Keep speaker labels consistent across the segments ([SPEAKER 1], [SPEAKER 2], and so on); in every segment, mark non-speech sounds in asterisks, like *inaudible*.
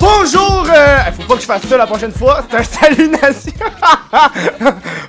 [SPEAKER 1] Bonjour! euh, faut pas que je fasse ça la prochaine fois. C'est un *laughs* salut nation.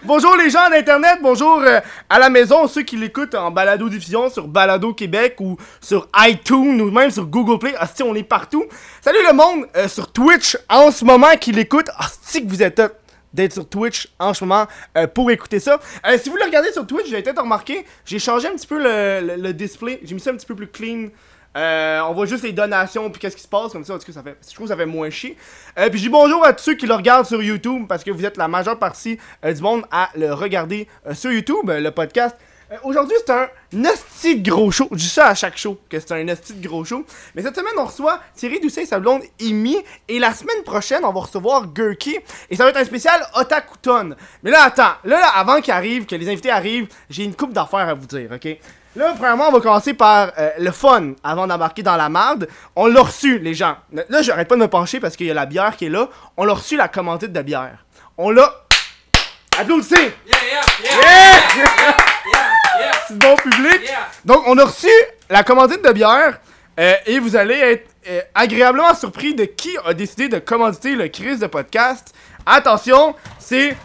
[SPEAKER 1] bonjour les gens d'Internet, bonjour euh, à la maison, ceux qui l'écoutent en balado diffusion sur Balado Québec ou sur iTunes ou même sur Google Play. Hostie, on est partout. Salut le monde euh, sur Twitch en ce moment qui l'écoute. Hostie que vous êtes hot d'être sur Twitch en ce moment euh, pour écouter ça. Euh, si vous le regardez sur Twitch, vous avez peut-être remarqué, j'ai changé un petit peu le, le- le display. J'ai mis ça un petit peu plus clean. Euh, on voit juste les donations puis qu'est-ce qui se passe comme ça. En tout cas, ça fait, je trouve que ça fait moins chier. Euh, puis je dis bonjour à tous ceux qui le regardent sur YouTube parce que vous êtes la majeure partie euh, du monde à le regarder euh, sur YouTube, euh, le podcast. Euh, Aujourd'hui, c'est un nasty de gros show. Je dis ça à chaque show que c'est un nasty de gros show. Mais cette semaine, on reçoit Thierry Doucet, sa blonde Imi. Et la semaine prochaine, on va recevoir Gurky. Et ça va être un spécial Otakuton. Mais là, attends. Là, là, avant qu'il arrive, que les invités arrivent, j'ai une coupe d'affaires à vous dire, ok? Là, premièrement, on va commencer par euh, le fun avant d'embarquer dans la marde. On l'a reçu, les gens. Là, j'arrête pas de me pencher parce qu'il y a la bière qui est là. On l'a reçu, la commandite de bière. On l'a. Applaudissez!
[SPEAKER 2] Yeah, yeah, yeah,
[SPEAKER 1] Yeah!
[SPEAKER 2] yeah, yeah.
[SPEAKER 1] C'est bon public.
[SPEAKER 2] Yeah.
[SPEAKER 1] Donc, on a reçu la commandite de bière euh, et vous allez être euh, agréablement surpris de qui a décidé de commanditer le Chris de podcast. Attention, c'est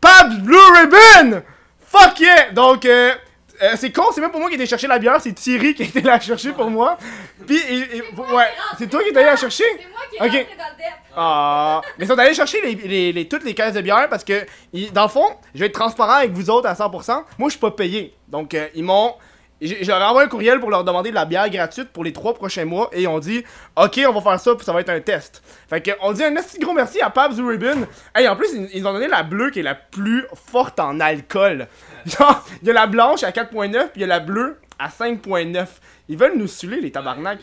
[SPEAKER 1] Pabst Blue Ribbon! Fuck yeah! Donc, euh, euh, c'est con, c'est même pour moi qui était chercher la bière, c'est Thierry qui était la chercher pour moi. Puis, et- et- ouais, c'est toi qui étais allé la chercher?
[SPEAKER 3] C'est moi qui
[SPEAKER 1] Ok.
[SPEAKER 3] rentre dans le dep.
[SPEAKER 1] Ah, mais ils sont allés chercher les, les- les- toutes les caisses de bière parce que, ils- dans le fond, je vais être transparent avec vous autres à 100%. Moi, je suis pas payé. Donc, euh, ils m'ont. j'ai- Je leur ai envoyé un courriel pour leur demander de la bière gratuite pour les trois prochains mois et ils ont dit Ok, on va faire ça, puis ça va être un test. Fait que, on dit un assez gros merci à Pabst Blue Ribbon. Hey, en plus, ils, ils ont donné la bleue qui est la plus forte en alcool. *laughs* Genre, il y a la blanche à 4,9 puis il y a la bleue à 5,9. Ils veulent nous saouler, les tabarnak.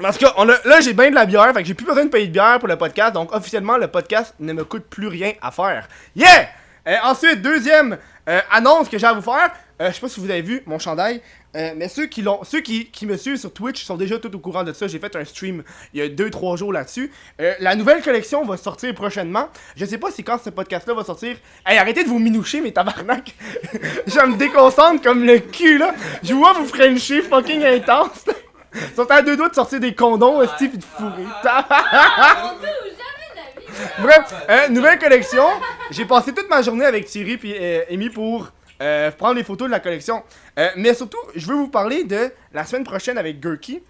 [SPEAKER 1] Parce que on a, là, j'ai bien de la bière, fait que j'ai plus besoin de payer de bière pour le podcast, donc officiellement, le podcast ne me coûte plus rien à faire. Yeah! Euh, ensuite, deuxième euh, annonce que j'ai à vous faire. Euh, je sais pas si vous avez vu mon chandail, euh, mais ceux qui l'ont, ceux qui, qui me suivent sur Twitch sont déjà tout au courant de ça. J'ai fait un stream il y a 2-3 jours là-dessus. Euh, la nouvelle collection va sortir prochainement. Je sais pas si quand ce podcast-là va sortir. Hey, arrêtez de vous minoucher, mes tabarnak! *laughs* je me déconcentre comme le cul, là! Je vois vous frencher fucking intense, là. Ils sont à deux doigts de sortir des condoms, esti, pis de fourrer. Ah!
[SPEAKER 3] On peut ou jamais de la vie.
[SPEAKER 1] Bref, euh, nouvelle collection. J'ai passé toute ma journée avec Thierry puis euh, Amy pour euh, prendre les photos de la collection. Euh, mais surtout, je veux vous parler de la semaine prochaine avec Gurky.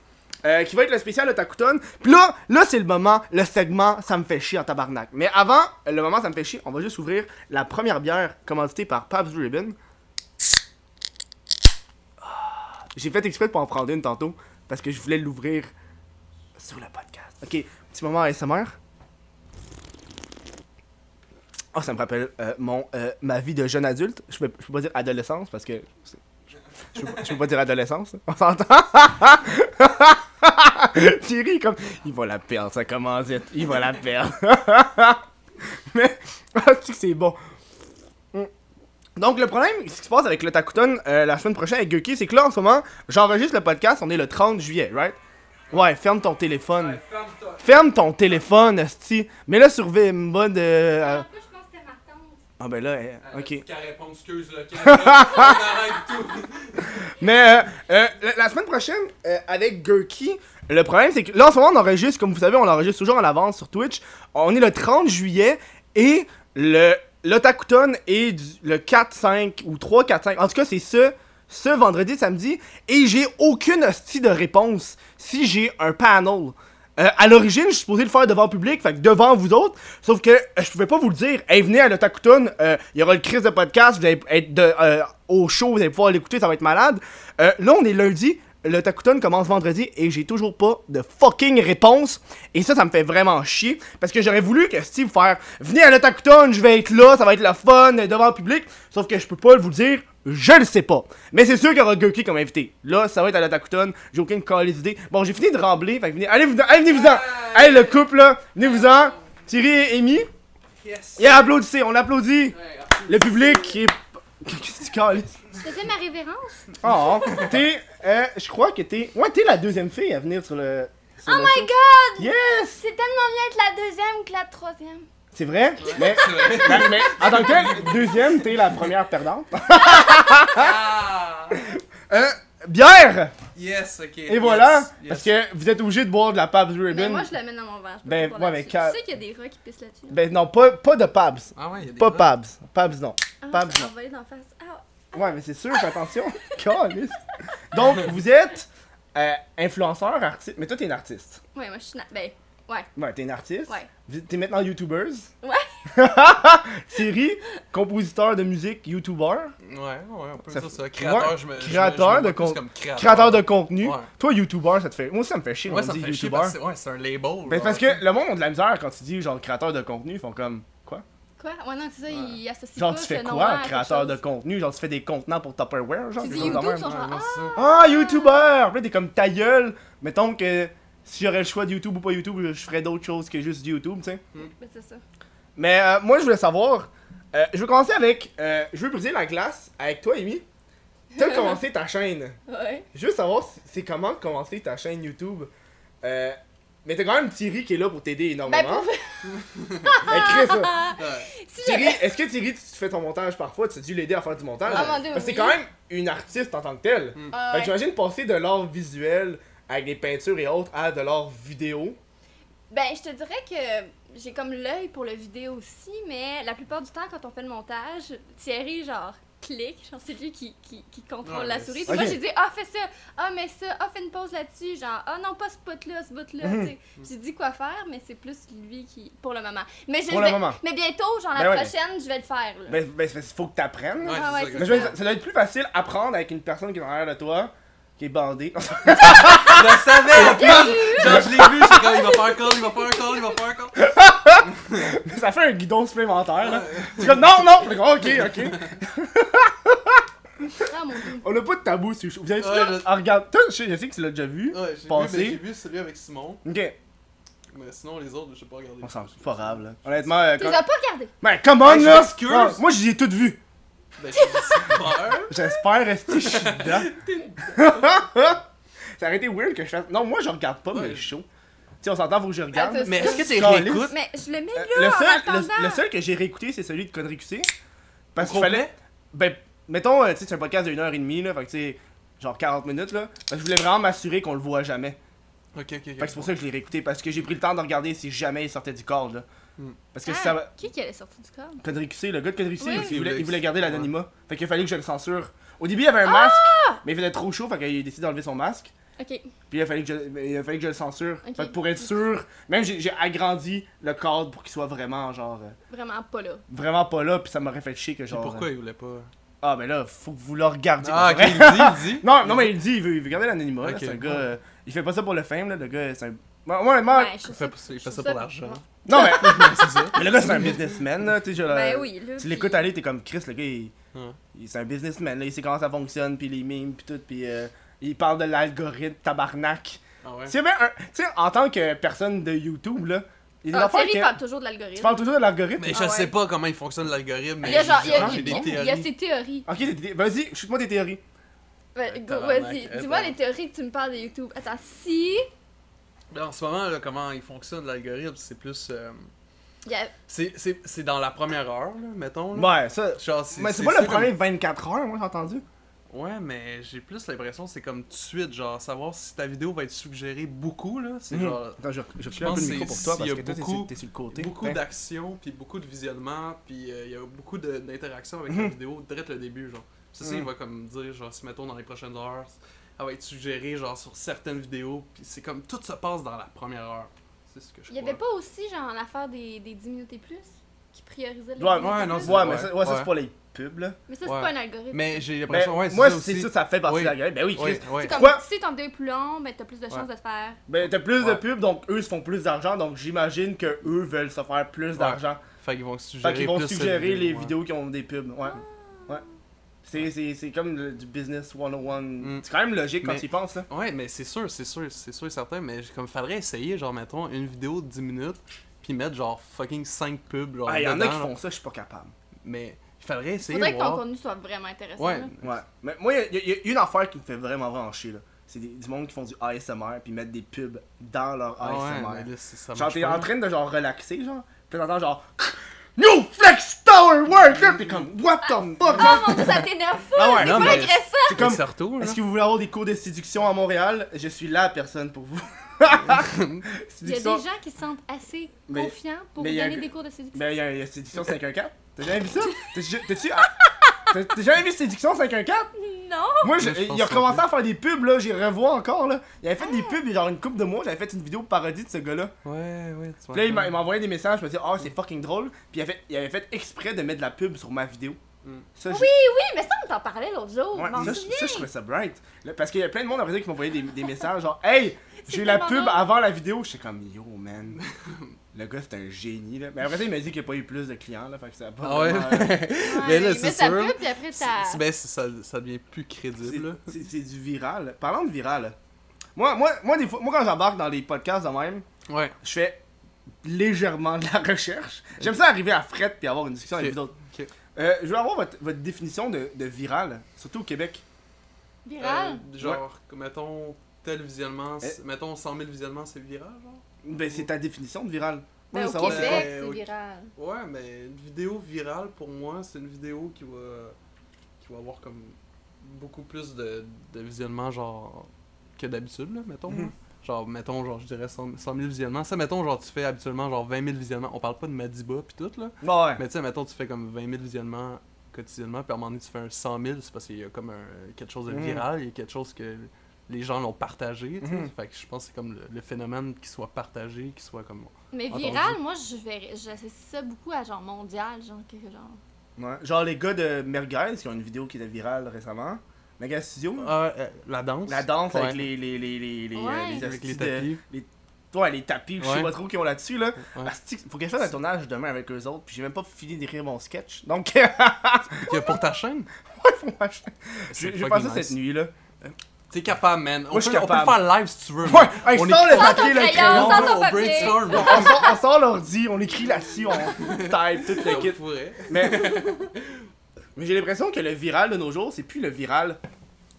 [SPEAKER 1] euh, qui va être le spécial Otakuton. Puis là, là c'est le moment, le segment, ça me fait chier en tabarnak. Mais avant, le moment, ça me fait chier, on va juste ouvrir la première bière commanditée par Pabst Blue Ribbon. Ah, J'ai fait exprès pour en prendre une tantôt, parce que je voulais l'ouvrir sur le podcast. Ok, petit moment ASMR. Oh, ça me rappelle euh, mon, euh, ma vie de jeune adulte. Je peux, je peux pas dire adolescence parce que. c'est- Je, je peux, pas- je peux pas dire adolescence. On s'entend? *laughs* Thierry, comme. Il va la perdre, ça commence. vite. Il va la perdre. *laughs* Mais. *laughs* Ah, tu sais que c'est bon. Mm. Donc, le problème, ce qui se passe avec le Takuton euh, la semaine prochaine avec Guki, c'est que là, en ce moment, j'enregistre le podcast, on est le 30 juillet, right? Ouais, ferme ton téléphone.
[SPEAKER 2] Ferme-toi.
[SPEAKER 1] Ferme ton téléphone, Asti. Mets-le sur V- mode. euh,
[SPEAKER 3] En plus, je pense que c'était ma tante.
[SPEAKER 1] ah ben là, euh, ok.
[SPEAKER 2] Qu'à répondre, excuse le câble. On *laughs* arrête tout.
[SPEAKER 1] Mais euh, euh, la, la semaine prochaine, euh, avec Gurky, le problème c'est que là en ce moment on enregistre, comme vous savez, on enregistre toujours en avance sur Twitch. On est le 30 juillet et le l'Otakuton est du- le 4, 5 ou 3, 4, 5. En tout cas, c'est ce, ce vendredi, samedi. Et j'ai aucune hostie de réponse si j'ai un panel. Euh, à l'origine, je suis supposé le faire devant le public, fait que devant vous autres, sauf que euh, je pouvais pas vous le dire. Hey, venez à l'Otakuton, euh, il y aura le crise de podcast, vous allez être de, euh, au show, vous allez pouvoir l'écouter, ça va être malade. Euh, là, on est lundi, l'Otakuton commence vendredi et j'ai toujours pas de fucking réponse. Et ça, ça me fait vraiment chier, parce que j'aurais voulu que Steve faire Venez à l'Otakuton, je vais être là, ça va être le fun euh, devant le public, sauf que je peux pas vous le dire. Je le sais pas. Mais c'est sûr qu'il y aura Gurky comme invité. Là, ça va être à l'Otakuton. J'ai aucune calice d'idée. Bon, j'ai fini de rambler. Fait que venez, allez, venez, allez, venez-vous-en. Hey, le couple, là. Venez-vous-en. Thierry et Amy.
[SPEAKER 2] Yes.
[SPEAKER 1] Et applaudissez, on applaudit.
[SPEAKER 2] Ouais,
[SPEAKER 1] Le public qui est. *laughs* Qu'est-ce que tu calices?
[SPEAKER 3] Je faisais ma révérence.
[SPEAKER 1] Oh, t'es. euh, je crois que t'es. Ouais, t'es la deuxième fille à venir sur le. sur
[SPEAKER 3] Oh
[SPEAKER 1] le
[SPEAKER 3] my
[SPEAKER 1] show.
[SPEAKER 3] god!
[SPEAKER 1] Yes!
[SPEAKER 3] C'est tellement bien être la deuxième que la troisième.
[SPEAKER 1] C'est vrai?
[SPEAKER 3] *laughs*
[SPEAKER 1] Mais, mais,
[SPEAKER 3] *laughs*
[SPEAKER 1] mais en tant que telle, deuxième, t'es la première perdante.
[SPEAKER 2] Ah.
[SPEAKER 1] bière!
[SPEAKER 2] Yes, ok.
[SPEAKER 1] Et voilà! Parce que vous êtes obligé de boire de la Pabst Blue
[SPEAKER 3] Mais
[SPEAKER 1] Ribbon.
[SPEAKER 3] Ben, moi, je la mets dans mon verre. je peux
[SPEAKER 1] Ben,
[SPEAKER 3] pas
[SPEAKER 1] ouais, mais
[SPEAKER 3] là-dessus.
[SPEAKER 1] quand-
[SPEAKER 3] Tu sais qu'il y a des rats qui pissent là-dessus.
[SPEAKER 1] Ben non, pas, pas de Pabst.
[SPEAKER 2] Ah ouais, il y a des
[SPEAKER 1] Pas
[SPEAKER 2] gars.
[SPEAKER 1] Pabst. Pabst, non.
[SPEAKER 3] Ah,
[SPEAKER 1] Pabst,
[SPEAKER 3] on
[SPEAKER 1] non.
[SPEAKER 3] va aller d'en face. Ah,
[SPEAKER 1] Ouais, mais c'est sûr, fais attention. *laughs* Caliste. Donc, vous êtes euh, influenceur, artiste. Mais toi, t'es une artiste.
[SPEAKER 3] ouais, moi, je suis. na- Ben, ouais,
[SPEAKER 1] Ouais, t'es une artiste.
[SPEAKER 3] ouais.
[SPEAKER 1] Vous- T'es maintenant youtubeuse.
[SPEAKER 3] Ouais. *laughs*
[SPEAKER 1] Thierry, compositeur de musique, youtubeur,
[SPEAKER 2] Ouais, ouais, on peut
[SPEAKER 1] Ça
[SPEAKER 2] dire
[SPEAKER 1] fait-
[SPEAKER 2] ça. Créateur,
[SPEAKER 1] Ouais,
[SPEAKER 2] je me. je me-
[SPEAKER 1] créateur
[SPEAKER 2] je me
[SPEAKER 1] de
[SPEAKER 2] vois plus
[SPEAKER 1] con-
[SPEAKER 2] comme créateur.
[SPEAKER 1] créateur de contenu.
[SPEAKER 2] Ouais.
[SPEAKER 1] Toi, youtubeur, ça te fait. Moi, ça me fait chier
[SPEAKER 2] Moi,
[SPEAKER 1] quand
[SPEAKER 2] ça
[SPEAKER 1] on
[SPEAKER 2] me
[SPEAKER 1] dit
[SPEAKER 2] fait chier
[SPEAKER 1] youtubeur.
[SPEAKER 2] parce que c'est- ouais, c'est un label.
[SPEAKER 1] Ben,
[SPEAKER 2] genre.
[SPEAKER 1] parce que le monde a de la misère quand tu dis genre créateur de contenu, ils font comme. Quoi
[SPEAKER 3] Quoi? Ouais, non, c'est ça, ils associent
[SPEAKER 1] Genre,
[SPEAKER 3] pas
[SPEAKER 1] tu
[SPEAKER 3] ce
[SPEAKER 1] fais
[SPEAKER 3] nom-là à
[SPEAKER 1] quoi,
[SPEAKER 3] quelque
[SPEAKER 1] créateur de
[SPEAKER 3] chose.
[SPEAKER 1] contenu Genre, tu fais des contenants pour Tupperware genre,
[SPEAKER 3] Tu
[SPEAKER 1] des
[SPEAKER 3] dis
[SPEAKER 1] choses de
[SPEAKER 3] YouTube,
[SPEAKER 1] même.
[SPEAKER 3] genre,
[SPEAKER 2] Ouais, moi, c'est ça.
[SPEAKER 1] Ah, YouTuber! Puis là, t'es comme ta gueule. Mettons que si j'aurais le choix de YouTube ou pas YouTube, je ferais d'autres choses que juste du YouTube, tu sais.
[SPEAKER 3] Mais Ben, c'est ça.
[SPEAKER 1] Mais euh, moi, je voulais savoir. euh, je veux commencer avec. euh, je veux briser la glace avec toi, Amy. T'as commencé ta chaîne.
[SPEAKER 3] Ouais.
[SPEAKER 1] Je veux savoir, c- c'est comment commencer ta chaîne YouTube. Euh, mais t'as quand même Thierry qui est là pour t'aider
[SPEAKER 3] Ben,
[SPEAKER 1] énormément.
[SPEAKER 3] pour
[SPEAKER 1] Ben, Chris, euh,
[SPEAKER 2] Ouais.
[SPEAKER 3] *laughs* si
[SPEAKER 1] Thierry,
[SPEAKER 3] j'avais-
[SPEAKER 1] est-ce que Thierry, tu te fais ton montage parfois Tu as dû l'aider à faire du montage
[SPEAKER 3] Ah, mon Dieu,
[SPEAKER 1] Parce que c'est
[SPEAKER 3] oui.
[SPEAKER 1] quand même une artiste en tant que telle.
[SPEAKER 3] Ah,
[SPEAKER 1] Fait
[SPEAKER 3] ouais.
[SPEAKER 1] que Ben, j'imagine passer de l'art visuel avec des peintures et autres à de l'art vidéo.
[SPEAKER 3] Ben, je te dirais que j'ai comme l'œil pour le vidéo aussi, mais la plupart du temps, quand on fait le montage, Thierry, genre, clique, genre, c'est lui qui, qui, qui contrôle
[SPEAKER 2] Ouais,
[SPEAKER 3] la
[SPEAKER 2] mais
[SPEAKER 3] souris.
[SPEAKER 1] c'est-
[SPEAKER 3] Puis moi,
[SPEAKER 1] Ok.
[SPEAKER 3] j'ai dit, ah, fais ça, ah, mais ça, ah, fais une pause là-dessus, genre, ah, non, pas ce bout-là, ce bout-là.
[SPEAKER 1] Mhm.
[SPEAKER 3] tu sais. J'ai dit quoi faire, mais c'est plus lui qui. pour le moment. Mais, je
[SPEAKER 1] Pour
[SPEAKER 3] vais-
[SPEAKER 1] le moment.
[SPEAKER 3] mais bientôt, genre, la
[SPEAKER 1] Ben ouais, mais-
[SPEAKER 3] prochaine, je vais le faire. Là.
[SPEAKER 1] Ben, ben c'est- faut que t'apprennes.
[SPEAKER 2] Ouais,
[SPEAKER 3] Ah, ouais,
[SPEAKER 2] c'est
[SPEAKER 1] Mais je
[SPEAKER 2] ça.
[SPEAKER 1] veux dire, ça doit être plus facile à prendre avec une personne qui est en arrière de toi, qui est bandée. *laughs*
[SPEAKER 2] Je le savais! en plus. Genre, je l'ai vu, j'ai comme, il va faire un call, il va faire un call, il va faire un call.
[SPEAKER 1] ça fait un guidon supplémentaire, là. *laughs* Tu es comme, non, non! Puis comme, ok, ok.
[SPEAKER 3] Ah, mon dieu.
[SPEAKER 1] On n'a pas de tabou sur Vous avez
[SPEAKER 2] Ouais,
[SPEAKER 1] tout.
[SPEAKER 2] je-
[SPEAKER 1] Ah, regarde, toi, je sais je sais que tu l'as déjà vu.
[SPEAKER 2] Ouais, j'ai vu,
[SPEAKER 1] Pensez.
[SPEAKER 2] mais j'ai vu celui avec Simon.
[SPEAKER 1] Ok,
[SPEAKER 2] Mais sinon, les autres, j'ai pas regardé.
[SPEAKER 1] on s'en fout, pas grave, là. Honnêtement, euh,
[SPEAKER 3] Tu
[SPEAKER 1] quand-
[SPEAKER 3] les as pas regardés.
[SPEAKER 1] Ben, come on,
[SPEAKER 2] Hey, je
[SPEAKER 1] là!
[SPEAKER 2] m'excuse.
[SPEAKER 1] Ah, moi, je les ai toutes vues.
[SPEAKER 2] Ben, j'ai dit peur.
[SPEAKER 1] J'espère rester,
[SPEAKER 2] *laughs*
[SPEAKER 1] je suis dedans. Ça aurait été weird que je fasse. Non, moi, je regarde pas mes
[SPEAKER 2] Ouais.
[SPEAKER 1] shows. Tu sais, on s'entend, faut que je regarde.
[SPEAKER 3] Ah, ça,
[SPEAKER 2] Mais est-ce que t'es
[SPEAKER 1] Caliste.
[SPEAKER 2] réécoute?
[SPEAKER 3] Mais je le mets
[SPEAKER 1] Euh,
[SPEAKER 3] là,
[SPEAKER 1] le,
[SPEAKER 3] en
[SPEAKER 1] seul,
[SPEAKER 3] attendant.
[SPEAKER 1] le, le seul que j'ai réécouté, c'est celui de Connery QC. Parce
[SPEAKER 2] Au
[SPEAKER 1] qu'il fallait.
[SPEAKER 2] complet?
[SPEAKER 1] Ben, mettons, euh, tu sais, c'est un podcast de 1h30, là, fait que tu sais, genre 40 minutes, là. Fait que je voulais vraiment m'assurer qu'on le voit jamais.
[SPEAKER 2] Ok, ok,
[SPEAKER 1] Fait que c'est pour ça que je l'ai réécouté, parce que j'ai pris le temps de regarder si jamais il sortait du corps, là.
[SPEAKER 2] Hmm.
[SPEAKER 1] Parce que si
[SPEAKER 3] Ah,
[SPEAKER 1] ça va.
[SPEAKER 3] Qui est qui allait sortir du corps?
[SPEAKER 1] Connery QC, le gars de Connery QC,
[SPEAKER 3] Oui.
[SPEAKER 1] il, voulait, il
[SPEAKER 2] Il
[SPEAKER 1] voulait
[SPEAKER 2] voulait-
[SPEAKER 1] garder l'anonymat. Fait qu'il fallait que je le censure. Au début, il avait
[SPEAKER 3] Ah!
[SPEAKER 1] un masque, mais il faisait trop chaud, fait qu'il a décidé d'enlever son masque.
[SPEAKER 3] Ok.
[SPEAKER 1] Puis il a fallu que je, il a fallu que je le censure.
[SPEAKER 3] Ok.
[SPEAKER 1] Fait que pour être sûr, même j'ai j'ai agrandi le cadre pour qu'il soit vraiment, genre, euh,
[SPEAKER 3] Vraiment pas là.
[SPEAKER 1] vraiment pas là, puis ça m'aurait fait chier que
[SPEAKER 2] Et
[SPEAKER 1] genre.
[SPEAKER 2] pourquoi
[SPEAKER 1] euh,
[SPEAKER 2] il voulait pas?
[SPEAKER 1] Ah, ben là, faut que vous le regardiez.
[SPEAKER 2] Ah, ok,
[SPEAKER 1] pour vrai.
[SPEAKER 2] il dit, il dit.
[SPEAKER 1] *laughs* Non, non, mais il dit, il veut, il veut garder l'anonymat. là,
[SPEAKER 2] Ok.
[SPEAKER 1] C'est un gars. euh, il fait pas ça pour le fame, là. Le gars, c'est un. Moi, moi, honnêtement,
[SPEAKER 3] Ouais, je
[SPEAKER 2] Il
[SPEAKER 3] trouve
[SPEAKER 2] fait,
[SPEAKER 3] ça-
[SPEAKER 2] pour ça- il
[SPEAKER 3] je
[SPEAKER 2] fait ça
[SPEAKER 3] trouve
[SPEAKER 2] pour l'argent.
[SPEAKER 1] Non, mais, *laughs*
[SPEAKER 2] c'est ça.
[SPEAKER 1] mais le gars, c'est un businessman, là. Tu sais, je le-
[SPEAKER 2] Euh,
[SPEAKER 3] Ben oui, là.
[SPEAKER 1] Tu
[SPEAKER 3] puis-
[SPEAKER 1] l'écoutes aller, t'es comme Chris, le gars, il.
[SPEAKER 2] Ouais.
[SPEAKER 1] il- C'est un businessman, là. Il sait comment ça fonctionne, puis les mimes, puis tout, puis. euh, il parle de l'algorithme, tabarnak.
[SPEAKER 2] Ah ouais.
[SPEAKER 1] Tu sais, ben, un- tu sais, en tant que personne de YouTube, là. Il y a des
[SPEAKER 3] Ah,
[SPEAKER 1] affaires
[SPEAKER 3] Thierry
[SPEAKER 1] que-
[SPEAKER 3] parle toujours de l'algorithme.
[SPEAKER 1] Tu parles toujours de l'algorithme.
[SPEAKER 2] Mais je
[SPEAKER 3] Ah ouais.
[SPEAKER 2] sais pas comment il fonctionne l'algorithme, mais
[SPEAKER 3] Il y a genre, il y a,
[SPEAKER 1] j'ai
[SPEAKER 2] j'ai
[SPEAKER 3] il y
[SPEAKER 2] des
[SPEAKER 3] a- il
[SPEAKER 2] théories.
[SPEAKER 3] y a ses théories.
[SPEAKER 1] Ok, t'es- t'es- vas-y, chute-moi tes théories.
[SPEAKER 3] Ouais,
[SPEAKER 2] Ouais,
[SPEAKER 3] go,
[SPEAKER 2] tabarnak,
[SPEAKER 3] Vas-y,
[SPEAKER 2] attends.
[SPEAKER 3] dis-moi les théories que tu me parles de YouTube. Attends, si.
[SPEAKER 2] Mais en ce moment, là, comment il fonctionne l'algorithme, c'est plus... euh,
[SPEAKER 3] il y a-
[SPEAKER 2] c'est- C'est c'est dans la première heure, là, mettons. là.
[SPEAKER 1] Ouais, ça.
[SPEAKER 2] Genre,
[SPEAKER 1] Mais c'est pas le
[SPEAKER 2] ça comme-
[SPEAKER 1] premier 24 heures, moi, j'ai entendu.
[SPEAKER 2] Ouais, mais j'ai plus l'impression que c'est comme tout de suite, genre, savoir si ta vidéo va être suggérée beaucoup, là. C'est
[SPEAKER 1] Mhm.
[SPEAKER 2] genre
[SPEAKER 1] Attends, je, je recule
[SPEAKER 2] pense
[SPEAKER 1] un peu le
[SPEAKER 2] que
[SPEAKER 1] micro pour
[SPEAKER 2] c'est-
[SPEAKER 1] toi
[SPEAKER 2] s'il
[SPEAKER 1] parce
[SPEAKER 2] y a
[SPEAKER 1] que toi, t'es
[SPEAKER 2] beaucoup-
[SPEAKER 1] sur- t'es sur le côté. Ben.
[SPEAKER 2] beaucoup
[SPEAKER 1] Ouais.
[SPEAKER 2] d'action, puis beaucoup de visionnement, puis euh, il y a beaucoup de- d'interactions avec la vidéo dès le début, genre. Ça, ça, il
[SPEAKER 1] Mhm.
[SPEAKER 2] va comme dire, genre, si mettons dans les prochaines heures, elle va être suggérée, genre, sur certaines vidéos, puis c'est comme tout se passe dans la première heure. C'est ce que je
[SPEAKER 3] il y avait pas aussi, genre, l'affaire des, des 10 minutes et plus qui priorisait les
[SPEAKER 1] Ouais,
[SPEAKER 3] 10 minutes
[SPEAKER 2] ouais,
[SPEAKER 3] et
[SPEAKER 2] non,
[SPEAKER 3] plus?
[SPEAKER 2] c'est-
[SPEAKER 1] Ouais, mais ça, ouais, ça, c'est
[SPEAKER 2] Ouais.
[SPEAKER 1] pas les pubs, là.
[SPEAKER 3] Mais ça, c'est
[SPEAKER 2] Ouais.
[SPEAKER 3] pas un algorithme.
[SPEAKER 2] Mais j'ai
[SPEAKER 1] Ben,
[SPEAKER 2] l'impression, ouais,
[SPEAKER 1] moi,
[SPEAKER 2] c'est ça
[SPEAKER 1] c'est
[SPEAKER 2] aussi.
[SPEAKER 1] ça, ça fait partie
[SPEAKER 2] Oui.
[SPEAKER 1] de la gueule. Ben oui,
[SPEAKER 2] Oui,
[SPEAKER 1] Chris.
[SPEAKER 2] oui.
[SPEAKER 3] C'est comme
[SPEAKER 1] Quoi?
[SPEAKER 3] si ton vidéo est plus long, ben t'as plus de chances de te faire.
[SPEAKER 1] Ben, t'as plus de
[SPEAKER 2] Ouais.
[SPEAKER 1] pubs, donc eux se font plus d'argent, donc j'imagine que eux veulent se faire plus
[SPEAKER 2] Ouais.
[SPEAKER 1] d'argent.
[SPEAKER 2] Fait qu'ils vont suggérer,
[SPEAKER 1] Fait qu'ils vont
[SPEAKER 2] plus cette
[SPEAKER 1] suggérer les
[SPEAKER 2] ouais.
[SPEAKER 1] vidéos qui ont des pubs, ouais. Ouais. C'est- C'est c'est comme le- du business 101.
[SPEAKER 2] Mm.
[SPEAKER 1] C'est quand même logique quand
[SPEAKER 2] Mais-
[SPEAKER 1] tu y penses, là.
[SPEAKER 2] Ouais, mais c'est sûr, c'est sûr, c'est sûr et certain, mais j'ai- comme faudrait essayer, genre, mettons, une vidéo de 10 minutes, puis mettre, genre, fucking 5 pubs, genre,
[SPEAKER 1] Ah, y en a
[SPEAKER 2] dedans,
[SPEAKER 1] qui
[SPEAKER 2] là.
[SPEAKER 1] font ça, je suis pas capable.
[SPEAKER 2] Mais il faudrait essayer,
[SPEAKER 3] Faudrait que ton
[SPEAKER 2] voir.
[SPEAKER 3] contenu soit vraiment intéressant.
[SPEAKER 2] Ouais,
[SPEAKER 3] là.
[SPEAKER 1] Ouais. Mais moi, il y, a- y a une affaire qui me fait vraiment vraiment chier, là. C'est des- du monde qui font du ASMR puis mettent des pubs dans leur
[SPEAKER 2] Ah ouais,
[SPEAKER 1] ASMR.
[SPEAKER 2] mais là, c'est- ça
[SPEAKER 1] genre,
[SPEAKER 2] marche
[SPEAKER 1] t'es
[SPEAKER 2] pas,
[SPEAKER 1] en
[SPEAKER 2] là.
[SPEAKER 1] train de genre relaxer, genre. Puis t'entends genre. New Flex Tower Worker! Pis comme, what the fuck, man?
[SPEAKER 3] Oh mon dieu, ça t'énerve fou!
[SPEAKER 1] Ah ouais,
[SPEAKER 3] C'est
[SPEAKER 2] non,
[SPEAKER 3] pas
[SPEAKER 2] mais-
[SPEAKER 3] agressant!
[SPEAKER 1] C'est comme,
[SPEAKER 2] Certeau, là.
[SPEAKER 1] Est-ce que vous voulez avoir des cours de séduction à Montréal? Je suis la personne pour
[SPEAKER 3] *laughs*
[SPEAKER 1] vous.
[SPEAKER 3] Il y a des
[SPEAKER 1] séduction.
[SPEAKER 3] gens qui se sentent assez
[SPEAKER 1] Mais-
[SPEAKER 3] confiants pour
[SPEAKER 1] mais il y a
[SPEAKER 3] donner
[SPEAKER 1] un-
[SPEAKER 3] des cours de séduction.
[SPEAKER 1] Ben, il y, a- il y a séduction 514. T'as jamais vu ça? T'as- T'as-tu. ah! T'as t'as jamais vu séduction 514?
[SPEAKER 3] Non!
[SPEAKER 1] Moi, je-
[SPEAKER 2] Mais je pense
[SPEAKER 1] il a
[SPEAKER 2] pas
[SPEAKER 1] recommencé à faire des pubs, là. J'y revois encore, là. Il avait fait des
[SPEAKER 3] Ah.
[SPEAKER 1] pubs, il y a genre une coupe de mois. J'avais fait une vidéo parodie de ce gars-là.
[SPEAKER 2] Ouais, ouais, Mm. tu
[SPEAKER 1] Puis là, il m'a- il
[SPEAKER 2] vois.
[SPEAKER 1] m'a envoyé des messages. Je me disais, oh, c'est fucking drôle. Puis il avait, fait, il avait fait exprès de mettre de la pub sur ma vidéo.
[SPEAKER 2] Mm.
[SPEAKER 1] Ça, j'ai-
[SPEAKER 3] Ah Oui, mais ça, on t'en parlait l'autre jour.
[SPEAKER 1] Ouais,
[SPEAKER 3] Oh, m'en
[SPEAKER 1] ça, je-
[SPEAKER 3] souviens.
[SPEAKER 1] ça, je trouvais ça bright. Là, parce qu'il y a plein de monde après ça qui m'envoyait des, des messages genre Hey,
[SPEAKER 3] *laughs* C'est
[SPEAKER 1] j'ai la
[SPEAKER 3] tellement
[SPEAKER 1] pub
[SPEAKER 3] drôle.
[SPEAKER 1] avant la vidéo. J'étais comme Yo, man. Le gars, c'est un génie. là. Mais après ça, il m'a dit qu'il n'y a pas eu plus de clients. Là, fait que ça a pas
[SPEAKER 2] Ah ouais?
[SPEAKER 1] vraiment, euh,
[SPEAKER 2] *laughs*
[SPEAKER 3] Ouais,
[SPEAKER 2] Mais là,
[SPEAKER 3] il met
[SPEAKER 2] c'est
[SPEAKER 3] sa
[SPEAKER 2] sûr.
[SPEAKER 3] pub, puis après, ça.
[SPEAKER 2] C'est- Ben, c'est- ça, ça devient plus
[SPEAKER 1] c'est-
[SPEAKER 2] crédible. là.
[SPEAKER 1] c'est- C'est du viral. Parlant de viral, moi, moi, moi, des fois, moi quand j'embarque dans les podcasts de même,
[SPEAKER 2] Ouais.
[SPEAKER 1] je fais légèrement de la recherche. J'aime ça arriver à fret puis avoir une discussion avec
[SPEAKER 2] Ok.
[SPEAKER 1] vous autres.
[SPEAKER 2] Ok.
[SPEAKER 1] Euh, je veux avoir votre, votre définition de, de viral, surtout au Québec.
[SPEAKER 3] Viral.
[SPEAKER 2] Euh, genre, mettons, tel visionnement, c'est- mettons 100 000 visionnements, c'est viral, genre?
[SPEAKER 1] Ben, c'est ta définition de viral. Moi,
[SPEAKER 3] Ben,
[SPEAKER 1] je veux
[SPEAKER 3] au
[SPEAKER 1] savoir
[SPEAKER 3] Québec,
[SPEAKER 1] c'est
[SPEAKER 2] quoi?
[SPEAKER 3] c'est
[SPEAKER 2] Euh, au-
[SPEAKER 3] viral.
[SPEAKER 2] Ouais, mais une vidéo virale, pour moi, c'est une vidéo qui va, qui va avoir comme beaucoup plus de, de visionnements, genre, que d'habitude, là, mettons.
[SPEAKER 1] Mhm.
[SPEAKER 2] là. Genre, mettons, genre, je dirais 100 100 000 visionnements. Ça, mettons, genre, tu fais habituellement, genre, 20 000 visionnements. On parle pas de Madiba pis tout, là.
[SPEAKER 1] quoi. Ouais.
[SPEAKER 2] Mais tu sais, mettons, tu fais comme 20 000 visionnements quotidiennement, puis à un moment donné, tu fais un 100 000, c'est parce qu'il y a comme un- quelque chose de
[SPEAKER 1] Mhm.
[SPEAKER 2] viral, il y a quelque chose que les gens l'ont partagé, tu sais.
[SPEAKER 1] Mhm.
[SPEAKER 2] Fait que je pense que c'est comme le, le phénomène qui soit partagé, qui soit comme...
[SPEAKER 3] Mais
[SPEAKER 2] Entendu.
[SPEAKER 3] viral, moi, je verrais, j'associe ça beaucoup à genre mondial, genre quelque genre.
[SPEAKER 1] Ouais. Genre les gars de Merguez qui ont une vidéo qui était virale récemment. Mega Studio.
[SPEAKER 2] Ah, euh, la danse.
[SPEAKER 1] La danse
[SPEAKER 2] Ouais.
[SPEAKER 1] avec les les les les les, euh,
[SPEAKER 3] Ouais.
[SPEAKER 1] les
[SPEAKER 2] Avec les
[SPEAKER 1] hosties de-
[SPEAKER 2] tapis.
[SPEAKER 1] Ouais, les tapis, je sais
[SPEAKER 2] Ouais.
[SPEAKER 1] pas trop qui ont là-dessus là.
[SPEAKER 2] Ouais. *laughs*
[SPEAKER 1] Asti, faut que je fasse un tournage demain avec eux autres, puis j'ai même pas fini d'écrire mon sketch. Donc *laughs*
[SPEAKER 2] Que euh, pour ta chaîne,
[SPEAKER 1] faut m'acheter.
[SPEAKER 2] c'est
[SPEAKER 1] j'ai j'ai
[SPEAKER 2] fucking
[SPEAKER 1] pensé
[SPEAKER 2] nice.
[SPEAKER 1] cette nuit là.
[SPEAKER 2] T'es capable, man. On,
[SPEAKER 1] Moi, je
[SPEAKER 2] peut,
[SPEAKER 1] suis
[SPEAKER 2] on peut
[SPEAKER 1] capable.
[SPEAKER 2] faire live si tu veux.
[SPEAKER 1] Ouais,
[SPEAKER 2] man.
[SPEAKER 1] hey,
[SPEAKER 2] on
[SPEAKER 1] sors le papier,
[SPEAKER 3] ton
[SPEAKER 1] le
[SPEAKER 3] crayon,
[SPEAKER 1] crayon.
[SPEAKER 2] on,
[SPEAKER 3] sors ton
[SPEAKER 2] on
[SPEAKER 3] papier.
[SPEAKER 1] *laughs*
[SPEAKER 2] brainstorm.
[SPEAKER 1] On sort, on sort l'ordi, on écrit là-dessus, on type tout le
[SPEAKER 2] On *laughs*
[SPEAKER 1] kit.
[SPEAKER 2] pourrait.
[SPEAKER 1] Mais mais j'ai l'impression que le viral de nos jours, c'est plus le viral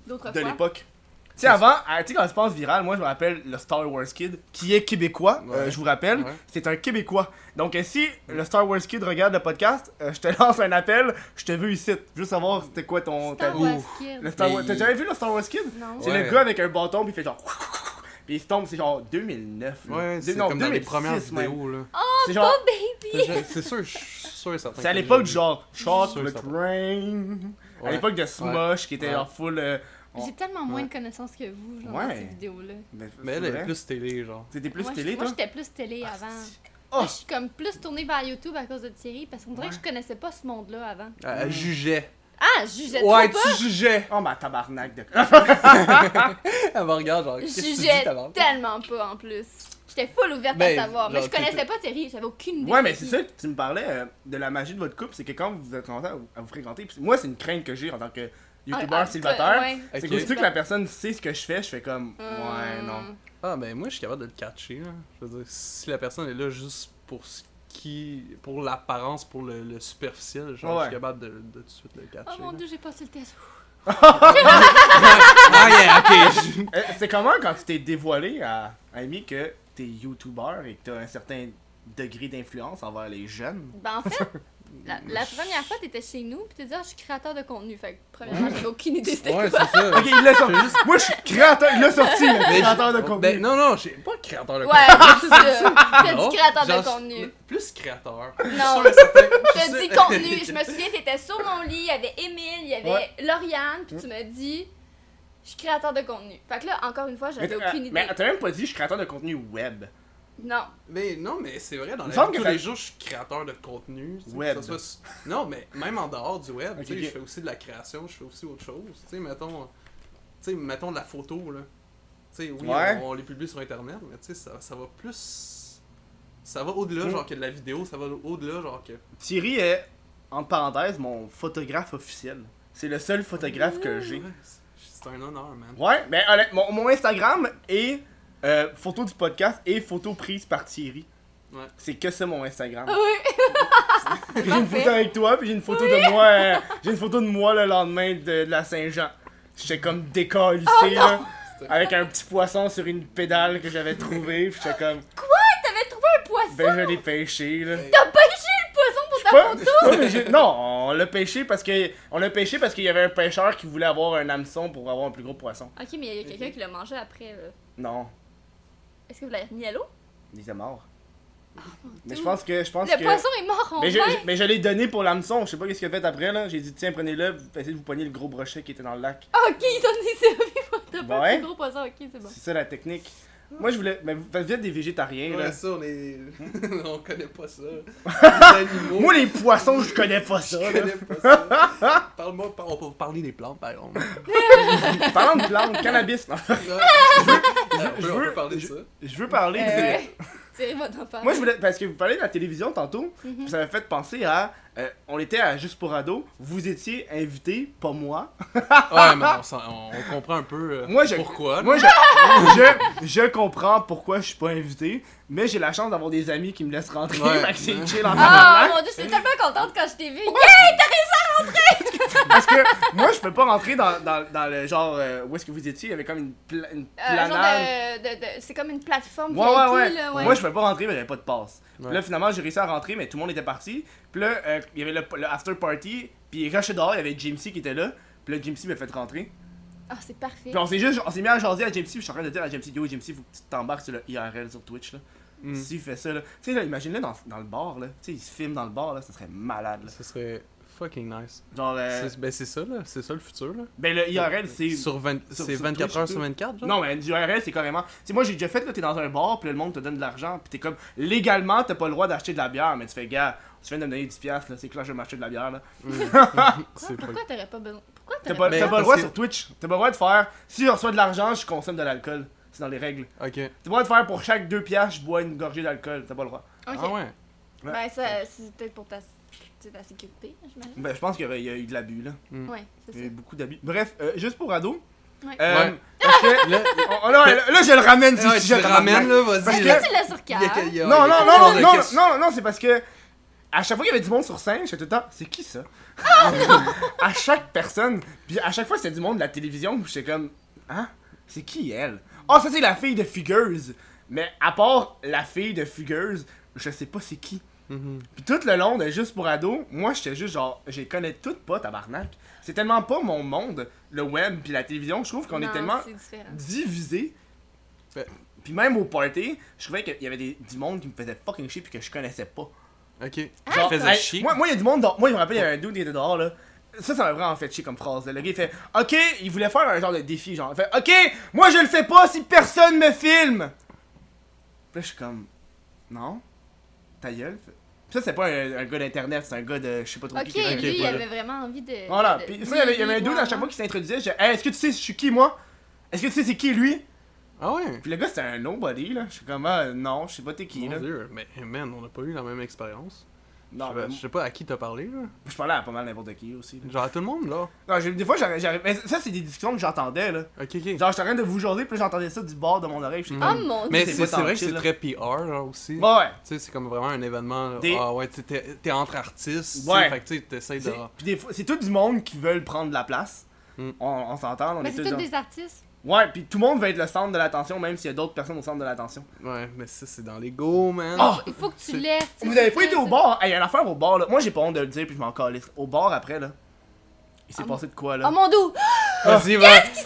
[SPEAKER 3] D'autres
[SPEAKER 1] de
[SPEAKER 3] fois.
[SPEAKER 1] l'époque. Tu sais, avant, ah, tu sais, quand se passe viral, moi je me rappelle le Star Wars Kid, qui est québécois, euh,
[SPEAKER 2] Ouais.
[SPEAKER 1] je vous rappelle,
[SPEAKER 2] Ouais.
[SPEAKER 1] c'est un québécois. Donc euh, si le Star Wars Kid regarde le podcast, euh, je te *laughs* lance un appel, je te veux ici, juste savoir c'était quoi ton. ta-
[SPEAKER 3] Star Wars
[SPEAKER 2] Ouh.
[SPEAKER 3] Kid.
[SPEAKER 1] le Star
[SPEAKER 2] Mais
[SPEAKER 1] Wars-
[SPEAKER 2] il-
[SPEAKER 1] T'as jamais vu le Star Wars Kid
[SPEAKER 3] Non.
[SPEAKER 1] C'est
[SPEAKER 2] Ouais.
[SPEAKER 1] le gars avec un bâton, puis il fait genre. *laughs* Puis il se tombe, c'est genre 2009. là.
[SPEAKER 2] Ouais, c'est
[SPEAKER 1] Non,
[SPEAKER 2] comme dans les
[SPEAKER 1] 2006
[SPEAKER 2] premières
[SPEAKER 1] même.
[SPEAKER 2] vidéos, là.
[SPEAKER 1] C'est genre.
[SPEAKER 3] Oh,
[SPEAKER 2] Je- C'est sûr, je suis sûr et certain.
[SPEAKER 1] Ah, C'est à
[SPEAKER 2] que
[SPEAKER 1] l'époque
[SPEAKER 2] j'ai-
[SPEAKER 1] du genre Shot
[SPEAKER 2] sûr
[SPEAKER 1] le
[SPEAKER 2] que ça-
[SPEAKER 1] Train. À
[SPEAKER 2] Ouais.
[SPEAKER 1] l'époque de Smosh qui était
[SPEAKER 2] Ouais.
[SPEAKER 1] en full. euh, on-
[SPEAKER 3] J'ai tellement moins
[SPEAKER 2] Ouais.
[SPEAKER 3] de connaissances que vous, genre,
[SPEAKER 1] Ouais.
[SPEAKER 3] dans ces vidéos-là.
[SPEAKER 1] ben,
[SPEAKER 2] Mais elle
[SPEAKER 1] c'est
[SPEAKER 2] est
[SPEAKER 1] vrai.
[SPEAKER 2] plus télé, Ah, genre.
[SPEAKER 1] C'était plus
[SPEAKER 3] moi,
[SPEAKER 1] télé,
[SPEAKER 3] je- moi,
[SPEAKER 1] toi
[SPEAKER 3] j'étais plus télé avant.
[SPEAKER 1] Oh.
[SPEAKER 3] Moi, Je suis comme plus tournée vers YouTube à cause de Thierry, parce qu'on dirait que je connaissais pas ce monde-là avant.
[SPEAKER 2] Elle-
[SPEAKER 1] Mm.
[SPEAKER 2] Elle jugeait.
[SPEAKER 3] Ah, je jugeais
[SPEAKER 2] Ouais,
[SPEAKER 3] trop pas.
[SPEAKER 2] tu jugeais.
[SPEAKER 1] Oh, ma tabarnak
[SPEAKER 3] *laughs*
[SPEAKER 1] de.
[SPEAKER 2] Elle me regarde, genre.
[SPEAKER 3] Je
[SPEAKER 2] qu'est-ce que tu dis,
[SPEAKER 3] jugeais
[SPEAKER 2] ta barbe?
[SPEAKER 3] tellement pas, en plus. J'étais full ouverte
[SPEAKER 2] Ben,
[SPEAKER 3] à savoir, mais
[SPEAKER 2] genre,
[SPEAKER 3] je connaissais pas Thierry, j'avais aucune idée.
[SPEAKER 1] Ouais,
[SPEAKER 3] de
[SPEAKER 1] mais
[SPEAKER 3] qui. Ah,
[SPEAKER 1] c'est ça que tu me parlais euh, de la magie de votre couple, c'est que quand vous êtes commencé à vous, à vous fréquenter, puis moi c'est une crainte que j'ai en tant que youtubeur
[SPEAKER 3] Ah, ah,
[SPEAKER 1] célibataire,
[SPEAKER 3] ouais.
[SPEAKER 1] c'est
[SPEAKER 2] Ok.
[SPEAKER 1] qu'aussitôt que la personne sait ce que je fais, je fais comme ouais,
[SPEAKER 3] Hum.
[SPEAKER 1] non.
[SPEAKER 2] Ah, ben moi, je suis capable de le catcher. là. Je veux dire, si la personne est là juste pour ce qui. pour l'apparence, pour le, le superficiel, genre, je
[SPEAKER 1] Ouais.
[SPEAKER 2] suis capable de, de tout de suite le catcher.
[SPEAKER 3] Oh mon
[SPEAKER 2] là.
[SPEAKER 3] dieu, j'ai passé le test.
[SPEAKER 2] Ah, yeah,
[SPEAKER 3] *laughs*
[SPEAKER 2] ok.
[SPEAKER 1] Euh, c'est comment quand tu t'es dévoilé à Amy que t'es youtubeur et que t'as un certain degré d'influence envers les jeunes
[SPEAKER 3] Ben en fait, la, la première fois t'étais chez nous pis t'as dit Ah, je suis créateur de contenu. Fait que premièrement j'avais aucune idée c'était
[SPEAKER 2] Ouais, c'est
[SPEAKER 3] quoi.
[SPEAKER 2] ça.
[SPEAKER 1] Ok,
[SPEAKER 2] *laughs*
[SPEAKER 1] il l'a sorti. Moi je suis créateur, il l'a sorti, le
[SPEAKER 2] Mais
[SPEAKER 1] créateur
[SPEAKER 2] j'ai-
[SPEAKER 1] de contenu.
[SPEAKER 2] Ben, non, non, j'ai pas créateur de
[SPEAKER 3] Ouais,
[SPEAKER 2] contenu.
[SPEAKER 3] c'est ça. *laughs* T'as
[SPEAKER 2] Non,
[SPEAKER 3] dit créateur de
[SPEAKER 2] genre,
[SPEAKER 3] contenu.
[SPEAKER 2] Plus créateur.
[SPEAKER 3] Non. T'as dit
[SPEAKER 2] *laughs*
[SPEAKER 3] contenu. Je me souviens t'étais sur mon lit, il y avait Émile, il y avait
[SPEAKER 1] Ouais.
[SPEAKER 3] Lauriane pis tu m'as dit je suis créateur de contenu. Fait que là encore une fois
[SPEAKER 1] mais
[SPEAKER 3] j'avais
[SPEAKER 1] t'as
[SPEAKER 3] aucune idée.
[SPEAKER 1] mais t'as même pas dit je suis créateur de contenu web.
[SPEAKER 3] Non.
[SPEAKER 2] Mais non, mais c'est vrai, dans
[SPEAKER 1] Il me
[SPEAKER 2] la
[SPEAKER 1] semble que
[SPEAKER 2] vie, tous
[SPEAKER 1] ça-
[SPEAKER 2] les jours, je suis créateur de contenu. tu sais,
[SPEAKER 1] Web.
[SPEAKER 2] que ce soit su- Non, mais même en dehors du web,
[SPEAKER 1] Ok,
[SPEAKER 2] tu sais,
[SPEAKER 1] ok.
[SPEAKER 2] je fais aussi de la création, je fais aussi autre chose. Tu sais, mettons, tu sais, mettons de la photo, là. Tu sais, oui,
[SPEAKER 1] Ouais.
[SPEAKER 2] on, on les publie sur Internet, mais tu sais, ça, ça va plus... Ça va au-delà,
[SPEAKER 1] Mm.
[SPEAKER 2] genre, que de la vidéo, ça va au-delà, genre, que...
[SPEAKER 1] Thierry est, en parenthèse, mon photographe officiel. C'est le seul photographe que j'ai.
[SPEAKER 2] Ouais, c'est- c'est un honneur, man.
[SPEAKER 1] Ouais, mais honnêtement, mon, mon Instagram est euh, photo du podcast et photo prise par Thierry.
[SPEAKER 2] Ouais.
[SPEAKER 1] C'est que ça mon Instagram.
[SPEAKER 3] Ah oui.
[SPEAKER 1] Puis j'ai une
[SPEAKER 3] parfait.
[SPEAKER 1] photo avec toi, puis j'ai une photo de moi. euh, j'ai une photo de moi le lendemain de, de la Saint-Jean. J'étais comme décalissé, là.
[SPEAKER 2] C'était-
[SPEAKER 1] Avec un petit poisson sur une pédale que j'avais trouvé, puis j'étais comme,
[SPEAKER 3] T'avais trouvé un poisson.
[SPEAKER 1] ben je l'ai pêché, là.
[SPEAKER 3] T'as pêché le poisson pour ta
[SPEAKER 1] pas, pas végé- Non, on l'a pêché parce que on l'a pêché parce qu'il y avait un pêcheur qui voulait avoir un hameçon pour avoir un plus gros poisson.
[SPEAKER 3] Ok, mais il y a quelqu'un qui l'a mangé après. là.
[SPEAKER 1] Non,
[SPEAKER 3] Est-ce que vous l'avez remis à l'eau?
[SPEAKER 1] il était mort. mais je pense que je pense
[SPEAKER 3] Ah, Le
[SPEAKER 1] que
[SPEAKER 3] poisson est mort en
[SPEAKER 1] mais je,
[SPEAKER 3] vain.
[SPEAKER 1] je- mais je l'ai donné pour l'hameçon, je sais pas qu'est-ce qu'il a fait après là, j'ai dit tiens prenez-le, vous- essayez de vous pogner le gros brochet qui était dans le lac.
[SPEAKER 3] Ah, Ok, ils ont des servis pour te faire
[SPEAKER 1] Ben Ouais.
[SPEAKER 3] un gros poisson. Ok, c'est bon.
[SPEAKER 1] C'est ça la technique. Moi je voulais mais vous vous êtes des végétariens là. Mm.
[SPEAKER 2] Ouais, ça, on est. *laughs* on connaît
[SPEAKER 1] *laughs*
[SPEAKER 2] pas ça. Les animaux.
[SPEAKER 1] Moi les poissons, je connais pas
[SPEAKER 2] je
[SPEAKER 1] ça. là.
[SPEAKER 2] connais pas
[SPEAKER 1] *laughs*
[SPEAKER 2] ça. Parle-moi, par- on peut vous parler des plantes, par exemple.
[SPEAKER 1] Parlant de plantes, cannabis. non.
[SPEAKER 2] Non, je veux-
[SPEAKER 1] je
[SPEAKER 2] on, peut, on
[SPEAKER 1] veux-
[SPEAKER 2] peut parler de ça.
[SPEAKER 1] Je veux parler de-
[SPEAKER 3] Euh, Thierry va t'en parler.
[SPEAKER 1] Moi, je voulais. Parce que vous parlez de la télévision tantôt,
[SPEAKER 3] Mhm.
[SPEAKER 1] ça m'a fait penser à. euh, on était à Juste pour Ado, vous étiez invité, pas moi.
[SPEAKER 2] Ouais, mais on, s'en- on- on comprend un peu euh,
[SPEAKER 1] Moi, je-
[SPEAKER 2] pourquoi.
[SPEAKER 1] Moi, je, je, je comprends pourquoi je suis pas invité, mais j'ai la chance d'avoir des amis qui me laissent rentrer,
[SPEAKER 2] Ouais.
[SPEAKER 1] fait que c'est chill en
[SPEAKER 3] Ah
[SPEAKER 1] tabarnak.
[SPEAKER 3] mon dieu, j'étais tellement contente quand je t'ai vu.
[SPEAKER 1] Parce que moi, je peux pas rentrer dans, dans, dans le genre euh, où est-ce que vous étiez, il y avait comme une, pla- une
[SPEAKER 3] Euh, genre
[SPEAKER 1] planade.
[SPEAKER 3] de- de- de- c'est comme une plateforme
[SPEAKER 1] Ouais,
[SPEAKER 3] VIP,
[SPEAKER 1] ouais, ouais.
[SPEAKER 3] là, ouais.
[SPEAKER 1] Moi, je pouvais pas rentrer, mais j'avais pas de passe. Puis
[SPEAKER 2] Ouais.
[SPEAKER 1] Là, finalement, j'ai réussi à rentrer, mais tout le monde était parti. Puis là, euh, il y avait le, le after party. Puis quand je suis dehors, il y avait Jamesy qui était là. Puis là, Jamesy m'a fait rentrer.
[SPEAKER 3] Ah, c'est parfait.
[SPEAKER 1] Puis on s'est juste, on s'est mis à jaser à Jamesy. Puis je suis en train de dire à Jamesy, yo, Jamesy, faut que tu t'embarques sur le IRL sur Twitch, là.
[SPEAKER 2] Mm.
[SPEAKER 1] S'il fait ça, là. Tu sais, là, imagine-le dans, dans le bar, là. Tu sais, il se filme dans le bar, là. Ça serait malade, là.
[SPEAKER 2] Ce serait fucking nice.
[SPEAKER 1] Genre, euh,
[SPEAKER 2] C'est- Ben, c'est ça, là. C'est ça le futur, là.
[SPEAKER 1] ben le IRL, c'est.
[SPEAKER 2] Sur vingt-
[SPEAKER 1] sur-
[SPEAKER 2] C'est
[SPEAKER 1] sur
[SPEAKER 2] 24
[SPEAKER 1] Twitch,
[SPEAKER 2] heures
[SPEAKER 1] tout.
[SPEAKER 2] sur 24, genre?
[SPEAKER 1] Non, mais du IRL, c'est carrément. Tu sais, moi, j'ai déjà fait, là, t'es dans un bar, puis là, le monde te donne de l'argent, puis t'es comme, légalement, t'as pas le droit d'acheter de la bière, mais tu fais, gars, tu viens de me donner 10$, piastres, là, c'est que là, je vais m'acheter de la bière, là.
[SPEAKER 2] C'est pas
[SPEAKER 3] Pourquoi t'aurais pas besoin Pourquoi
[SPEAKER 1] T'as
[SPEAKER 3] t'aurais
[SPEAKER 1] pas,
[SPEAKER 3] pas
[SPEAKER 2] Mais-
[SPEAKER 1] t'as pas le
[SPEAKER 2] parce
[SPEAKER 1] droit
[SPEAKER 2] que-
[SPEAKER 1] sur Twitch, t'as pas le droit de faire, si je reçois de l'argent, je consomme de l'alcool. C'est dans les règles.
[SPEAKER 2] Ok.
[SPEAKER 1] T'as pas le droit de faire pour chaque 2$, piastres, je bois une gorgée d'alcool, t'as pas le droit.
[SPEAKER 3] Ok.
[SPEAKER 2] Ah ouais.
[SPEAKER 3] Ben, ça, c'est peut-être pour ta, c'est ta sécurité, j'imagine.
[SPEAKER 1] Ben, je pense qu'il y, aurait- il y a eu de l'abus, là.
[SPEAKER 3] Ouais, c'est
[SPEAKER 1] Il y a eu
[SPEAKER 3] ça.
[SPEAKER 1] beaucoup d'abus. Bref, euh, juste pour ado.
[SPEAKER 3] Ouais.
[SPEAKER 1] euh,
[SPEAKER 2] Ouais.
[SPEAKER 1] parce que-
[SPEAKER 2] Là,
[SPEAKER 1] on- là, là, je le ramène du
[SPEAKER 2] ouais, tu
[SPEAKER 1] sujet.
[SPEAKER 2] le
[SPEAKER 1] tabarnak.
[SPEAKER 2] ramènes, là,
[SPEAKER 1] Parce
[SPEAKER 2] vas-y.
[SPEAKER 1] que-
[SPEAKER 2] là.
[SPEAKER 3] Tu l'as sur
[SPEAKER 2] Il y a que-
[SPEAKER 3] cœur.
[SPEAKER 2] il y a-
[SPEAKER 1] Non,
[SPEAKER 2] il y
[SPEAKER 1] non,
[SPEAKER 2] a quelque
[SPEAKER 1] non,
[SPEAKER 2] chose de
[SPEAKER 1] non,
[SPEAKER 2] question.
[SPEAKER 1] non, non, c'est parce que à chaque fois qu'il y avait du monde sur scène, j'étais tout le temps, c'est qui ça? *laughs* à chaque personne, puis à chaque fois c'était du monde de la télévision, puis j'étais comme, hein? C'est qui elle? Ah, ça c'est la fille de Fugueuse! Mais à part la fille de Fugueuse, je sais pas c'est qui.
[SPEAKER 2] Mhm.
[SPEAKER 1] Puis tout le long de Juste pour Ado, moi j'étais juste genre, je les connais toutes pas, tabarnak. C'est tellement pas mon monde, le web puis la télévision, je trouve qu'on est
[SPEAKER 3] Non,
[SPEAKER 1] tellement
[SPEAKER 3] C'est différent.
[SPEAKER 1] divisé. Ben,
[SPEAKER 2] Ouais.
[SPEAKER 1] Puis même au party, je trouvais qu'il y avait des, du monde qui me faisait fucking chier puis que je connaissais pas.
[SPEAKER 2] Ok.
[SPEAKER 3] Ah,
[SPEAKER 2] Ça
[SPEAKER 3] Genre,
[SPEAKER 2] faisait
[SPEAKER 1] Hey,
[SPEAKER 2] chier.
[SPEAKER 1] Moi, moi, il y a du monde dehors. Moi, je me rappelle, il y a un dude qui était dehors, là. Ça, ça m'a vraiment fait chier comme phrase. là. Le gars, il fait Ok, il voulait faire un genre de défi, genre. Il fait Ok, moi, je le fais pas si personne me filme. Puis là, je suis comme Non, ta gueule. Puis ça, c'est pas un, un gars d'internet, c'est un gars de je sais pas trop
[SPEAKER 3] Ok,
[SPEAKER 1] qui qui.
[SPEAKER 2] Ok,
[SPEAKER 3] lui, il
[SPEAKER 2] voilà.
[SPEAKER 3] avait vraiment envie de.
[SPEAKER 1] Voilà,
[SPEAKER 3] de-
[SPEAKER 1] puis ça, il y avait, il y avait un
[SPEAKER 3] Oui,
[SPEAKER 1] dude à chaque fois
[SPEAKER 3] ouais,
[SPEAKER 1] qui s'introduisait. Je hey, Est-ce que tu sais je suis qui, moi Est-ce que tu sais c'est qui lui
[SPEAKER 2] Ah ouais.
[SPEAKER 1] Puis le gars, c'était un nobody, là. Je suis comme Ah, Non, je sais pas t'es qui, là.
[SPEAKER 2] Mon dieu. Mais man, on a pas eu la même expérience. Je
[SPEAKER 1] Non,
[SPEAKER 2] sais pas- je sais pas à qui t'as parlé, là.
[SPEAKER 1] je parlais à pas mal n'importe qui aussi. là.
[SPEAKER 2] Genre à tout le monde, là.
[SPEAKER 1] Non, j'ai- des fois, j'arrive. j'arrive- Mais ça, c'est des discussions que j'entendais, là.
[SPEAKER 2] Ok,
[SPEAKER 1] Genre,
[SPEAKER 2] ok.
[SPEAKER 1] j'étais en train de vous jaser, puis là, j'entendais ça du bord de mon oreille, puis j'étais
[SPEAKER 3] Oh
[SPEAKER 1] comme.
[SPEAKER 3] mon dieu.
[SPEAKER 2] Mais
[SPEAKER 1] c'est
[SPEAKER 2] c'est
[SPEAKER 1] pas
[SPEAKER 2] c'est
[SPEAKER 1] tant
[SPEAKER 2] vrai que c'est
[SPEAKER 1] chill,
[SPEAKER 2] très PR, là, aussi.
[SPEAKER 1] Ouais, ouais.
[SPEAKER 2] Tu sais, c'est comme vraiment un événement. là.
[SPEAKER 1] Des-
[SPEAKER 2] Ah ouais, tu sais, t'es t'es entre artistes.
[SPEAKER 1] Ouais.
[SPEAKER 2] Ouais. Fait que tu sais, t'essayes de.
[SPEAKER 1] C'est- Puis des fois, c'est tout du monde qui veulent prendre de la place.
[SPEAKER 2] Mm.
[SPEAKER 1] On, on s'entend, on
[SPEAKER 3] Mais
[SPEAKER 1] est
[SPEAKER 3] c'est
[SPEAKER 1] tous.
[SPEAKER 3] tous
[SPEAKER 1] Genre...
[SPEAKER 3] des artistes.
[SPEAKER 1] Ouais, puis tout le monde veut être le centre de l'attention, même s'il y a d'autres personnes au centre de l'attention.
[SPEAKER 2] Ouais, mais ça, c'est dans l'ego, man.
[SPEAKER 1] Oh!
[SPEAKER 3] Il faut que tu
[SPEAKER 2] C'est-
[SPEAKER 3] laisses. tu sais,
[SPEAKER 1] Vous avez
[SPEAKER 3] c'est
[SPEAKER 1] pas été
[SPEAKER 3] ça,
[SPEAKER 1] au
[SPEAKER 3] ça.
[SPEAKER 1] bar? Il y a une affaire au bar, là. Moi, j'ai pas honte de le dire, puis je m'en calisse. Au bar après, là. Il s'est
[SPEAKER 3] Ah,
[SPEAKER 1] passé de quoi, là?
[SPEAKER 3] Oh mon dieu.
[SPEAKER 2] Vas-y, va. Qu'est-ce qui s'est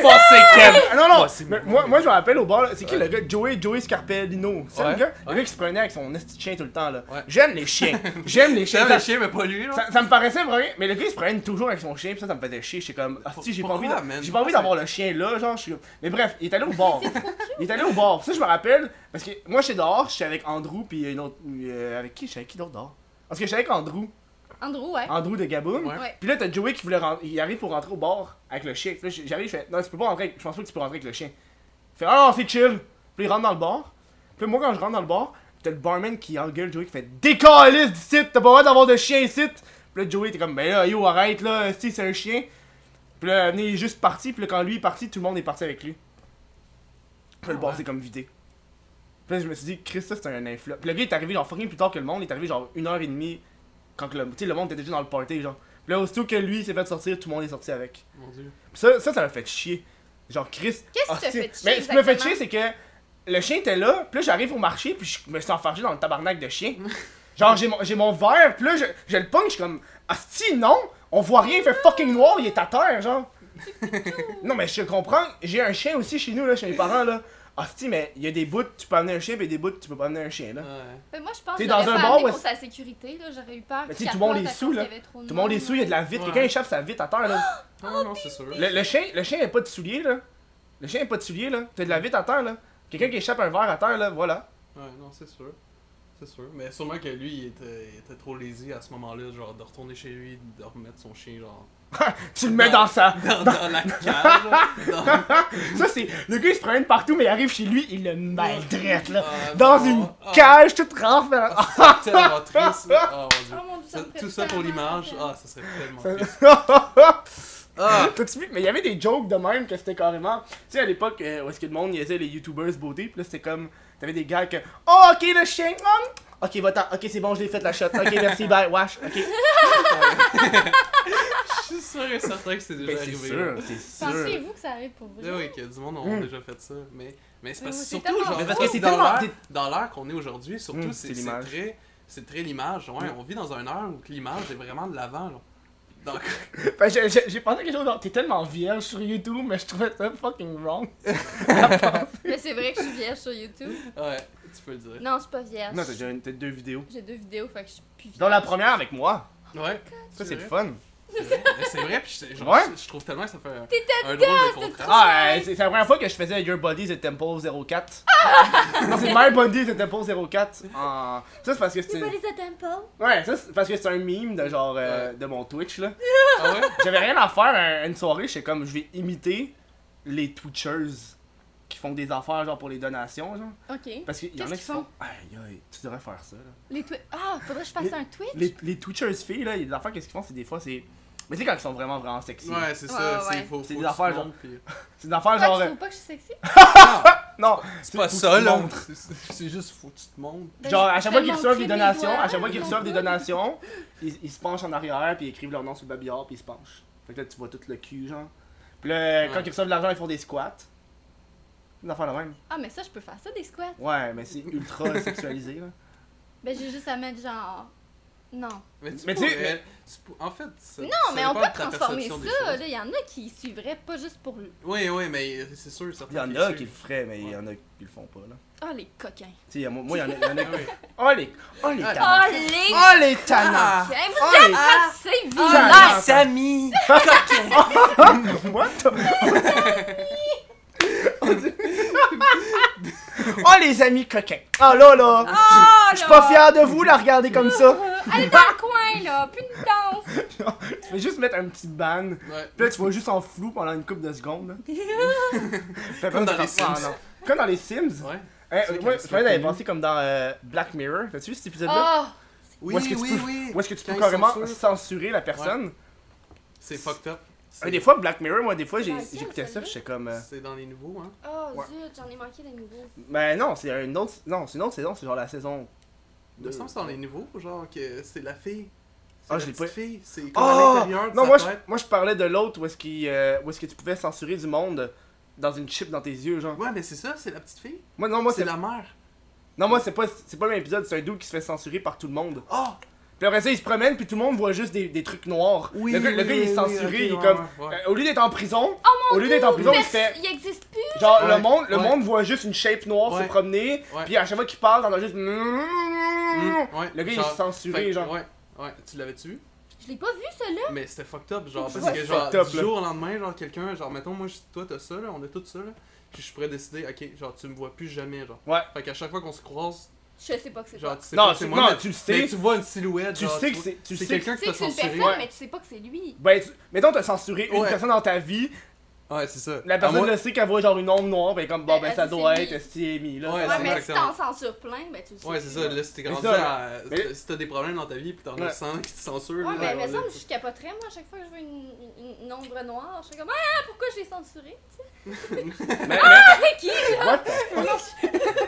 [SPEAKER 2] passé, Kev?
[SPEAKER 1] Ah, non, non!
[SPEAKER 2] Ouais, Bah, c'est
[SPEAKER 1] mais
[SPEAKER 2] bon.
[SPEAKER 1] moi, moi, je me rappelle au bar, là, c'est qui
[SPEAKER 2] Ouais.
[SPEAKER 1] le gars? Joey, Joey Scarpellino. C'est ça,
[SPEAKER 2] Ouais.
[SPEAKER 1] le gars? Le
[SPEAKER 2] Ouais.
[SPEAKER 1] gars qui se prenait avec son esti de chien tout le temps, là.
[SPEAKER 2] Ouais.
[SPEAKER 1] J'aime les
[SPEAKER 2] *laughs*
[SPEAKER 1] chiens. J'aime les chiens.
[SPEAKER 2] J'aime
[SPEAKER 1] Ça-
[SPEAKER 2] le chien, mais pas lui, là.
[SPEAKER 1] Ça, ça me paraissait vrai, mais le gars il se promène toujours avec son chien, pis ça, ça me faisait chier. J'étais comme, ah, si, j'ai pas envie,
[SPEAKER 2] Pourquoi,
[SPEAKER 1] d'a-
[SPEAKER 2] man?
[SPEAKER 1] j'ai pas envie d'avoir le chien là, genre, je suis comme- Mais bref, il est allé au bar. il est allé au bar. Ça, je me rappelle, parce que moi, j'étais dehors, j'étais avec Andrew, pis une autre. euh, avec qui J'étais avec qui d'autre dehors Parce que j'étais avec Andrew,
[SPEAKER 3] Andrew, ouais.
[SPEAKER 1] Andrew de Gaboum.
[SPEAKER 2] Ouais.
[SPEAKER 3] Ouais.
[SPEAKER 1] Pis là, t'as Joey qui voulait rentrer, il arrive pour rentrer au bar avec le chien. Pis là, j- j'arrive, je fais, non, tu peux pas rentrer, avec- je pense pas que tu peux rentrer avec le chien. Il fait, ah, non, c'est chill. Pis il rentre dans le bar. Pis là, moi, quand je rentre dans le bar, t'as le barman qui engueule Joey qui fait, décaliste d'ici, t'as pas le droit d'avoir de chien ici. Pis là, Joey était comme, ben là, yo, arrête là, si c'est un chien. Pis là, venez, il est juste parti. Pis là, quand lui est parti, tout le monde est parti avec lui. Pis là, le bar, c'est comme vidé. Pis là, je me suis dit, Chris, ça, c'est un influx. Pis le gars, il est arrivé genre fucking plus tard que le monde, il est arrivé genre une heure et demie quand le, tu sais, le monde était déjà dans le party, genre. Puis là, aussitôt que lui s'est fait sortir, tout le monde est sorti avec.
[SPEAKER 2] Mon dieu.
[SPEAKER 1] Puis ça, ça, ça m'a fait chier. Genre, Chris.
[SPEAKER 3] Qu'est-ce qui
[SPEAKER 1] hostie.
[SPEAKER 3] t'a fait chier
[SPEAKER 1] Mais ce qui m'a fait
[SPEAKER 3] exactement?
[SPEAKER 1] chier,
[SPEAKER 3] *laughs*
[SPEAKER 1] c'est que le chien était là, puis là, j'arrive au marché, puis je me suis enfargé dans le tabarnak de chien. Genre, j'ai mon, j'ai mon verre, pis là, je, je le pogne, je suis comme, ah si, non, on voit rien, il fait fucking noir, il est à terre, genre. non, mais je comprends, j'ai un chien aussi chez nous, là, chez mes parents, là. Ah si, mais il y a des bouts, tu peux amener un chien, pis il y a des bouts, tu peux pas amener un chien, là.
[SPEAKER 2] Ouais.
[SPEAKER 3] Mais moi, je pense
[SPEAKER 1] T'es
[SPEAKER 3] que
[SPEAKER 1] dans
[SPEAKER 3] j'aurais
[SPEAKER 1] un
[SPEAKER 3] pas
[SPEAKER 1] bar
[SPEAKER 3] amené
[SPEAKER 1] où
[SPEAKER 3] pour
[SPEAKER 1] est-ce-
[SPEAKER 3] sa sécurité, là, j'aurais eu peur.
[SPEAKER 1] Mais
[SPEAKER 3] qu'il
[SPEAKER 1] tu sais, tout le monde
[SPEAKER 3] capote
[SPEAKER 1] est
[SPEAKER 3] à cause
[SPEAKER 1] sous,
[SPEAKER 3] qu'il y
[SPEAKER 1] là.
[SPEAKER 3] avait trop de
[SPEAKER 1] Tout le monde est
[SPEAKER 3] monde.
[SPEAKER 1] sous, il y a de la vitre,
[SPEAKER 2] Ouais.
[SPEAKER 1] quelqu'un échappe sa vitre à terre, là.
[SPEAKER 2] Ah, Non, non, c'est sûr.
[SPEAKER 1] Le, le chien, le chien a pas de soulier, là. Le chien a pas de soulier, là. T'as de la vitre à terre, là. Quelqu'un qui échappe un verre à terre, là, voilà.
[SPEAKER 2] Ouais, non, c'est sûr. C'est sûr. Mais sûrement que lui, il était, il était trop lazy à ce moment-là, genre de retourner chez lui, de remettre son chien, genre, *laughs*
[SPEAKER 1] Tu le mets dans sa.
[SPEAKER 2] dans, dans la cage.
[SPEAKER 1] *laughs*
[SPEAKER 2] là,
[SPEAKER 1] Ça, c'est. Le gars, il se promène partout, mais il arrive chez lui, Ben, il le mêle drette,
[SPEAKER 2] dans,
[SPEAKER 1] là. Dans une
[SPEAKER 2] *laughs*
[SPEAKER 1] cage, toute renfermée.
[SPEAKER 2] Ah, c'est tellement triste. là. Oh mon dieu.
[SPEAKER 3] Oh mon dieu,
[SPEAKER 2] Ça-
[SPEAKER 3] ça me ferait
[SPEAKER 2] tout ça pour
[SPEAKER 3] tellement
[SPEAKER 2] l'image,
[SPEAKER 3] peine.
[SPEAKER 2] ah, ça serait tellement
[SPEAKER 1] Ça-
[SPEAKER 2] triste.
[SPEAKER 1] *laughs* Ah! *laughs* T'as-tu vu? Mais il y avait des jokes de même que c'était carrément. Tu sais, à l'époque, euh, où est-ce que le monde niaisait les youtubers beauté, pis là, c'était comme. T'avais des gars que. Oh, ok, le chien! hum. Ok, va-t'en. Ok, c'est bon, je l'ai fait la shot. Ok, merci, bye, wash. *laughs* Ok.
[SPEAKER 2] Je suis sûr et certain que c'est déjà
[SPEAKER 1] Ben, c'est
[SPEAKER 2] arrivé.
[SPEAKER 1] sûr,
[SPEAKER 2] là.
[SPEAKER 1] c'est sûr.
[SPEAKER 3] Pensez-vous que ça arrive pour vrai?
[SPEAKER 2] Ah oui, que du monde ont
[SPEAKER 1] Mm.
[SPEAKER 2] déjà fait ça. Mais, mais c'est parce
[SPEAKER 3] Mais
[SPEAKER 2] que
[SPEAKER 3] c'est
[SPEAKER 2] surtout
[SPEAKER 3] tellement
[SPEAKER 2] genre,
[SPEAKER 3] Mais
[SPEAKER 1] parce que c'est
[SPEAKER 2] dans
[SPEAKER 1] tellement-
[SPEAKER 2] l'ère- dans l'ère qu'on est aujourd'hui, surtout
[SPEAKER 1] Mm, c'est
[SPEAKER 2] c'est c'est
[SPEAKER 1] l'image.
[SPEAKER 2] très c'est très l'image. Ouais,
[SPEAKER 1] Mm.
[SPEAKER 2] on vit dans une ère où que l'image est vraiment de l'avant. là. Donc
[SPEAKER 1] *laughs* Fait que j'ai- j'ai j'ai pensé à quelque chose genre, t'es tellement vierge sur YouTube, mais je trouvais ça fucking wrong. À penser.
[SPEAKER 3] Mais c'est vrai que je suis vierge sur YouTube.
[SPEAKER 2] ouais, tu peux le dire.
[SPEAKER 3] Non, je suis pas
[SPEAKER 1] *laughs*
[SPEAKER 3] vierge.
[SPEAKER 1] non, t'as déjà une- t'as deux vidéos.
[SPEAKER 3] J'ai deux vidéos, fait que je suis plus vierge.
[SPEAKER 1] Dans la première avec moi.
[SPEAKER 2] Ouais.
[SPEAKER 1] Ça, c'est le
[SPEAKER 2] vrai.
[SPEAKER 1] fun.
[SPEAKER 2] C'est vrai, mais c'est vrai, puis je, genre,
[SPEAKER 1] Ouais.
[SPEAKER 2] je, je trouve tellement que ça fait un,
[SPEAKER 3] T'étais
[SPEAKER 2] un drôle de contraste.
[SPEAKER 1] Ah, euh, c'est c'est la première fois que je faisais Your Body is a Temple 04. non, c'est My Body is a Temple 04. Ah, ça, c'est parce que
[SPEAKER 3] C'est
[SPEAKER 1] c'est.
[SPEAKER 3] pas les attempos?
[SPEAKER 1] Ouais, ça, c'est parce que c'est un meme de genre. euh, de mon Twitch, là.
[SPEAKER 2] Ah ouais?
[SPEAKER 1] *laughs* J'avais rien à faire un- une soirée, j'étais comme, je vais imiter les Twitchers qui font des affaires, genre, pour les donations, genre.
[SPEAKER 3] Ok.
[SPEAKER 1] Parce qu'il y en a
[SPEAKER 3] Qu'est-ce
[SPEAKER 1] qui
[SPEAKER 3] qu'ils
[SPEAKER 1] font.
[SPEAKER 3] font?
[SPEAKER 1] Aïe, aïe, tu devrais faire ça, là.
[SPEAKER 3] Les twi- Ah, faudrait que je fasse
[SPEAKER 1] Les-
[SPEAKER 3] un Twitch?
[SPEAKER 1] les, les Twitchers filles, là, il y a des affaires, qu'est-ce qu'ils font, c'est des fois, c'est. Mais tu sais, quand ils sont vraiment, vraiment sexy.
[SPEAKER 2] Ouais, c'est
[SPEAKER 3] Ouais,
[SPEAKER 2] ça,
[SPEAKER 3] ouais.
[SPEAKER 2] c'est faut,
[SPEAKER 1] C'est
[SPEAKER 2] faut
[SPEAKER 1] des
[SPEAKER 2] que tu
[SPEAKER 1] affaires,
[SPEAKER 2] montres,
[SPEAKER 1] *laughs*
[SPEAKER 2] puis-
[SPEAKER 1] C'est des affaires
[SPEAKER 3] Ah,
[SPEAKER 1] genre.
[SPEAKER 3] tu
[SPEAKER 1] euh,
[SPEAKER 3] trouves pas que je suis sexy?
[SPEAKER 1] Non,
[SPEAKER 2] C'est pas
[SPEAKER 1] faut que
[SPEAKER 2] ça,
[SPEAKER 1] tu
[SPEAKER 2] là.
[SPEAKER 1] montres.
[SPEAKER 2] C'est- C'est c'est juste faut que tu te montres.
[SPEAKER 3] Ben,
[SPEAKER 1] Genre,
[SPEAKER 3] je
[SPEAKER 1] à chaque
[SPEAKER 3] te
[SPEAKER 1] fois qu'ils reçoivent des
[SPEAKER 3] montrerai mes
[SPEAKER 1] donations,
[SPEAKER 3] doigts,
[SPEAKER 1] à chaque fois qu'ils
[SPEAKER 3] mon
[SPEAKER 1] reçoivent des
[SPEAKER 3] doigt.
[SPEAKER 1] donations, ils, ils se penchent en arrière, puis ils écrivent leur nom sur le babillard, puis ils se penchent. Fait que là, tu vois tout le cul, genre. Puis là, quand
[SPEAKER 2] Ouais.
[SPEAKER 1] ils reçoivent de l'argent, ils font des squats. Des affaires de même.
[SPEAKER 3] Ah, mais ça, je peux faire ça, des squats.
[SPEAKER 1] Ouais, mais c'est *laughs* ultra sexualisé, là.
[SPEAKER 3] Ben, j'ai juste à mettre genre. Non.
[SPEAKER 2] Mais tu
[SPEAKER 1] Mais
[SPEAKER 2] mais
[SPEAKER 1] tu- mais-
[SPEAKER 2] En fait, ça,
[SPEAKER 3] Non,
[SPEAKER 2] ça
[SPEAKER 3] mais
[SPEAKER 2] dépend
[SPEAKER 3] on peut
[SPEAKER 2] de ta
[SPEAKER 3] transformer
[SPEAKER 2] perception des
[SPEAKER 3] ça.
[SPEAKER 2] choses.
[SPEAKER 3] Il y en a qui suivraient pas juste pour. le-
[SPEAKER 2] Oui, oui, mais c'est sûr,
[SPEAKER 1] Il y
[SPEAKER 2] certains
[SPEAKER 1] en a
[SPEAKER 2] le
[SPEAKER 1] qui le
[SPEAKER 2] suivent.
[SPEAKER 1] feraient, mais il y en a qui le font pas, là.
[SPEAKER 3] Ah, les coquins.
[SPEAKER 1] Tu sais, il y a- moi, il y en a. il y en a-
[SPEAKER 2] Ah oui.
[SPEAKER 1] *laughs* Oh les. Oh les
[SPEAKER 2] Ah.
[SPEAKER 1] tannants.
[SPEAKER 3] Ah, les
[SPEAKER 1] Oh les tannants.
[SPEAKER 2] Ah.
[SPEAKER 3] coquins. Vous
[SPEAKER 1] Oh les.
[SPEAKER 3] êtes assez
[SPEAKER 1] Ah,
[SPEAKER 3] vilains.
[SPEAKER 1] les
[SPEAKER 2] amis!
[SPEAKER 1] What the-
[SPEAKER 3] *laughs*
[SPEAKER 1] *laughs* oh les amis coquins. Oh là là.
[SPEAKER 3] Ah,
[SPEAKER 1] Je suis pas
[SPEAKER 3] là.
[SPEAKER 1] fier de vous la regarder comme ça.
[SPEAKER 3] Allez dans le coin, là. Plus
[SPEAKER 1] *laughs*
[SPEAKER 3] de danse.
[SPEAKER 1] tu fais juste mettre un petit ban.
[SPEAKER 2] Ouais.
[SPEAKER 1] Puis là tu vois juste en flou pendant une couple de secondes. là. Fait
[SPEAKER 2] Comme dans les
[SPEAKER 1] Ah,
[SPEAKER 2] Sims.
[SPEAKER 1] non. Comme dans les Sims.
[SPEAKER 2] Ouais.
[SPEAKER 1] Hein,
[SPEAKER 2] C'est
[SPEAKER 1] moi,
[SPEAKER 2] comme
[SPEAKER 1] je
[SPEAKER 2] ça.
[SPEAKER 1] pensais d'aller penser comme dans euh, Black Mirror. T'as-tu vu cet épisode-là?
[SPEAKER 3] Ah,
[SPEAKER 1] Où est-ce que tu peux- Où est-ce que tu peux carrément censurer la personne?
[SPEAKER 2] C'est fucked up.
[SPEAKER 1] Et
[SPEAKER 2] C'est-
[SPEAKER 1] des fois, Black Mirror, moi, des fois, j'ai-
[SPEAKER 3] Ah, tiens,
[SPEAKER 1] j'écoutais ça,
[SPEAKER 3] celle-là.
[SPEAKER 1] puis j'étais comme. euh,
[SPEAKER 2] C'est dans les nouveaux, hein?
[SPEAKER 3] oh
[SPEAKER 1] Ouais.
[SPEAKER 3] zut, j'en ai manqué des nouveaux.
[SPEAKER 1] Ben non, c'est une autre, non, c'est une autre saison, c'est genre la saison.
[SPEAKER 2] Il me semble que c'est dans les nouveaux, genre que c'est la fille. C'est
[SPEAKER 1] Ah,
[SPEAKER 2] la
[SPEAKER 1] je l'ai
[SPEAKER 2] petite
[SPEAKER 1] pas-
[SPEAKER 2] fille, c'est comme à
[SPEAKER 1] Oh
[SPEAKER 2] l'intérieur de
[SPEAKER 1] non,
[SPEAKER 2] sa
[SPEAKER 1] moi je,
[SPEAKER 2] tête.
[SPEAKER 1] moi je parlais de l'autre où est-ce qu'il, euh, où est-ce que tu pouvais censurer du monde dans une chip dans tes yeux, genre.
[SPEAKER 2] Ouais, mais c'est ça, c'est la petite fille.
[SPEAKER 1] Moi non, moi c'est,
[SPEAKER 2] C'est la mère.
[SPEAKER 1] non moi c'est pas, c'est pas le même épisode, c'est un dude qui se fait censurer par tout le monde.
[SPEAKER 2] Oh!
[SPEAKER 1] Puis après ça, il se promène puis tout le monde voit juste des, des trucs noirs. le gars, le gars, il est censuré, il est comme, euh, au lieu d'être en prison, au lieu d'être en prison, il se fait,
[SPEAKER 3] Il existe plus.
[SPEAKER 1] genre le
[SPEAKER 2] Ouais,
[SPEAKER 1] monde, le
[SPEAKER 2] ouais.
[SPEAKER 1] monde voit juste une shape noire se
[SPEAKER 2] Ouais.
[SPEAKER 1] promener,
[SPEAKER 2] Ouais.
[SPEAKER 1] puis à chaque fois qu'il parle, t'entends juste.
[SPEAKER 2] Mm, ouais,
[SPEAKER 1] Le gars, il
[SPEAKER 2] genre,
[SPEAKER 1] est censuré, genre.
[SPEAKER 2] Ouais, ouais. Tu l'avais-tu vu?
[SPEAKER 3] Je l'ai pas vu, celui-là.
[SPEAKER 2] Mais c'était fucked up, genre,
[SPEAKER 1] Ouais,
[SPEAKER 2] parce que
[SPEAKER 1] c'est
[SPEAKER 2] genre,
[SPEAKER 1] fucked up,
[SPEAKER 2] du
[SPEAKER 1] là.
[SPEAKER 2] jour au lendemain, genre, quelqu'un, genre, mettons, moi, je- toi, t'as ça, là, on a tout ça, là, puis je pourrais décider, ok, genre, tu me vois plus jamais, genre.
[SPEAKER 1] Ouais.
[SPEAKER 2] Fait qu'à chaque fois qu'on se croise,
[SPEAKER 3] Je sais pas que c'est
[SPEAKER 2] genre,
[SPEAKER 3] quoi.
[SPEAKER 2] tu sais
[SPEAKER 1] Non,
[SPEAKER 2] pas que
[SPEAKER 1] c'est-
[SPEAKER 2] c'est moi,
[SPEAKER 1] non,
[SPEAKER 2] mais-
[SPEAKER 1] tu le sais.
[SPEAKER 2] mais tu vois une silhouette,
[SPEAKER 1] Tu
[SPEAKER 2] genre,
[SPEAKER 1] sais que
[SPEAKER 2] vois-
[SPEAKER 1] c'est, tu sais
[SPEAKER 2] c'est
[SPEAKER 1] que
[SPEAKER 2] quelqu'un
[SPEAKER 3] Tu
[SPEAKER 2] qui t'a
[SPEAKER 3] sais que c'est une
[SPEAKER 2] censuré.
[SPEAKER 3] personne, mais tu sais pas que c'est lui.
[SPEAKER 1] Ben, tu... mettons, t'as censuré une
[SPEAKER 2] Ouais.
[SPEAKER 1] personne dans ta vie,
[SPEAKER 2] Ouais, c'est ça.
[SPEAKER 1] la
[SPEAKER 2] À
[SPEAKER 1] personne
[SPEAKER 2] moi-
[SPEAKER 1] le sait qu'elle voit genre une ombre noire, ben comme, bon,
[SPEAKER 3] Elle-
[SPEAKER 1] ben
[SPEAKER 3] elle
[SPEAKER 1] ça
[SPEAKER 3] dit
[SPEAKER 1] doit
[SPEAKER 3] Euh, c'est
[SPEAKER 1] être
[SPEAKER 3] lui.
[SPEAKER 1] Stevie, là.
[SPEAKER 2] Ouais,
[SPEAKER 3] Ouais,
[SPEAKER 2] c'est
[SPEAKER 3] mais si
[SPEAKER 2] exactement.
[SPEAKER 3] t'en censures plein, ben tu le sais.
[SPEAKER 2] Ouais, c'est ça, là, si t'es grandi
[SPEAKER 1] ça,
[SPEAKER 2] à.
[SPEAKER 1] mais-
[SPEAKER 2] Si t'as des problèmes dans ta vie, pis t'en
[SPEAKER 1] Ouais.
[SPEAKER 2] as 100 qui te censurent,
[SPEAKER 3] Ouais,
[SPEAKER 2] là,
[SPEAKER 3] mais
[SPEAKER 2] genre,
[SPEAKER 3] il me
[SPEAKER 2] là,
[SPEAKER 3] semble
[SPEAKER 2] *laughs*
[SPEAKER 3] que je capoterais, moi, à chaque fois que je vois une, une, une ombre noire. Je suis comme, ah, pourquoi je l'ai censuré?
[SPEAKER 1] Mais, mais,
[SPEAKER 3] C'est qui?
[SPEAKER 1] what
[SPEAKER 3] *laughs*
[SPEAKER 1] the fuck?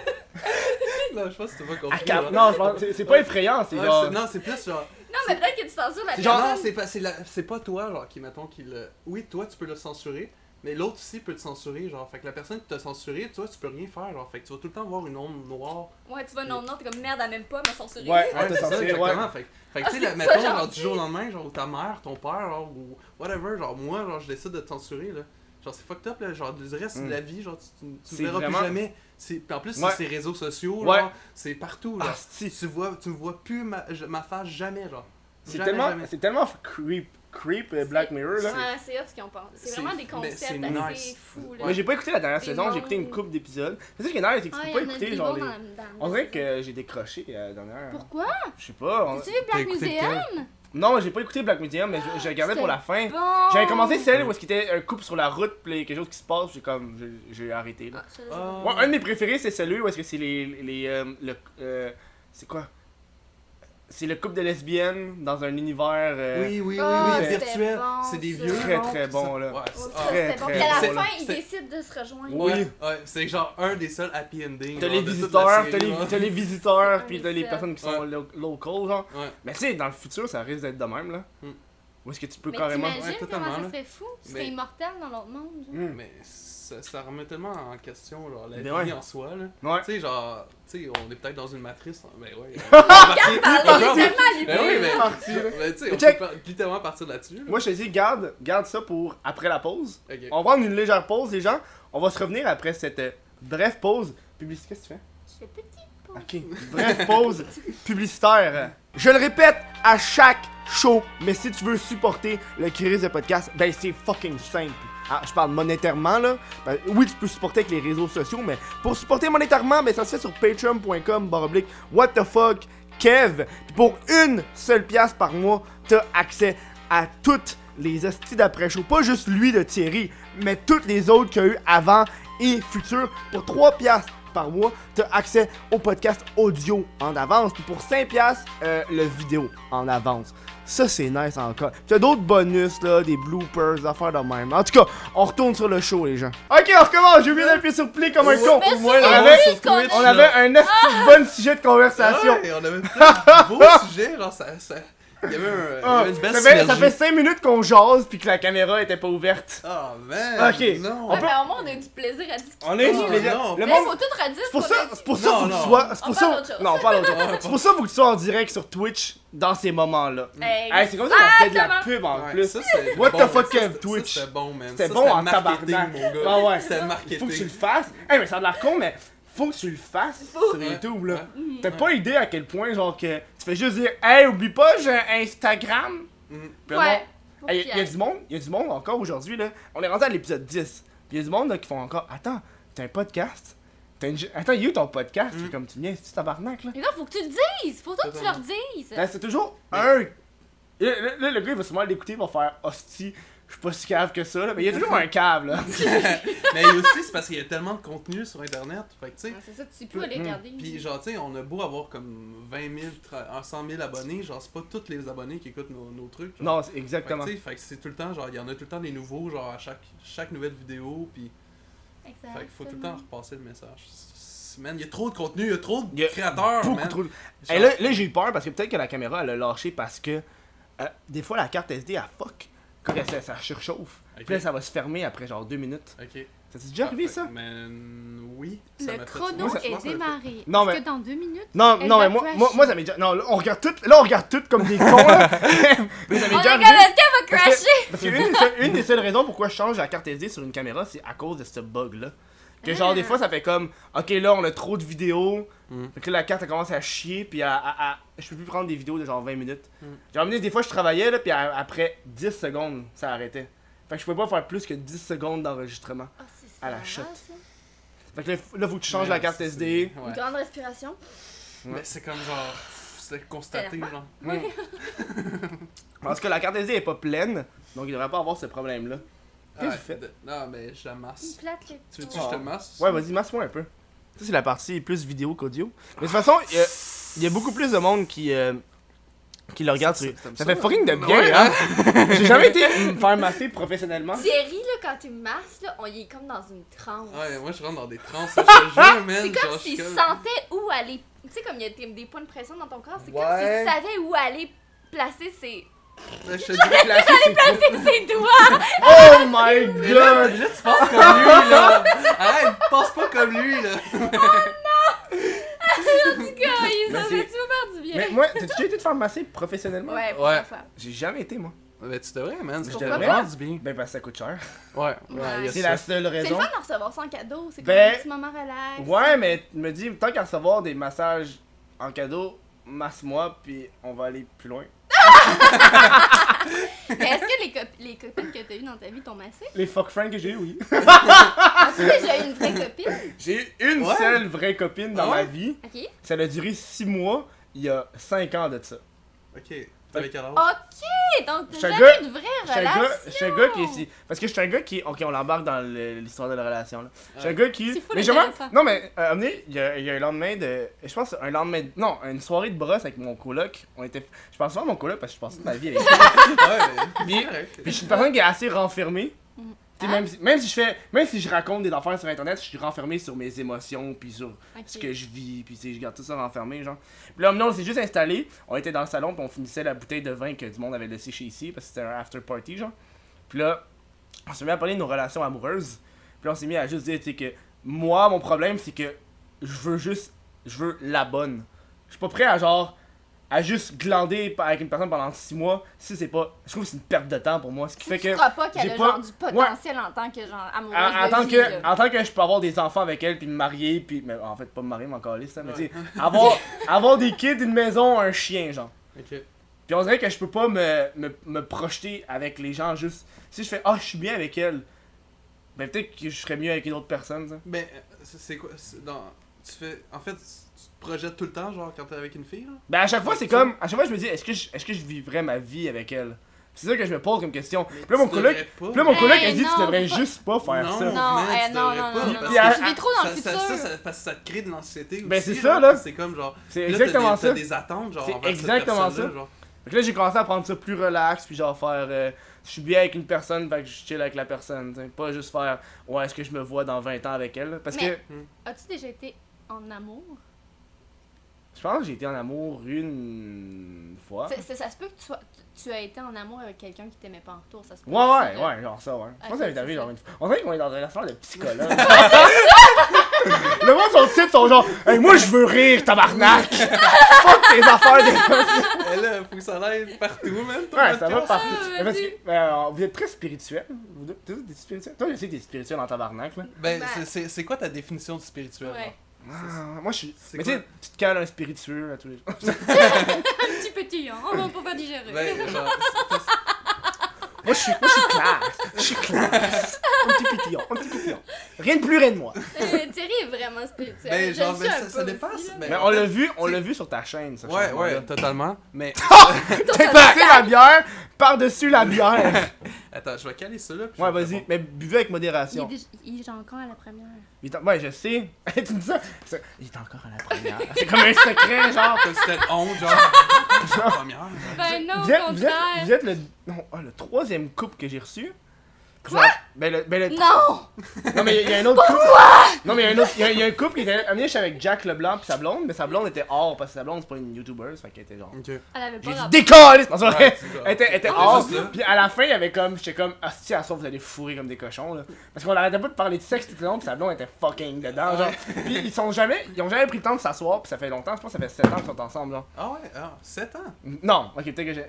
[SPEAKER 2] là, je pense que t'as pas
[SPEAKER 1] Elle
[SPEAKER 2] compris.
[SPEAKER 1] cap-
[SPEAKER 2] genre.
[SPEAKER 1] Non, je pense- c'est- c'est pas effrayant, c'est
[SPEAKER 2] Ouais,
[SPEAKER 1] genre.
[SPEAKER 2] c'est- Non, c'est plus genre.
[SPEAKER 3] Non, mais peut-être que tu censures la
[SPEAKER 1] C'est
[SPEAKER 2] Genre,
[SPEAKER 1] genre-
[SPEAKER 2] Ah, non,
[SPEAKER 3] personne.
[SPEAKER 2] c'est pas, c'est la- c'est pas toi, genre, qui, mettons, qui le. Oui, toi, tu peux le censurer, Mais l'autre aussi peut te censurer, genre. Fait que la personne qui t'a censuré, tu vois, tu peux rien faire, genre. Fait que tu vas tout le temps voir une ombre noire.
[SPEAKER 3] Ouais, tu vas non, non, t'es comme merde, elle m'aime pas, m'a censuré.
[SPEAKER 1] Ouais. Ah, t'as
[SPEAKER 2] Ouais, c'est ça,
[SPEAKER 1] censuré,
[SPEAKER 2] exactement. Fait que, fait que,
[SPEAKER 3] Ah,
[SPEAKER 2] tu sais,
[SPEAKER 3] c'est
[SPEAKER 2] la-
[SPEAKER 3] pas
[SPEAKER 2] mettons, genre,
[SPEAKER 3] gentil.
[SPEAKER 2] du jour au lendemain, genre, ou ta mère, ton père, genre, ou whatever, genre, moi, genre, je décide de te censurer, là. Genre, c'est fucked up, là. Genre, le reste
[SPEAKER 1] Mm.
[SPEAKER 2] de la vie, genre, tu- tu, tu
[SPEAKER 1] C'est
[SPEAKER 2] me verras
[SPEAKER 1] vraiment-
[SPEAKER 2] plus jamais. C'est- Puis en plus,
[SPEAKER 1] Ouais.
[SPEAKER 2] c'est ces réseaux sociaux,
[SPEAKER 1] Ouais.
[SPEAKER 2] genre, c'est partout, là.
[SPEAKER 1] Ah, si.
[SPEAKER 2] tu vois, tu me vois plus ma, je- ma face jamais, genre.
[SPEAKER 1] C'est
[SPEAKER 2] Jamais,
[SPEAKER 1] tellement,
[SPEAKER 2] jamais.
[SPEAKER 1] c'est tellement creep, creep euh, Black Mirror là.
[SPEAKER 3] Ouais, c'est hot ce qu'on pense. C'est
[SPEAKER 2] C'est-
[SPEAKER 3] vraiment des
[SPEAKER 2] mais
[SPEAKER 3] concepts
[SPEAKER 2] c'est
[SPEAKER 3] assez
[SPEAKER 2] nice.
[SPEAKER 3] fous, là.
[SPEAKER 1] Mais j'ai pas écouté la dernière
[SPEAKER 3] Des
[SPEAKER 1] saison, j'ai
[SPEAKER 3] mondes.
[SPEAKER 1] écouté une couple d'épisodes. C'est ça qui est nice, c'est que tu
[SPEAKER 3] Ouais,
[SPEAKER 1] peux pas
[SPEAKER 3] il y en a
[SPEAKER 1] écouter
[SPEAKER 3] des
[SPEAKER 1] genre
[SPEAKER 3] bons
[SPEAKER 1] des.
[SPEAKER 3] dans la- dans la
[SPEAKER 1] On dirait
[SPEAKER 3] saison.
[SPEAKER 1] que j'ai décroché euh, la dernière.
[SPEAKER 3] *laughs* Pourquoi?
[SPEAKER 1] Je sais pas. on-
[SPEAKER 3] T'as-tu vu Black Museum?
[SPEAKER 1] Non, j'ai pas écouté Black Museum, mais je- j'ai regardé pour la fin.
[SPEAKER 3] Ah, Bon!
[SPEAKER 1] J'avais commencé celle où est-ce qu'il était un couple sur la route, puis il y a quelque chose qui se passe, j'ai comme j'ai- j'ai arrêté là.
[SPEAKER 3] Ça,
[SPEAKER 2] Ah.
[SPEAKER 1] Ouais, un de mes préférés c'est celui où est-ce que c'est les les euh, le euh, c'est quoi C'est le couple de lesbiennes dans un univers euh,
[SPEAKER 2] Oui, oui, oui,
[SPEAKER 3] Ah,
[SPEAKER 2] oui,
[SPEAKER 1] c'était
[SPEAKER 2] virtuel.
[SPEAKER 3] bon,
[SPEAKER 2] c'est des
[SPEAKER 3] ça.
[SPEAKER 2] vieux.
[SPEAKER 1] très
[SPEAKER 2] genre,
[SPEAKER 1] très
[SPEAKER 2] qui
[SPEAKER 1] bon
[SPEAKER 2] sont-
[SPEAKER 1] là.
[SPEAKER 2] Ouais,
[SPEAKER 3] Oh, ça,
[SPEAKER 2] c'est- ah,
[SPEAKER 1] Très,
[SPEAKER 3] c'était bon.
[SPEAKER 1] très
[SPEAKER 3] Puis à la
[SPEAKER 2] bon.
[SPEAKER 3] fin, ils
[SPEAKER 2] C'est-
[SPEAKER 3] décident de se rejoindre.
[SPEAKER 1] Oui.
[SPEAKER 2] Ouais, ouais, c'est genre un des seuls happy ending.
[SPEAKER 1] T'as
[SPEAKER 2] genre,
[SPEAKER 1] les
[SPEAKER 2] de toute
[SPEAKER 1] visiteurs,
[SPEAKER 2] la
[SPEAKER 1] t'as
[SPEAKER 2] série,
[SPEAKER 1] les,
[SPEAKER 2] genre.
[SPEAKER 1] t'as les
[SPEAKER 3] C'est
[SPEAKER 1] visiteurs,
[SPEAKER 3] un
[SPEAKER 1] puis t'as les
[SPEAKER 3] effet.
[SPEAKER 1] personnes qui sont
[SPEAKER 2] Ouais.
[SPEAKER 1] lo- local, genre.
[SPEAKER 2] Ouais.
[SPEAKER 1] Mais tu sais, dans le futur, ça risque d'être de même, là.
[SPEAKER 2] Mm.
[SPEAKER 1] Où est-ce que tu peux
[SPEAKER 3] Mais
[SPEAKER 1] carrément.
[SPEAKER 3] t'imagines
[SPEAKER 2] Ouais, totalement,
[SPEAKER 3] comment ça
[SPEAKER 2] là.
[SPEAKER 3] serait fou? Tu serais
[SPEAKER 2] Mais-
[SPEAKER 3] immortel dans l'autre monde, genre.
[SPEAKER 1] Mm.
[SPEAKER 2] Mais ça, ça remet tellement en question genre, la
[SPEAKER 1] Mais
[SPEAKER 2] vie
[SPEAKER 1] Ben ouais.
[SPEAKER 2] en soi. Là.
[SPEAKER 1] Ouais.
[SPEAKER 2] Tu sais, genre, tu sais, on est peut-être dans une matrice. hein,
[SPEAKER 1] *laughs*
[SPEAKER 2] Ben ouais. on peut embarquer-
[SPEAKER 3] Ah,
[SPEAKER 2] on peut
[SPEAKER 3] c'est
[SPEAKER 2] embarquer-
[SPEAKER 3] tellement
[SPEAKER 2] Ben oui,
[SPEAKER 3] allumé.
[SPEAKER 2] mais.
[SPEAKER 1] Parti, là.
[SPEAKER 2] mais tu sais,
[SPEAKER 1] Mais
[SPEAKER 2] on
[SPEAKER 1] check.
[SPEAKER 2] peut par- littéralement partir là-dessus. là.
[SPEAKER 1] Moi, je te dis, garde, garde ça pour après la pause.
[SPEAKER 2] Ok.
[SPEAKER 1] On va prendre une légère pause, les gens. On va se revenir après cette euh, brève pause. Publicité, qu'est-ce que tu fais
[SPEAKER 3] Je fais petit.
[SPEAKER 1] Ok, bref pause publicitaire. Je le répète à chaque show, mais si tu veux supporter le crise de podcast, ben c'est fucking simple. Ah, je parle monétairement là. Ben, oui, tu peux supporter avec les réseaux sociaux, mais pour supporter monétairement, ben ça se fait sur patreon.com baroblique what the fuck Kev. Puis pour une seule pièce par mois, t'as accès à toutes les hosties d'après-show. Pas juste lui de Thierry, mais toutes les autres qu'il y a eu avant et futures. Pour 3 piastres par mois, tu as accès au podcast audio en avance. Puis pour 5 piastres, euh, le vidéo en avance. Ça, c'est nice encore. Tu as d'autres bonus, là, des bloopers, des affaires de même. En tout cas, on retourne sur le show, les gens. Ok, on recommence. J'ai oublié d'appuyer sur play comme un con.
[SPEAKER 3] Mais
[SPEAKER 2] moi,
[SPEAKER 3] c'est
[SPEAKER 1] on
[SPEAKER 2] la
[SPEAKER 1] avait-
[SPEAKER 2] sur
[SPEAKER 3] qu'on
[SPEAKER 2] Twitch,
[SPEAKER 1] On
[SPEAKER 2] là.
[SPEAKER 1] avait un esti bon sujet de conversation.
[SPEAKER 2] Ah Ouais, on avait plein
[SPEAKER 1] *laughs*
[SPEAKER 2] de beaux sujets. Genre, ça. ça... Il y avait, un, il y
[SPEAKER 1] Ah,
[SPEAKER 2] avait une belle
[SPEAKER 1] ça, fait, ça
[SPEAKER 2] synergie.
[SPEAKER 1] fait 5 minutes qu'on jase puis que la caméra était pas ouverte.
[SPEAKER 2] Ah, man.
[SPEAKER 1] Ok. Ah,
[SPEAKER 2] Non.
[SPEAKER 1] On
[SPEAKER 3] Ouais,
[SPEAKER 1] peut-
[SPEAKER 3] mais au moins, on a du plaisir à discuter.
[SPEAKER 1] On a eu du
[SPEAKER 2] Ah,
[SPEAKER 1] plaisir.
[SPEAKER 2] non.
[SPEAKER 1] Le
[SPEAKER 3] Mais
[SPEAKER 1] monde
[SPEAKER 3] faut tout redire
[SPEAKER 1] C'est pour ça,
[SPEAKER 3] ce qu'on a dit.
[SPEAKER 1] c'est pour ça
[SPEAKER 2] Non,
[SPEAKER 1] faut que tu
[SPEAKER 2] non.
[SPEAKER 1] sois. C'est
[SPEAKER 3] On
[SPEAKER 1] pour
[SPEAKER 3] parle
[SPEAKER 1] ça.
[SPEAKER 3] d'autre chose.
[SPEAKER 1] Non, on parle d'autre
[SPEAKER 2] *laughs*
[SPEAKER 1] chose. C'est pour ça faut que tu sois en direct sur Twitch dans ces moments-là.
[SPEAKER 3] Mm. Hey, Ah,
[SPEAKER 1] Hey, c'est comme ça qu'on fait de la
[SPEAKER 3] comment-
[SPEAKER 1] pub en
[SPEAKER 2] Ouais,
[SPEAKER 1] plus.
[SPEAKER 2] ça, c'est
[SPEAKER 1] What
[SPEAKER 2] bon,
[SPEAKER 1] the fuck,
[SPEAKER 2] ça, c'est-
[SPEAKER 1] Twitch?
[SPEAKER 2] ça, C'était bon, man.
[SPEAKER 1] C'était
[SPEAKER 2] Ça,
[SPEAKER 1] bon en
[SPEAKER 2] le marketing,
[SPEAKER 1] tabarnak.
[SPEAKER 2] mon gars.
[SPEAKER 1] Ah ouais.
[SPEAKER 2] C'était le
[SPEAKER 1] Faut que tu le
[SPEAKER 2] marketing.
[SPEAKER 1] fasses. Hey, mais ça a de l'air con, mais faut que tu le fasses sur YouTube là.
[SPEAKER 3] Mhm.
[SPEAKER 1] T'as pas idée à quel point, genre, que tu fais juste dire Hey, oublie pas, j'ai un Instagram.
[SPEAKER 2] Mhm.
[SPEAKER 1] Puis le
[SPEAKER 3] Ouais.
[SPEAKER 1] monde-
[SPEAKER 3] Faut
[SPEAKER 1] Hey,
[SPEAKER 3] qu'il
[SPEAKER 1] y a du monde, y a du monde encore aujourd'hui là. On est rendu à l'épisode 10. Puis y a du monde là, qui font encore Attends, t'as un podcast T'as une... Attends, il est où ton podcast
[SPEAKER 2] Mm.
[SPEAKER 1] C'est comme tu viens, c'est tabarnak là.
[SPEAKER 3] Mais non, faut que tu le dises. Faut toi que tu leur dises.
[SPEAKER 1] Ben, c'est toujours un. Là, là- là, le gars, il va sûrement l'écouter, il va faire hostie. Je suis pas si cave que ça, là. Mais il y a toujours un cave,
[SPEAKER 2] *laughs*
[SPEAKER 1] là.
[SPEAKER 2] Mais aussi, c'est parce qu'il y a tellement de contenu sur Internet. Fait que, tu sais,
[SPEAKER 3] Ouais, C'est ça, tu peux aller
[SPEAKER 1] Mm.
[SPEAKER 3] regarder.
[SPEAKER 2] Puis genre, tu sais, on a beau avoir comme 20 000, 30 100 000 abonnés, genre, c'est pas tous les abonnés qui écoutent nos, nos trucs. genre.
[SPEAKER 1] Non, c'est
[SPEAKER 2] Fait que,
[SPEAKER 1] exactement.
[SPEAKER 2] tu sais, fait que c'est tout le temps, genre, il y en a tout le temps des nouveaux, genre, à chaque, chaque nouvelle vidéo, puis fait qu'il faut tout le temps repasser le message. C'est- Man, il y a trop de contenu, il y a trop
[SPEAKER 1] Il
[SPEAKER 2] de
[SPEAKER 1] y a
[SPEAKER 2] créateurs,
[SPEAKER 1] Beaucoup
[SPEAKER 2] man.
[SPEAKER 1] trop.
[SPEAKER 2] Genre,
[SPEAKER 1] Et là, là j'ai eu peur parce que peut-être que la caméra, elle a lâché parce que euh, des fois, la carte SD, elle fuck. Quand elle- ça, ça surchauffe.
[SPEAKER 2] Ok.
[SPEAKER 1] Puis là, ça va se fermer après genre deux minutes.
[SPEAKER 2] Ok.
[SPEAKER 1] Ça t'est déjà arrivé,
[SPEAKER 2] Parfait.
[SPEAKER 1] ça?
[SPEAKER 2] Man, oui. ça m'a
[SPEAKER 3] Le
[SPEAKER 2] fait ça.
[SPEAKER 3] chrono
[SPEAKER 2] Moi, ça- moi,
[SPEAKER 3] est
[SPEAKER 2] ça m'a fait-
[SPEAKER 3] démarré.
[SPEAKER 1] Non,
[SPEAKER 3] Est-ce
[SPEAKER 1] mais-
[SPEAKER 3] que dans deux minutes.
[SPEAKER 1] Non,
[SPEAKER 3] Elle
[SPEAKER 1] non,
[SPEAKER 3] va
[SPEAKER 1] mais moi,
[SPEAKER 3] crash.
[SPEAKER 1] moi, moi, ça m'est déjà. Non, là, on regarde tout. Là, on regarde tout comme des cons,
[SPEAKER 3] *laughs*
[SPEAKER 1] là. Mais ça
[SPEAKER 3] On
[SPEAKER 1] m'est déjà
[SPEAKER 3] est comme
[SPEAKER 1] arrivé.
[SPEAKER 3] Oh, est-ce qu'elle va
[SPEAKER 1] Parce que-
[SPEAKER 3] crasher?
[SPEAKER 1] Parce que une, des seules, une des seules raisons pourquoi je change la carte SD sur une caméra, c'est à cause de ce bug-là. Que genre, des
[SPEAKER 3] Ah.
[SPEAKER 1] fois, ça fait comme, ok, là, on a trop de vidéos.
[SPEAKER 2] Mm.
[SPEAKER 1] Fait que là, la carte, elle commence à chier, puis à, à- à- je peux plus prendre des vidéos de genre 20 minutes.
[SPEAKER 2] Mm.
[SPEAKER 1] Genre, des fois, je travaillais, là, puis à- après 10 secondes, ça arrêtait. Fait que je pouvais pas faire plus que 10 secondes d'enregistrement.
[SPEAKER 3] Ah, c'est ça,
[SPEAKER 1] À la
[SPEAKER 3] ça,
[SPEAKER 1] chute.
[SPEAKER 3] ça.
[SPEAKER 1] Fait que là, f- là, faut que tu changes la
[SPEAKER 2] Man,
[SPEAKER 1] carte
[SPEAKER 2] c'est-
[SPEAKER 1] SD.
[SPEAKER 2] ouais.
[SPEAKER 3] Une grande respiration.
[SPEAKER 2] Mais c'est comme genre, pff, c'est constaté, genre.
[SPEAKER 1] Parce que la carte SD est pas pleine, donc il devrait pas avoir ce problème-là. Qu'est-ce que
[SPEAKER 2] Ouais,
[SPEAKER 1] vous faites?
[SPEAKER 2] Ah, de- Non, mais je la
[SPEAKER 3] Une
[SPEAKER 2] masse.
[SPEAKER 3] plate. les
[SPEAKER 2] Tu veux-tu
[SPEAKER 3] petits.
[SPEAKER 2] que je te
[SPEAKER 1] Oh.
[SPEAKER 2] masse?
[SPEAKER 1] Ouais, vas-y, masse-moi un peu. Ça, c'est la partie plus vidéo qu'audio. Mais de toute façon, il y a- il y, a beaucoup plus de monde qui, euh, qui le regarde.
[SPEAKER 2] Ça-
[SPEAKER 1] sur-
[SPEAKER 2] ça-
[SPEAKER 1] Ça,
[SPEAKER 2] t'aimes
[SPEAKER 1] fait
[SPEAKER 2] ça,
[SPEAKER 1] fucking de
[SPEAKER 2] hein?
[SPEAKER 1] bien,
[SPEAKER 2] Ouais,
[SPEAKER 1] hein? J'ai jamais été *laughs* me faire masser professionnellement.
[SPEAKER 3] Thierry, là, quand tu masses, là, on y est comme dans une transe.
[SPEAKER 2] Ouais, moi je rentre dans des trans, je te jure, man.
[SPEAKER 3] C'est
[SPEAKER 2] genre,
[SPEAKER 3] comme
[SPEAKER 2] je suis
[SPEAKER 3] s'il
[SPEAKER 2] comme-
[SPEAKER 3] sentait où aller. Tu sais, comme il y a des des points de pression dans ton corps, c'est comme
[SPEAKER 2] Ouais.
[SPEAKER 3] *laughs* s'il savait où aller placer ses.
[SPEAKER 2] Mais Je te dirais
[SPEAKER 1] Classique, c'est cool.
[SPEAKER 3] C'est ses doigts!
[SPEAKER 1] Oh my
[SPEAKER 2] Là,
[SPEAKER 1] god!
[SPEAKER 2] déjà, tu penses comme lui, là! Arrête, pense pas comme lui, là!
[SPEAKER 3] En tout cas, ils
[SPEAKER 1] Mais
[SPEAKER 3] ont
[SPEAKER 1] c'est-
[SPEAKER 3] fait super du bien.
[SPEAKER 1] Mais moi, t'as-tu déjà été te faire masser professionnellement?
[SPEAKER 3] Ouais,
[SPEAKER 2] Ouais.
[SPEAKER 3] ouais.
[SPEAKER 1] J'ai jamais été, moi.
[SPEAKER 2] Mais tu devrais, man, c'est
[SPEAKER 1] Je
[SPEAKER 2] pour faire
[SPEAKER 1] devrais.
[SPEAKER 2] vraiment du bien.
[SPEAKER 1] Ben, parce que ça coûte cher.
[SPEAKER 2] Ouais, ouais,
[SPEAKER 3] Ouais.
[SPEAKER 2] il y a
[SPEAKER 1] C'est
[SPEAKER 2] ça.
[SPEAKER 1] la seule
[SPEAKER 3] C'est
[SPEAKER 1] raison.
[SPEAKER 3] le fun d'en recevoir ça en cadeau, c'est comme
[SPEAKER 1] Ben,
[SPEAKER 3] un petit moment relax.
[SPEAKER 1] Ouais, mais tu me dis, tant qu'à recevoir des massages en cadeau, masse-moi, puis on va aller plus loin.
[SPEAKER 3] Mais *laughs* Est-ce que les, cop- les copines que t'as eues dans ta vie t'ont massé?
[SPEAKER 1] Les fuck friends que j'ai eu, oui.
[SPEAKER 3] As-tu déjà eu une vraie copine?
[SPEAKER 1] *laughs* J'ai eu une
[SPEAKER 2] Ouais.
[SPEAKER 1] seule vraie copine dans
[SPEAKER 2] Ah
[SPEAKER 1] ma
[SPEAKER 2] ouais?
[SPEAKER 1] vie.
[SPEAKER 3] Ok.
[SPEAKER 1] Ça a duré 6 mois, il y a 5 ans de ça.
[SPEAKER 2] Ok, t'avais quel
[SPEAKER 3] Ah.
[SPEAKER 2] âge?
[SPEAKER 3] Ok, donc
[SPEAKER 1] Je
[SPEAKER 3] t'as
[SPEAKER 1] suis un
[SPEAKER 3] jamais
[SPEAKER 1] gars-
[SPEAKER 3] eu de vraie
[SPEAKER 1] J'étais un gars,
[SPEAKER 3] relation.
[SPEAKER 1] j'étais un gars qui est si- Parce que j'étais un gars qui. Ok, on l'embarque dans le- l'histoire de la relation. Là. J'étais un gars qui.
[SPEAKER 3] C'est fou,
[SPEAKER 1] mais je me-
[SPEAKER 3] l'intéressant.
[SPEAKER 1] Non, mais euh, amenez, il y, a- il y a un lendemain de. Je pense un lendemain. de- Non, une soirée de brosse avec mon coloc. On était... Je pense souvent à mon coloc parce que je pense toute ma vie avec lui.
[SPEAKER 2] Ouais,
[SPEAKER 1] *laughs*
[SPEAKER 2] *laughs*
[SPEAKER 1] Puis-
[SPEAKER 2] correct.
[SPEAKER 1] Puis je suis une personne qui est assez renfermée.
[SPEAKER 3] Mm.
[SPEAKER 1] Tu sais, Même, si, même si je fais même si je raconte des affaires sur internet, je suis renfermé sur mes émotions puis sur
[SPEAKER 3] Ok.
[SPEAKER 1] ce que je vis puis tu sais, je garde tout ça renfermé genre. Puis là non, on s'est juste installé, on était dans le salon puis on finissait la bouteille de vin que du monde avait laissé chez ici parce que c'était un after party genre. Puis là, on s'est mis à parler de nos relations amoureuses. Puis là, on s'est mis à juste dire tu sais que moi mon problème c'est que je veux juste je veux la bonne. Je suis pas prêt à genre à juste glander par- avec une personne pendant 6 mois, si c'est pas je trouve que c'est une perte de temps pour moi, ce qui fait
[SPEAKER 3] Tu
[SPEAKER 1] que
[SPEAKER 3] crois pas qu'elle
[SPEAKER 1] j'ai
[SPEAKER 3] a
[SPEAKER 1] pas-
[SPEAKER 3] genre du potentiel en tant que genre amoureuse
[SPEAKER 1] en, en
[SPEAKER 3] de
[SPEAKER 1] tant
[SPEAKER 3] vie, là.
[SPEAKER 1] que, en tant que je peux avoir des enfants avec elle, puis me marier, puis. Mais en fait, pas me marier, mais encore liste, mais tu sais,
[SPEAKER 2] *laughs*
[SPEAKER 1] avoir, avoir des kids, une maison, un chien, genre.
[SPEAKER 2] Ok.
[SPEAKER 1] Puis on dirait que je peux pas me, me, me projeter avec les gens juste. Si je fais, ah, je suis bien avec elle, ben peut-être que je serais mieux avec une autre personne, ça.
[SPEAKER 2] Ben, euh, c'est c'est quoi? c'est dans- Tu fais... En fait, tu tu te projettes tout le temps, genre, quand t'es avec une fille, là?
[SPEAKER 1] Ben à chaque fois, c'est comme. À chaque fois, je me dis, est-ce que je, est-ce que je vivrais ma vie avec elle C'est ça que je me pose comme question. Puis là, mon
[SPEAKER 2] Tu
[SPEAKER 1] coloc.
[SPEAKER 2] devrais pas.
[SPEAKER 1] Puis là, mon
[SPEAKER 3] Hey,
[SPEAKER 1] coloc, elle dit, tu
[SPEAKER 3] Eh non,
[SPEAKER 1] devrais
[SPEAKER 3] faut pas-
[SPEAKER 1] juste pas faire
[SPEAKER 2] non,
[SPEAKER 1] ça.
[SPEAKER 3] Non,
[SPEAKER 2] man,
[SPEAKER 3] eh,
[SPEAKER 2] tu
[SPEAKER 3] non,
[SPEAKER 2] devrais pas,
[SPEAKER 3] non, non,
[SPEAKER 1] non,
[SPEAKER 2] parce
[SPEAKER 1] non.
[SPEAKER 2] que
[SPEAKER 1] Puis
[SPEAKER 2] ça-
[SPEAKER 3] Tu vis trop dans le
[SPEAKER 2] ça-
[SPEAKER 3] futur.
[SPEAKER 2] ça- ça- parce que ça te crée de l'anxiété aussi.
[SPEAKER 1] Ben, c'est ça, là.
[SPEAKER 2] C'est comme, genre...
[SPEAKER 1] C'est
[SPEAKER 2] là, t'as
[SPEAKER 1] exactement
[SPEAKER 2] des-
[SPEAKER 1] ça.
[SPEAKER 2] T'as des attentes, genre,
[SPEAKER 1] C'est
[SPEAKER 2] envers cette
[SPEAKER 1] exactement
[SPEAKER 2] personne-là,
[SPEAKER 1] ça.
[SPEAKER 2] genre.
[SPEAKER 1] Fait que là, j'ai commencé à prendre ça plus relax, puis genre faire. euh, je suis bien avec une personne, fait que je chill avec la personne. t'sais. Pas juste faire. Ouais, est-ce que je me vois dans 20 ans avec elle? Parce
[SPEAKER 3] Mais-
[SPEAKER 1] que
[SPEAKER 3] As-tu déjà été en amour?
[SPEAKER 1] je pense que j'ai été en amour une fois.
[SPEAKER 3] C'est- c'est- Ça se peut que tu, sois- tu- tu as été en amour avec quelqu'un qui t'aimait pas en retour, ça se peut.
[SPEAKER 1] Ouais, ouais,
[SPEAKER 3] aussi, là.
[SPEAKER 1] ouais, genre ça, ouais. Je pense que ça
[SPEAKER 3] Ok,
[SPEAKER 1] m'est arrivé
[SPEAKER 3] c'est
[SPEAKER 1] genre
[SPEAKER 3] ça.
[SPEAKER 1] une fois. On dirait qu'on est dans une affaire de psychologue. *laughs* Le monde, son titre, sont genre. Hey, moi, je veux rire, tabarnak! Fuck tes affaires
[SPEAKER 3] *laughs*
[SPEAKER 1] de.
[SPEAKER 2] Eh, là, faut que ça aille partout, man, ton
[SPEAKER 1] Ouais, ça va
[SPEAKER 2] podcast.
[SPEAKER 1] partout.
[SPEAKER 3] Ah,
[SPEAKER 1] Mais parce
[SPEAKER 3] vas-y.
[SPEAKER 1] que, euh, vous êtes très spirituels. Vous deux, t'es t'es spirituel? Toi, je sais que t'es spirituel en tabarnak, là.
[SPEAKER 2] Ben,
[SPEAKER 3] Ben.
[SPEAKER 2] c'est- c'est- c'est quoi ta définition de spirituel, genre?
[SPEAKER 3] Ouais.
[SPEAKER 1] Ah, moi, je suis.
[SPEAKER 2] C'est
[SPEAKER 1] Mais tu
[SPEAKER 2] quoi?
[SPEAKER 1] sais, tu te cales un spiritueux à tous les jours.
[SPEAKER 3] Un petit petit, hein, on va pas faire digérer. *laughs*
[SPEAKER 2] Ben, genre, c'est-
[SPEAKER 1] moi, je suis moi, je suis classe. Je suis classe. Un petit pétillon, un petit pétillon. Rien de plus, rien de moi.
[SPEAKER 3] Euh, Thierry est vraiment spirituel.
[SPEAKER 2] Ben,
[SPEAKER 3] Je
[SPEAKER 2] genre,
[SPEAKER 3] le
[SPEAKER 2] ben,
[SPEAKER 3] suis un
[SPEAKER 2] ça-
[SPEAKER 3] peu
[SPEAKER 2] ça dépend,
[SPEAKER 3] aussi, là.
[SPEAKER 2] ben,
[SPEAKER 1] Mais
[SPEAKER 2] en
[SPEAKER 1] on
[SPEAKER 2] fait,
[SPEAKER 1] l'a vu, on
[SPEAKER 2] tu-
[SPEAKER 1] l'a vu sur ta chaîne, ça.
[SPEAKER 2] Ouais, ouais, totalement. Mais
[SPEAKER 1] T'as passé la bière par-dessus la bière.
[SPEAKER 2] attends, je vais caler ça là. puis je
[SPEAKER 1] Ouais,
[SPEAKER 2] vais te
[SPEAKER 1] vas-y,
[SPEAKER 2] répondre.
[SPEAKER 1] mais buvez avec
[SPEAKER 3] Il est
[SPEAKER 1] modération.
[SPEAKER 3] déjà- Il est encore à la première.
[SPEAKER 1] Il est en- Ouais, je sais. *laughs* tu me dis ça. C'est- Il est encore à la première. C'est comme un secret, genre.
[SPEAKER 2] Comme si c'était honte, genre.
[SPEAKER 1] *laughs*
[SPEAKER 2] la première.
[SPEAKER 3] Ben non, au
[SPEAKER 1] Vous êtes, vous êtes-
[SPEAKER 3] contraire.
[SPEAKER 1] vous êtes le, non, ah, le troisième couple que j'ai reçu. Quoi? Ben, le, ben, le,
[SPEAKER 3] Non!
[SPEAKER 1] Non, mais il y, a un autre couple. Non, mais il y a un autre. Il y a- il y, a un couple qui était amené chez avec Jack Leblanc puis sa blonde, mais sa blonde était hors parce que sa blonde c'est pas une youtubeuse, fait qu'elle était genre.
[SPEAKER 2] Ok.
[SPEAKER 3] Elle avait
[SPEAKER 1] J'ai
[SPEAKER 3] pas
[SPEAKER 1] dit
[SPEAKER 3] rapport.
[SPEAKER 1] décolle! Non, c'est vrai.
[SPEAKER 2] Ouais, c'est ça.
[SPEAKER 1] Elle était, elle était
[SPEAKER 2] Non,
[SPEAKER 1] hors.
[SPEAKER 2] c'est juste ça.
[SPEAKER 1] Puis à la fin, il y avait comme. J'étais comme. Ah, si, à soir, vous allez fourrer comme des cochons, là. Parce qu'on arrêtait pas de parler de sexe tout le long, puis sa blonde était fucking dedans, genre. Puis ils sont jamais. Ils ont jamais pris le temps de s'asseoir, puis ça fait longtemps, je pense que ça fait 7 ans qu'ils sont ensemble, genre.
[SPEAKER 2] Ah ouais, ah, 7 ans.
[SPEAKER 1] Non, ok, peut-être que j'ai.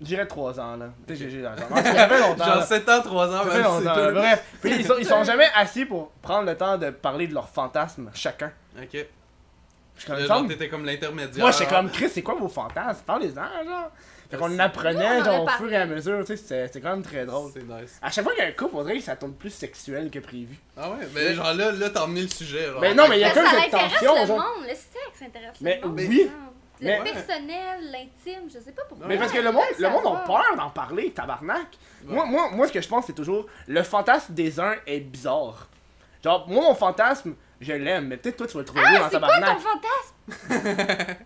[SPEAKER 1] J'irais 3 ans, là. Peut-être que j'ai. Genre, non, ça fait longtemps. là.
[SPEAKER 2] Genre 7 ans, 3 ans,
[SPEAKER 1] Ça
[SPEAKER 2] ben,
[SPEAKER 1] fait longtemps,
[SPEAKER 2] c'est
[SPEAKER 1] là.
[SPEAKER 2] tout.
[SPEAKER 1] Bref, Puis ils, sont, ils sont jamais assis pour prendre le temps de parler de leurs fantasmes chacun.
[SPEAKER 2] Ok.
[SPEAKER 1] Je suis comme,
[SPEAKER 2] Là,
[SPEAKER 1] semble-
[SPEAKER 2] genre, t'étais comme l'intermédiaire.
[SPEAKER 1] moi, j'étais comme Chris, c'est quoi vos fantasmes Parlez-en, genre. Fait qu'on
[SPEAKER 2] Nous,
[SPEAKER 1] apprenait
[SPEAKER 3] on en
[SPEAKER 1] genre, au
[SPEAKER 3] a
[SPEAKER 1] fur et à mesure, tu sais, c'était c'était quand même très drôle.
[SPEAKER 2] Oh, C'est nice.
[SPEAKER 1] À chaque fois qu'il y a un couple, on dirait que ça tourne plus sexuel que prévu.
[SPEAKER 2] Ah ouais, mais genre là, là t'as emmené le sujet. Genre.
[SPEAKER 1] Mais non, mais il y a
[SPEAKER 3] Mais
[SPEAKER 1] comme
[SPEAKER 3] Ben, ça
[SPEAKER 1] cette
[SPEAKER 3] intéresse
[SPEAKER 1] tension,
[SPEAKER 3] le
[SPEAKER 1] genre.
[SPEAKER 3] monde, le sexe intéresse
[SPEAKER 1] Mais
[SPEAKER 3] le monde.
[SPEAKER 1] oui,
[SPEAKER 3] genre.
[SPEAKER 1] mais-
[SPEAKER 3] Le personnel, l'intime, je sais pas pourquoi.
[SPEAKER 1] Mais parce que le monde, le monde a peur d'en parler, tabarnak.
[SPEAKER 2] Ouais.
[SPEAKER 1] Moi, moi, moi, ce que je pense, c'est toujours le fantasme des uns est bizarre. Genre, moi, mon fantasme, je l'aime, mais peut-être toi, tu vas le trouver
[SPEAKER 3] Ah,
[SPEAKER 1] weird en
[SPEAKER 3] c'est quoi
[SPEAKER 1] tabarnak.
[SPEAKER 3] ton fantasme?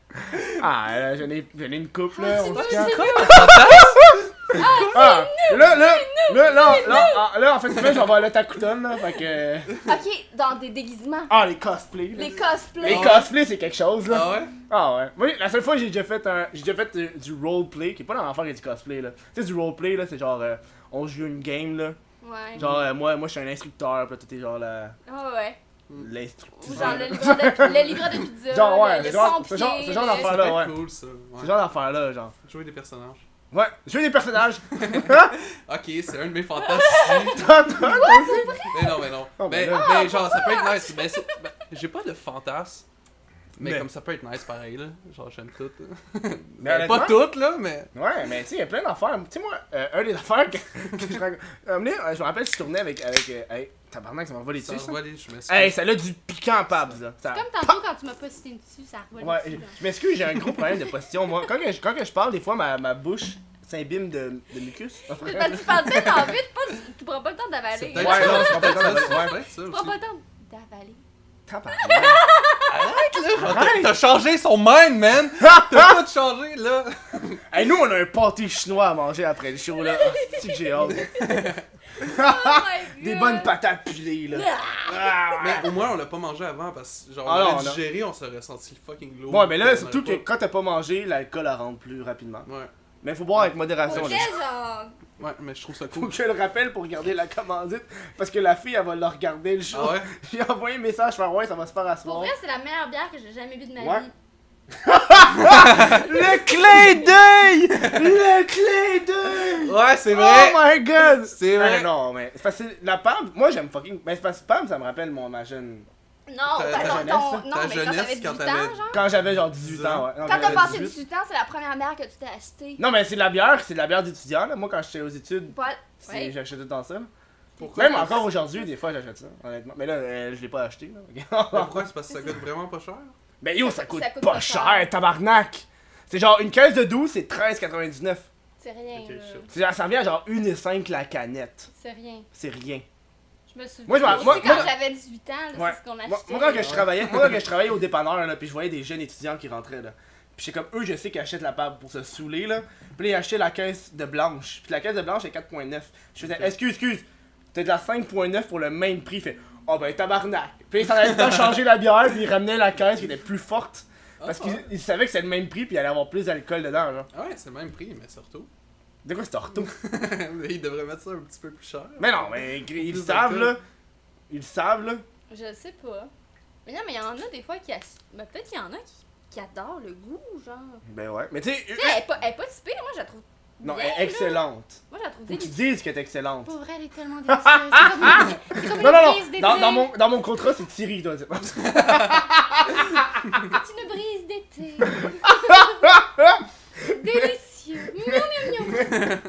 [SPEAKER 1] Ah, là, j'en ai, j'en ai une couple,
[SPEAKER 3] Ah,
[SPEAKER 1] là,
[SPEAKER 3] tu
[SPEAKER 1] on
[SPEAKER 3] veux,
[SPEAKER 1] se calme.
[SPEAKER 3] tu veux.
[SPEAKER 1] Ah, là, là, là, là, là, ah, là, en fait, semaine, je vais voir le Takuton, là, fait que...
[SPEAKER 3] Ok, dans des déguisements.
[SPEAKER 1] Ah, les cosplays, là.
[SPEAKER 3] Les cosplays.
[SPEAKER 1] Les cosplays, c'est quelque chose, là.
[SPEAKER 2] Ah ouais?
[SPEAKER 1] Ah ouais. Moi, la seule fois que j'ai déjà fait un, j'ai déjà fait du, du roleplay, qui est pas dans l'enfer et du cosplay là. Tu sais du roleplay là, c'est genre euh, on joue une game là.
[SPEAKER 3] Ouais.
[SPEAKER 1] Genre euh, moi moi je suis un instructeur, puis là, t'es genre la
[SPEAKER 3] Ah ouais. Ou
[SPEAKER 1] l'instructrice.
[SPEAKER 3] genre le livreur de, le livreur de pizza.
[SPEAKER 1] Genre, ouais,
[SPEAKER 3] le, le
[SPEAKER 1] genre-
[SPEAKER 3] sans-pied,
[SPEAKER 1] ce genre- ce genre
[SPEAKER 3] le-
[SPEAKER 1] d'affaire. Ah, là, ouais.
[SPEAKER 2] cool ça. Ouais.
[SPEAKER 1] Ce genre d'affaire là, genre.
[SPEAKER 2] Jouer des personnages.
[SPEAKER 1] Ouais, jouer des personnages. *laughs*
[SPEAKER 2] Ok, c'est un de mes fantasmes.
[SPEAKER 1] T'entends?
[SPEAKER 2] mais non, mais non.
[SPEAKER 1] Oh,
[SPEAKER 2] mais,
[SPEAKER 1] ben là.
[SPEAKER 2] mais genre, ça peut être nice. Mais c'est- ben, j'ai pas de fantasme. Mais,
[SPEAKER 1] Mais-
[SPEAKER 2] comme ça peut être nice pareil, là. Genre, j'aime tout.
[SPEAKER 1] Mais
[SPEAKER 2] Ben, pas
[SPEAKER 1] honnêtement-
[SPEAKER 2] toutes, là, mais.
[SPEAKER 1] Ouais, mais tu sais, il y a plein d'affaires. Tu sais, moi, euh, un des affaires que, *laughs* que je raconte. un moment donné, euh, je me rappelle, je tournais avec. avec euh, hey, tabarnak, ça m'envoie les
[SPEAKER 2] Ça
[SPEAKER 1] dessus, ça.
[SPEAKER 2] envoie les- je m'excuse.
[SPEAKER 1] Hey, ça a du piquant, Pabs, là. Ça-
[SPEAKER 3] Comme tantôt quand tu m'as pas cité dessus, ça revole
[SPEAKER 1] Ouais,
[SPEAKER 3] dessus. là.
[SPEAKER 1] je m'excuse, j'ai un gros problème de position. Moi, quand, que je, quand que je parle, des fois, ma, ma bouche s'imbibe de, de mucus.
[SPEAKER 3] *laughs* Mais parce que tu parles tellement vite, pas, tu prends pas le temps
[SPEAKER 2] C'est
[SPEAKER 3] d'avaler.
[SPEAKER 2] peut-être
[SPEAKER 1] Ouais,
[SPEAKER 2] ça,
[SPEAKER 1] non,
[SPEAKER 2] c'est
[SPEAKER 1] c'est pas
[SPEAKER 2] peut-être ça,
[SPEAKER 1] ça, ouais.
[SPEAKER 2] c'est peut-être ça
[SPEAKER 3] Tu
[SPEAKER 2] aussi.
[SPEAKER 3] prends pas le temps d'avaler.
[SPEAKER 1] Tabarnak.
[SPEAKER 2] Ah, t'as- T'as changé son mind,
[SPEAKER 1] *laughs*
[SPEAKER 2] man! T'as pas de changer, là!
[SPEAKER 1] Hey, nous, on a un pâté chinois à manger après le show,
[SPEAKER 3] *laughs*
[SPEAKER 1] là. C'est que j'ai hâte.
[SPEAKER 3] Oh my
[SPEAKER 1] Ah! Des
[SPEAKER 3] God.
[SPEAKER 1] bonnes patates pilées, là. Ah,
[SPEAKER 2] Mais au moins, on l'a pas mangé avant parce que, genre,
[SPEAKER 1] Ah non,
[SPEAKER 2] on
[SPEAKER 1] on a-
[SPEAKER 2] l'a digéré, on s'aurait senti fucking lourd.
[SPEAKER 1] Bon, mais
[SPEAKER 2] On
[SPEAKER 1] là,
[SPEAKER 2] aurait
[SPEAKER 1] surtout que
[SPEAKER 2] pas-
[SPEAKER 1] quand t'as pas mangé, l'alcool la rentre plus rapidement.
[SPEAKER 2] Ouais,
[SPEAKER 1] Mais faut boire avec modération,
[SPEAKER 3] Pour
[SPEAKER 1] là.
[SPEAKER 3] vrai, genre.
[SPEAKER 2] ouais, mais je trouve ça
[SPEAKER 1] Faut
[SPEAKER 2] cool.
[SPEAKER 1] que je le rappelle pour garder la commandite, parce que la fille, elle va le regarder le show.
[SPEAKER 2] Ah
[SPEAKER 3] *laughs*
[SPEAKER 2] ouais?
[SPEAKER 1] *laughs* J'ai envoyé un message, faire ouais, ça va se faire à
[SPEAKER 3] Pour
[SPEAKER 1] soir.
[SPEAKER 3] vrai, c'est la meilleure bière que j'ai jamais bu de ma
[SPEAKER 1] Ouais.
[SPEAKER 3] vie.
[SPEAKER 1] Le clé d'œil! Le clé d'œil!
[SPEAKER 2] Ouais, c'est
[SPEAKER 1] Oh
[SPEAKER 2] vrai!
[SPEAKER 1] my god!
[SPEAKER 2] C'est vrai.
[SPEAKER 1] Ah non, mais c'est parce que la Pam, moi j'aime fucking. Mais c'est parce que Pam, ça me rappelle mon, ma jeune.
[SPEAKER 3] Non,
[SPEAKER 2] Ta-
[SPEAKER 3] pas
[SPEAKER 2] ta
[SPEAKER 3] dans
[SPEAKER 1] jeunesse,
[SPEAKER 3] ton-
[SPEAKER 1] là.
[SPEAKER 3] Non,
[SPEAKER 2] Ta
[SPEAKER 3] mais
[SPEAKER 2] jeunesse, quand
[SPEAKER 3] quand t'avais 18
[SPEAKER 2] t'avais-
[SPEAKER 3] ans, genre.
[SPEAKER 1] Quand j'avais genre 18 ans, ouais. Non,
[SPEAKER 3] Quand
[SPEAKER 1] j'avais
[SPEAKER 3] t'as passé
[SPEAKER 1] 18.
[SPEAKER 3] 18 ans, c'est la première bière que tu t'es achetée.
[SPEAKER 1] Non, mais c'est de la bière, c'est de la bière d'étudiant, là. Moi quand j'étais aux études,
[SPEAKER 3] Voilà.
[SPEAKER 1] c'est-
[SPEAKER 3] Ouais.
[SPEAKER 1] j'achetais tout le temps ça.
[SPEAKER 2] Pourquoi?
[SPEAKER 1] Même encore aujourd'hui, des fois j'achète ça, honnêtement. Mais là, euh, je l'ai pas acheté,
[SPEAKER 2] Mais
[SPEAKER 1] là. *laughs*
[SPEAKER 2] Pourquoi? C'est parce que ça coûte vraiment pas cher?
[SPEAKER 1] mais yo, ça coûte,
[SPEAKER 3] Ça coûte
[SPEAKER 1] pas,
[SPEAKER 3] pas
[SPEAKER 1] cher,
[SPEAKER 3] cher.
[SPEAKER 1] tabarnak! C'est genre une caisse de 12, c'est 13,99.
[SPEAKER 3] C'est rien,
[SPEAKER 2] Ok,
[SPEAKER 3] là.
[SPEAKER 2] shit.
[SPEAKER 1] C'est genre, ça revient à genre 1,5 la canette.
[SPEAKER 3] C'est rien.
[SPEAKER 1] C'est rien.
[SPEAKER 3] Je me souviens.
[SPEAKER 1] Moi, je m'en-
[SPEAKER 3] Tu
[SPEAKER 1] moi-
[SPEAKER 3] sais, quand
[SPEAKER 1] moi-
[SPEAKER 3] j'avais 18 ans, là,
[SPEAKER 1] Ouais.
[SPEAKER 3] Ah, c'est ce qu'on
[SPEAKER 1] Moi,
[SPEAKER 3] achetait.
[SPEAKER 1] moi, quand que je travaillais, moi quand que je travaillais au dépanneur là, puis je voyais des jeunes étudiants qui rentraient là. Puis c'est comme eux, je sais qu'ils achètent la pâte pour se saouler là. Puis là, ils achetaient la caisse de blanche. Puis la caisse de blanche est 4.9. Je faisais excuse, excuse. T'as de la 5.9 pour le même prix. Il Fait oh ben tabarnak. Puis ils s'en allaient tout le temps changer la bière, puis ils ramenaient la caisse qui était plus forte
[SPEAKER 3] Oh.
[SPEAKER 1] parce
[SPEAKER 2] Ah,
[SPEAKER 1] qu'ils ils savaient que c'était le même prix, puis il allait avoir plus d'alcool dedans genre.
[SPEAKER 2] ah ouais, c'est le même prix, mais surtout. *laughs*
[SPEAKER 1] De quoi c'est retour
[SPEAKER 2] Il devrait mettre ça un petit peu plus cher.
[SPEAKER 1] Mais non, mais ils le
[SPEAKER 2] Plus
[SPEAKER 1] savent
[SPEAKER 2] d'alcool.
[SPEAKER 1] là. Ils le savent là.
[SPEAKER 3] Je sais pas. Mais non, mais il y en a des fois qui. ass- Ben, peut-être qu'il y en a qui, qui adorent le goût, genre.
[SPEAKER 1] Ben ouais. Mais tu sais,
[SPEAKER 3] Tu sais, elle est pas, elle est pas si pire, moi, je la trouve.
[SPEAKER 1] non,
[SPEAKER 3] bien,
[SPEAKER 1] elle
[SPEAKER 3] là.
[SPEAKER 1] est excellente.
[SPEAKER 3] Moi, je la trouve
[SPEAKER 1] Faut qu'ils
[SPEAKER 3] délicieuse.
[SPEAKER 1] disent qu'elle est excellente.
[SPEAKER 3] Pour vrai, elle est tellement délicieuse. *laughs* C'est comme une- C'est comme une
[SPEAKER 1] Non, non,
[SPEAKER 3] brise
[SPEAKER 1] non,
[SPEAKER 3] d'été.
[SPEAKER 1] dans, dans mon, dans mon contrat, c'est Thierry, toi. c'est-
[SPEAKER 3] Ah, C'est une
[SPEAKER 1] *laughs*
[SPEAKER 3] brise d'été. Délicieux. Miam, miam, miam.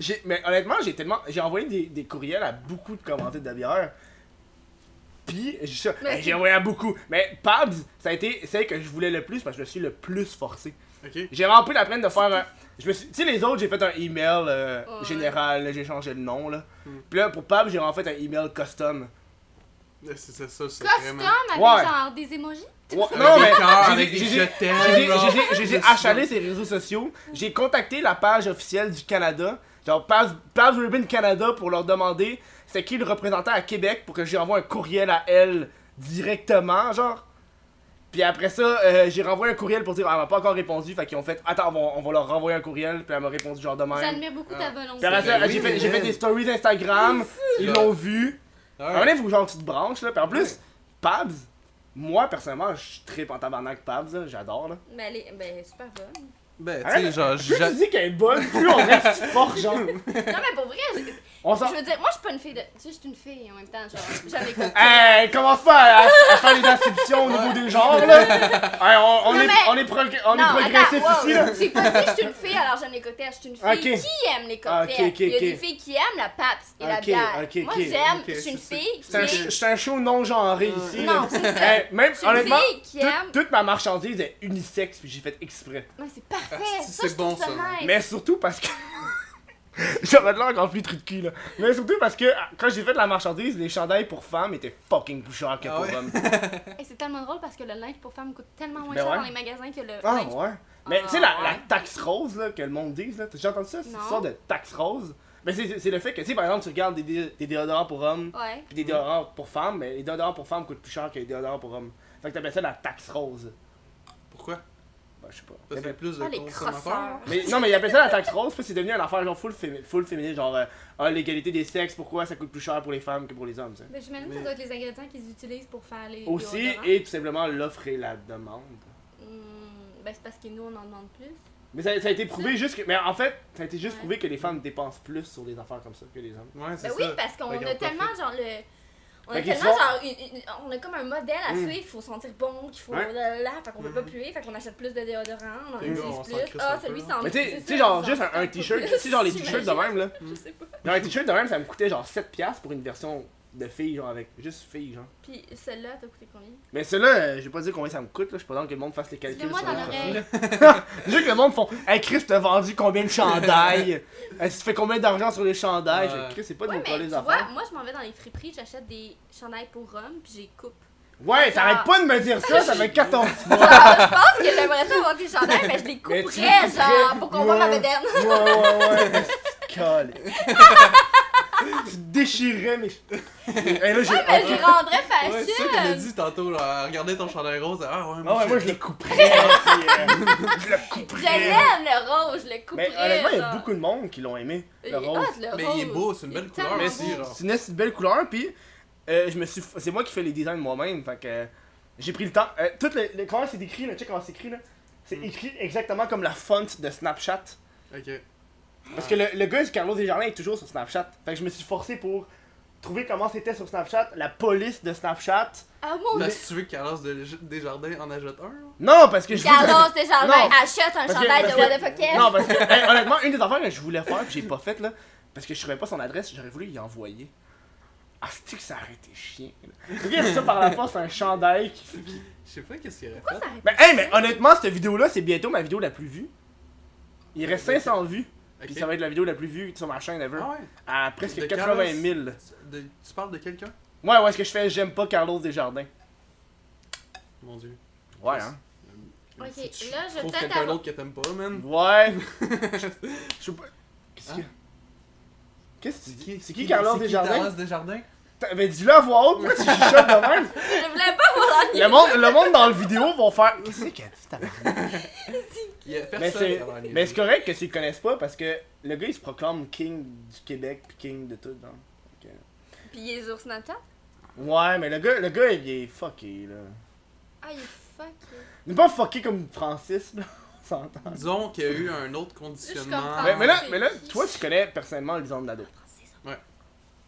[SPEAKER 1] J'ai- mais honnêtement, j'ai tellement. J'ai envoyé des, des courriels à beaucoup de commentaires de bière. Puis, j'ai ça-
[SPEAKER 3] Mais
[SPEAKER 1] hey,
[SPEAKER 3] c'est-
[SPEAKER 1] j'ai envoyé à beaucoup. Mais Pabs, ça a été celle que je voulais le plus parce que je me suis le plus forcé.
[SPEAKER 2] Ok.
[SPEAKER 1] J'ai vraiment pris la peine de faire un. Je me suis... Tu sais, les autres, j'ai fait un email euh,
[SPEAKER 3] Ouais.
[SPEAKER 1] général, là, j'ai changé le nom. là.
[SPEAKER 2] Hmm.
[SPEAKER 1] Puis là, pour Pabs, j'ai en fait un email custom.
[SPEAKER 2] C'est ça, ça, c'est
[SPEAKER 3] Custom
[SPEAKER 2] vraiment.
[SPEAKER 3] avec
[SPEAKER 1] Ouais.
[SPEAKER 3] genre des émojis.
[SPEAKER 1] Ouais,
[SPEAKER 2] Avec
[SPEAKER 1] non,
[SPEAKER 2] des
[SPEAKER 1] mais.
[SPEAKER 2] cœurs,
[SPEAKER 1] j'ai-
[SPEAKER 2] avec des
[SPEAKER 1] j'ai-
[SPEAKER 2] je t'aime,
[SPEAKER 1] J'ai-
[SPEAKER 2] genre.
[SPEAKER 1] j'ai- j'ai- J'ai
[SPEAKER 2] Je
[SPEAKER 1] achalé ses réseaux sociaux. J'ai contacté la page officielle du Canada, genre Paz, Paz Ribbon Canada, pour leur demander c'est qui le représentant à Québec pour que j'y envoie un courriel à elle directement, genre. Puis après ça, euh, j'ai renvoyé un courriel pour dire ah, elle m'a pas encore répondu. Fait qu'ils ont fait attends, on va, on va leur renvoyer un courriel. Puis elle m'a répondu genre demain.
[SPEAKER 3] J'admire beaucoup
[SPEAKER 2] Ah.
[SPEAKER 3] ta
[SPEAKER 1] Puis
[SPEAKER 3] volonté.
[SPEAKER 1] après ça,
[SPEAKER 2] Ben oui,
[SPEAKER 1] j'ai fait,
[SPEAKER 2] mais
[SPEAKER 1] j'ai fait
[SPEAKER 2] elle.
[SPEAKER 1] des stories Instagram. Ils l'ont vu.
[SPEAKER 2] Ah
[SPEAKER 1] À un
[SPEAKER 2] ouais.
[SPEAKER 1] moment donné, faut que genre tu te branches là. Puis en plus,
[SPEAKER 2] Ouais.
[SPEAKER 1] Pabs, moi personnellement, je tripe en tabarnak Pabs, là, j'adore là.
[SPEAKER 3] Mais elle est ben, super bonne.
[SPEAKER 2] Ben, tu sais,
[SPEAKER 1] Arrête,
[SPEAKER 2] genre,
[SPEAKER 1] Plus
[SPEAKER 2] j'a-
[SPEAKER 1] tu dis qu'elle est bonne, plus on reste fort genre.
[SPEAKER 3] Non, mais pour vrai, je,
[SPEAKER 1] On
[SPEAKER 3] je
[SPEAKER 1] s'en.
[SPEAKER 3] veux dire, moi, je suis pas une fille de. Tu sais, je suis une fille en même temps. Genre, j'avais comme.
[SPEAKER 1] Hey, commence pas à, à- à faire les assumptions au niveau des genres là. Hey, on, on
[SPEAKER 3] Non,
[SPEAKER 1] est,
[SPEAKER 3] mais-
[SPEAKER 1] on est, progr- on est
[SPEAKER 3] non,
[SPEAKER 1] progressif
[SPEAKER 3] attends,
[SPEAKER 1] ici
[SPEAKER 3] wow,
[SPEAKER 1] là.
[SPEAKER 3] J'ai pas dit je suis une fille alors j'aime les cocktails, je suis une fille
[SPEAKER 1] Ok.
[SPEAKER 3] qui aime les
[SPEAKER 1] Ah,
[SPEAKER 3] cocktails.
[SPEAKER 1] ok, ok,
[SPEAKER 3] Il y a des
[SPEAKER 1] ok.
[SPEAKER 3] filles qui aiment la PAPS et la
[SPEAKER 1] Ok,
[SPEAKER 3] bière.
[SPEAKER 1] ok,
[SPEAKER 3] Moi
[SPEAKER 1] ok,
[SPEAKER 3] j'aime,
[SPEAKER 2] ok,
[SPEAKER 3] je suis une
[SPEAKER 2] c'est-
[SPEAKER 3] fille
[SPEAKER 1] C'est un,
[SPEAKER 3] qui
[SPEAKER 1] ch- c'est un show non genré ici. là.
[SPEAKER 3] Mm. Non, c'est ça.
[SPEAKER 1] Hey, même
[SPEAKER 3] Je suis une
[SPEAKER 1] honnêtement,
[SPEAKER 3] fille qui
[SPEAKER 1] tout-
[SPEAKER 3] aime-
[SPEAKER 1] toute ma marchandise est unisexe puis j'ai fait exprès.
[SPEAKER 3] Non, c'est parfait.
[SPEAKER 2] Ah,
[SPEAKER 3] ça,
[SPEAKER 2] c'est
[SPEAKER 3] je
[SPEAKER 2] bon,
[SPEAKER 3] trouve
[SPEAKER 2] ça.
[SPEAKER 3] nice.
[SPEAKER 1] *laughs* Mais surtout parce que. J'avais de l'air encore plus truc de cul, là. Mais surtout parce que ah, quand j'ai fait de la marchandise, les chandails pour femmes étaient fucking plus chers que
[SPEAKER 2] Ah
[SPEAKER 1] pour
[SPEAKER 2] ouais?
[SPEAKER 1] hommes.
[SPEAKER 3] Et c'est tellement drôle parce que le linge pour femmes coûte tellement moins
[SPEAKER 1] Ben
[SPEAKER 3] cher
[SPEAKER 1] ouais.
[SPEAKER 3] dans les magasins que le
[SPEAKER 1] Ah
[SPEAKER 3] linge.
[SPEAKER 1] ouais? *laughs* Mais tu sais,
[SPEAKER 2] Ah
[SPEAKER 1] la, la
[SPEAKER 3] ouais.
[SPEAKER 1] taxe rose, là, que le monde dise, là, t'as déjà entendu ça? Cette
[SPEAKER 3] Non.
[SPEAKER 1] histoire de taxe rose? Mais c'est c'est- c'est le fait que, tu sais, par exemple, tu regardes des, dé- des déodorants pour hommes,
[SPEAKER 3] Ouais.
[SPEAKER 1] puis des déodorants pour femmes, mais les déodorants pour femmes coûtent plus cher que les déodorants pour hommes. Fait que t'appelles ça la taxe rose.
[SPEAKER 2] Pourquoi
[SPEAKER 1] Bah, je sais pas.
[SPEAKER 2] Parce qu'il y a plus de
[SPEAKER 3] Ah, les
[SPEAKER 2] consommateurs.
[SPEAKER 3] crosseurs.
[SPEAKER 1] Mais non, mais ils appellent ça la taxe rose, puis c'est devenu une affaire genre full, fémi- full féminine, genre euh, ah, l'égalité des sexes, pourquoi ça coûte plus cher pour les femmes que pour les hommes, ça.
[SPEAKER 3] Ben, j'imagine que ça
[SPEAKER 2] Mais-
[SPEAKER 3] doit être les ingrédients qu'ils utilisent pour faire les.
[SPEAKER 1] Aussi,
[SPEAKER 3] déodorants.
[SPEAKER 1] et tout simplement l'offre et la demande.
[SPEAKER 3] Hmm, ben, c'est parce que nous, on en demande plus.
[SPEAKER 1] Mais ça, ça a été prouvé juste que. Mais en fait, ça a été juste
[SPEAKER 3] Ouais.
[SPEAKER 1] prouvé que les femmes dépensent plus sur des affaires comme ça que les hommes.
[SPEAKER 2] Ouais, c'est ça.
[SPEAKER 3] Ben oui, parce qu'on
[SPEAKER 2] Fait qu'ils
[SPEAKER 3] a
[SPEAKER 2] ont pas
[SPEAKER 3] tellement genre le. On a
[SPEAKER 1] Fait qu'ils
[SPEAKER 3] tellement
[SPEAKER 1] font-
[SPEAKER 3] genre. une- une- on a comme un modèle à
[SPEAKER 1] Mm.
[SPEAKER 3] suivre, faut sentir bon, qu'il faut.
[SPEAKER 1] Ouais. Mm-hmm.
[SPEAKER 3] Là, là, fait qu'on peut pas
[SPEAKER 2] Mhm.
[SPEAKER 3] puer, fait qu'on achète plus de déodorant, on en
[SPEAKER 2] Les gars, on s'en
[SPEAKER 3] utilise
[SPEAKER 2] crisse
[SPEAKER 3] plus.
[SPEAKER 2] un
[SPEAKER 3] Ah,
[SPEAKER 2] peu,
[SPEAKER 3] celui
[SPEAKER 2] là.
[SPEAKER 3] s'en
[SPEAKER 1] hein. Mais tu sais-
[SPEAKER 3] c'est
[SPEAKER 1] tu sais,
[SPEAKER 3] ça,
[SPEAKER 1] genre
[SPEAKER 3] on
[SPEAKER 1] juste
[SPEAKER 3] s'en
[SPEAKER 1] un, un
[SPEAKER 3] crisse
[SPEAKER 1] t-shirt,
[SPEAKER 3] peu
[SPEAKER 1] tu sais, genre les
[SPEAKER 3] plus,
[SPEAKER 1] t-shirts de même là.
[SPEAKER 3] Je sais pas.
[SPEAKER 1] Genre un t-shirt de même, ça me coûtait genre 7$ pour une version de fille, genre avec juste fille, genre.
[SPEAKER 3] Puis celle-là, t'as coûté combien
[SPEAKER 1] Mais celle-là, je vais pas dire combien ça me coûte, là. Je suis pas dans que le monde fasse les calculs.
[SPEAKER 3] Dis-le-moi dans
[SPEAKER 1] leur
[SPEAKER 3] l'oreille.
[SPEAKER 1] profil, là. Juste que le monde font Hey Chris, t'as vendu combien de chandails Elle se fait combien d'argent sur les chandails
[SPEAKER 2] Ouais.
[SPEAKER 1] Chris, c'est pas de
[SPEAKER 3] Ouais,
[SPEAKER 1] nous
[SPEAKER 3] mais
[SPEAKER 1] coller
[SPEAKER 3] tu
[SPEAKER 1] les
[SPEAKER 3] vois,
[SPEAKER 1] affaires.
[SPEAKER 3] moi, je m'en vais dans les friperies, j'achète des chandails pour hommes, puis j'ai coupe. *laughs*
[SPEAKER 1] Ouais, t'arrêtes
[SPEAKER 3] Genre-
[SPEAKER 1] pas de me dire ça, ça fait 14
[SPEAKER 3] *laughs*
[SPEAKER 1] fois.
[SPEAKER 3] Genre, je pense que j'aimerais ça avoir des chandails, mais je les
[SPEAKER 1] Mais tu
[SPEAKER 3] couperais,
[SPEAKER 1] les
[SPEAKER 3] genre,
[SPEAKER 1] couperais.
[SPEAKER 3] pour qu'on voit ma
[SPEAKER 1] Ouais.
[SPEAKER 3] bédaine.
[SPEAKER 1] Ouais, ouais, ouais. Petite
[SPEAKER 3] *laughs*
[SPEAKER 1] colle. tu déchirais mes.
[SPEAKER 3] *laughs*
[SPEAKER 1] Hey, là, j'ai.
[SPEAKER 3] Mais je les rendrais
[SPEAKER 2] Ouais, c'est ça qu'elle a
[SPEAKER 3] fashion.
[SPEAKER 2] dit tantôt, là. Regardez ton chandail rose. Ah ouais,
[SPEAKER 1] Ah ouais, moi je le
[SPEAKER 3] *laughs*
[SPEAKER 1] couperais. puis, euh, je le
[SPEAKER 3] Je
[SPEAKER 1] couperais.
[SPEAKER 3] l'aime, le rose, je le couperais.
[SPEAKER 1] Mais honnêtement, il y a
[SPEAKER 3] genre.
[SPEAKER 1] beaucoup de monde qui l'ont aimé.
[SPEAKER 3] Il
[SPEAKER 1] Le
[SPEAKER 3] est
[SPEAKER 1] rose.
[SPEAKER 3] hot, Ah, le
[SPEAKER 2] Mais il est
[SPEAKER 3] rose.
[SPEAKER 2] beau, c'est une
[SPEAKER 3] Il
[SPEAKER 2] belle
[SPEAKER 3] est
[SPEAKER 2] couleur
[SPEAKER 3] tellement
[SPEAKER 1] Mais
[SPEAKER 2] aussi,
[SPEAKER 3] beau.
[SPEAKER 2] genre.
[SPEAKER 1] C'est une assez belle couleur, puis euh, je me suis, c'est moi qui fais les designs moi-même, fait que euh, j'ai pris le temps. Euh, tout le, le- comment c'est écrit, là, check comment c'est écrit là. C'est
[SPEAKER 2] Mm.
[SPEAKER 1] écrit exactement comme la font de Snapchat.
[SPEAKER 2] Ok.
[SPEAKER 1] Parce que le, le gars du Carlos Desjardins est toujours sur Snapchat. Fait que je me suis forcé pour trouver comment c'était sur Snapchat, la police de Snapchat.
[SPEAKER 3] Ah mon
[SPEAKER 2] Là,
[SPEAKER 3] dieu.
[SPEAKER 2] Ben, si tu veux que Carlos de- Desjardins en achète un, là.
[SPEAKER 1] Non, parce que je voulais-
[SPEAKER 3] Carlos Desjardins
[SPEAKER 1] Non.
[SPEAKER 3] achète
[SPEAKER 1] Parce
[SPEAKER 3] un
[SPEAKER 1] que-
[SPEAKER 3] chandail de
[SPEAKER 1] parce que-
[SPEAKER 3] What the fuck
[SPEAKER 1] *laughs*
[SPEAKER 3] yeah.
[SPEAKER 1] Non, parce que hey, honnêtement, une des affaires que je voulais faire que j'ai pas faite là, parce que je trouvais pas son adresse, j'aurais voulu y envoyer. Ah, c'est que ça aurait été chiant. Regarde ça par la force, un chandail qui
[SPEAKER 2] Je sais pas qu'est-ce qu'il aurait
[SPEAKER 3] Pourquoi
[SPEAKER 2] fait.
[SPEAKER 3] ça arrête
[SPEAKER 1] Mais hey, mais honnêtement, cette vidéo-là, c'est bientôt ma vidéo la plus vue. Il reste 500 vues, puis
[SPEAKER 2] Ok.
[SPEAKER 1] ça va être la vidéo la plus vue sur ma chaîne ever.
[SPEAKER 2] Ah ouais.
[SPEAKER 1] À presque
[SPEAKER 2] De
[SPEAKER 1] 80 000.
[SPEAKER 2] Tu- de- tu parles de quelqu'un
[SPEAKER 1] Ouais, ouais, ce que je fais, j'aime pas Carlos Desjardins.
[SPEAKER 2] Mon dieu.
[SPEAKER 1] Ouais, hein.
[SPEAKER 3] Ok,
[SPEAKER 2] Si tu
[SPEAKER 3] là, je
[SPEAKER 2] trouves
[SPEAKER 3] tente
[SPEAKER 2] quelqu'un
[SPEAKER 3] à-
[SPEAKER 2] d'autre que t'aimes pas, man.
[SPEAKER 1] Ouais. *laughs*
[SPEAKER 2] *laughs*
[SPEAKER 1] Je sais pas. Qu'est-ce que.
[SPEAKER 2] Hein?
[SPEAKER 1] Qu'est-ce que tu dis? C'est qui Carlos Desjardins?
[SPEAKER 2] Carlos Desjardins
[SPEAKER 1] T'avais dit-le à voix haute, moi, tu chuchotes de même. *laughs*
[SPEAKER 3] Je voulais pas voir la
[SPEAKER 1] Le monde, le monde dans le vidéo vont faire. Qu'est-ce que t'as dit, tabarnak?
[SPEAKER 2] Il y a
[SPEAKER 1] Mais
[SPEAKER 2] personne
[SPEAKER 1] c'est,
[SPEAKER 2] qui a l'air
[SPEAKER 1] mais c'est correct que tu le connaisses pas parce que le gars il se proclame king du Québec puis king de tout. Genre.
[SPEAKER 3] Puis il est sur Snapchat.
[SPEAKER 1] Ouais, mais le gars, le gars il est fucké là.
[SPEAKER 3] Ah, il est fuck. yeah.
[SPEAKER 1] Il est pas fucké comme Francis là, on s'entend.
[SPEAKER 2] Disons qu'il y a eu un autre
[SPEAKER 3] comprends.
[SPEAKER 2] conditionnement.
[SPEAKER 1] Mais, mais là,
[SPEAKER 3] c'est
[SPEAKER 1] mais là,
[SPEAKER 3] qui?
[SPEAKER 1] toi tu connais personnellement Lisande Nado.
[SPEAKER 3] C'est ça.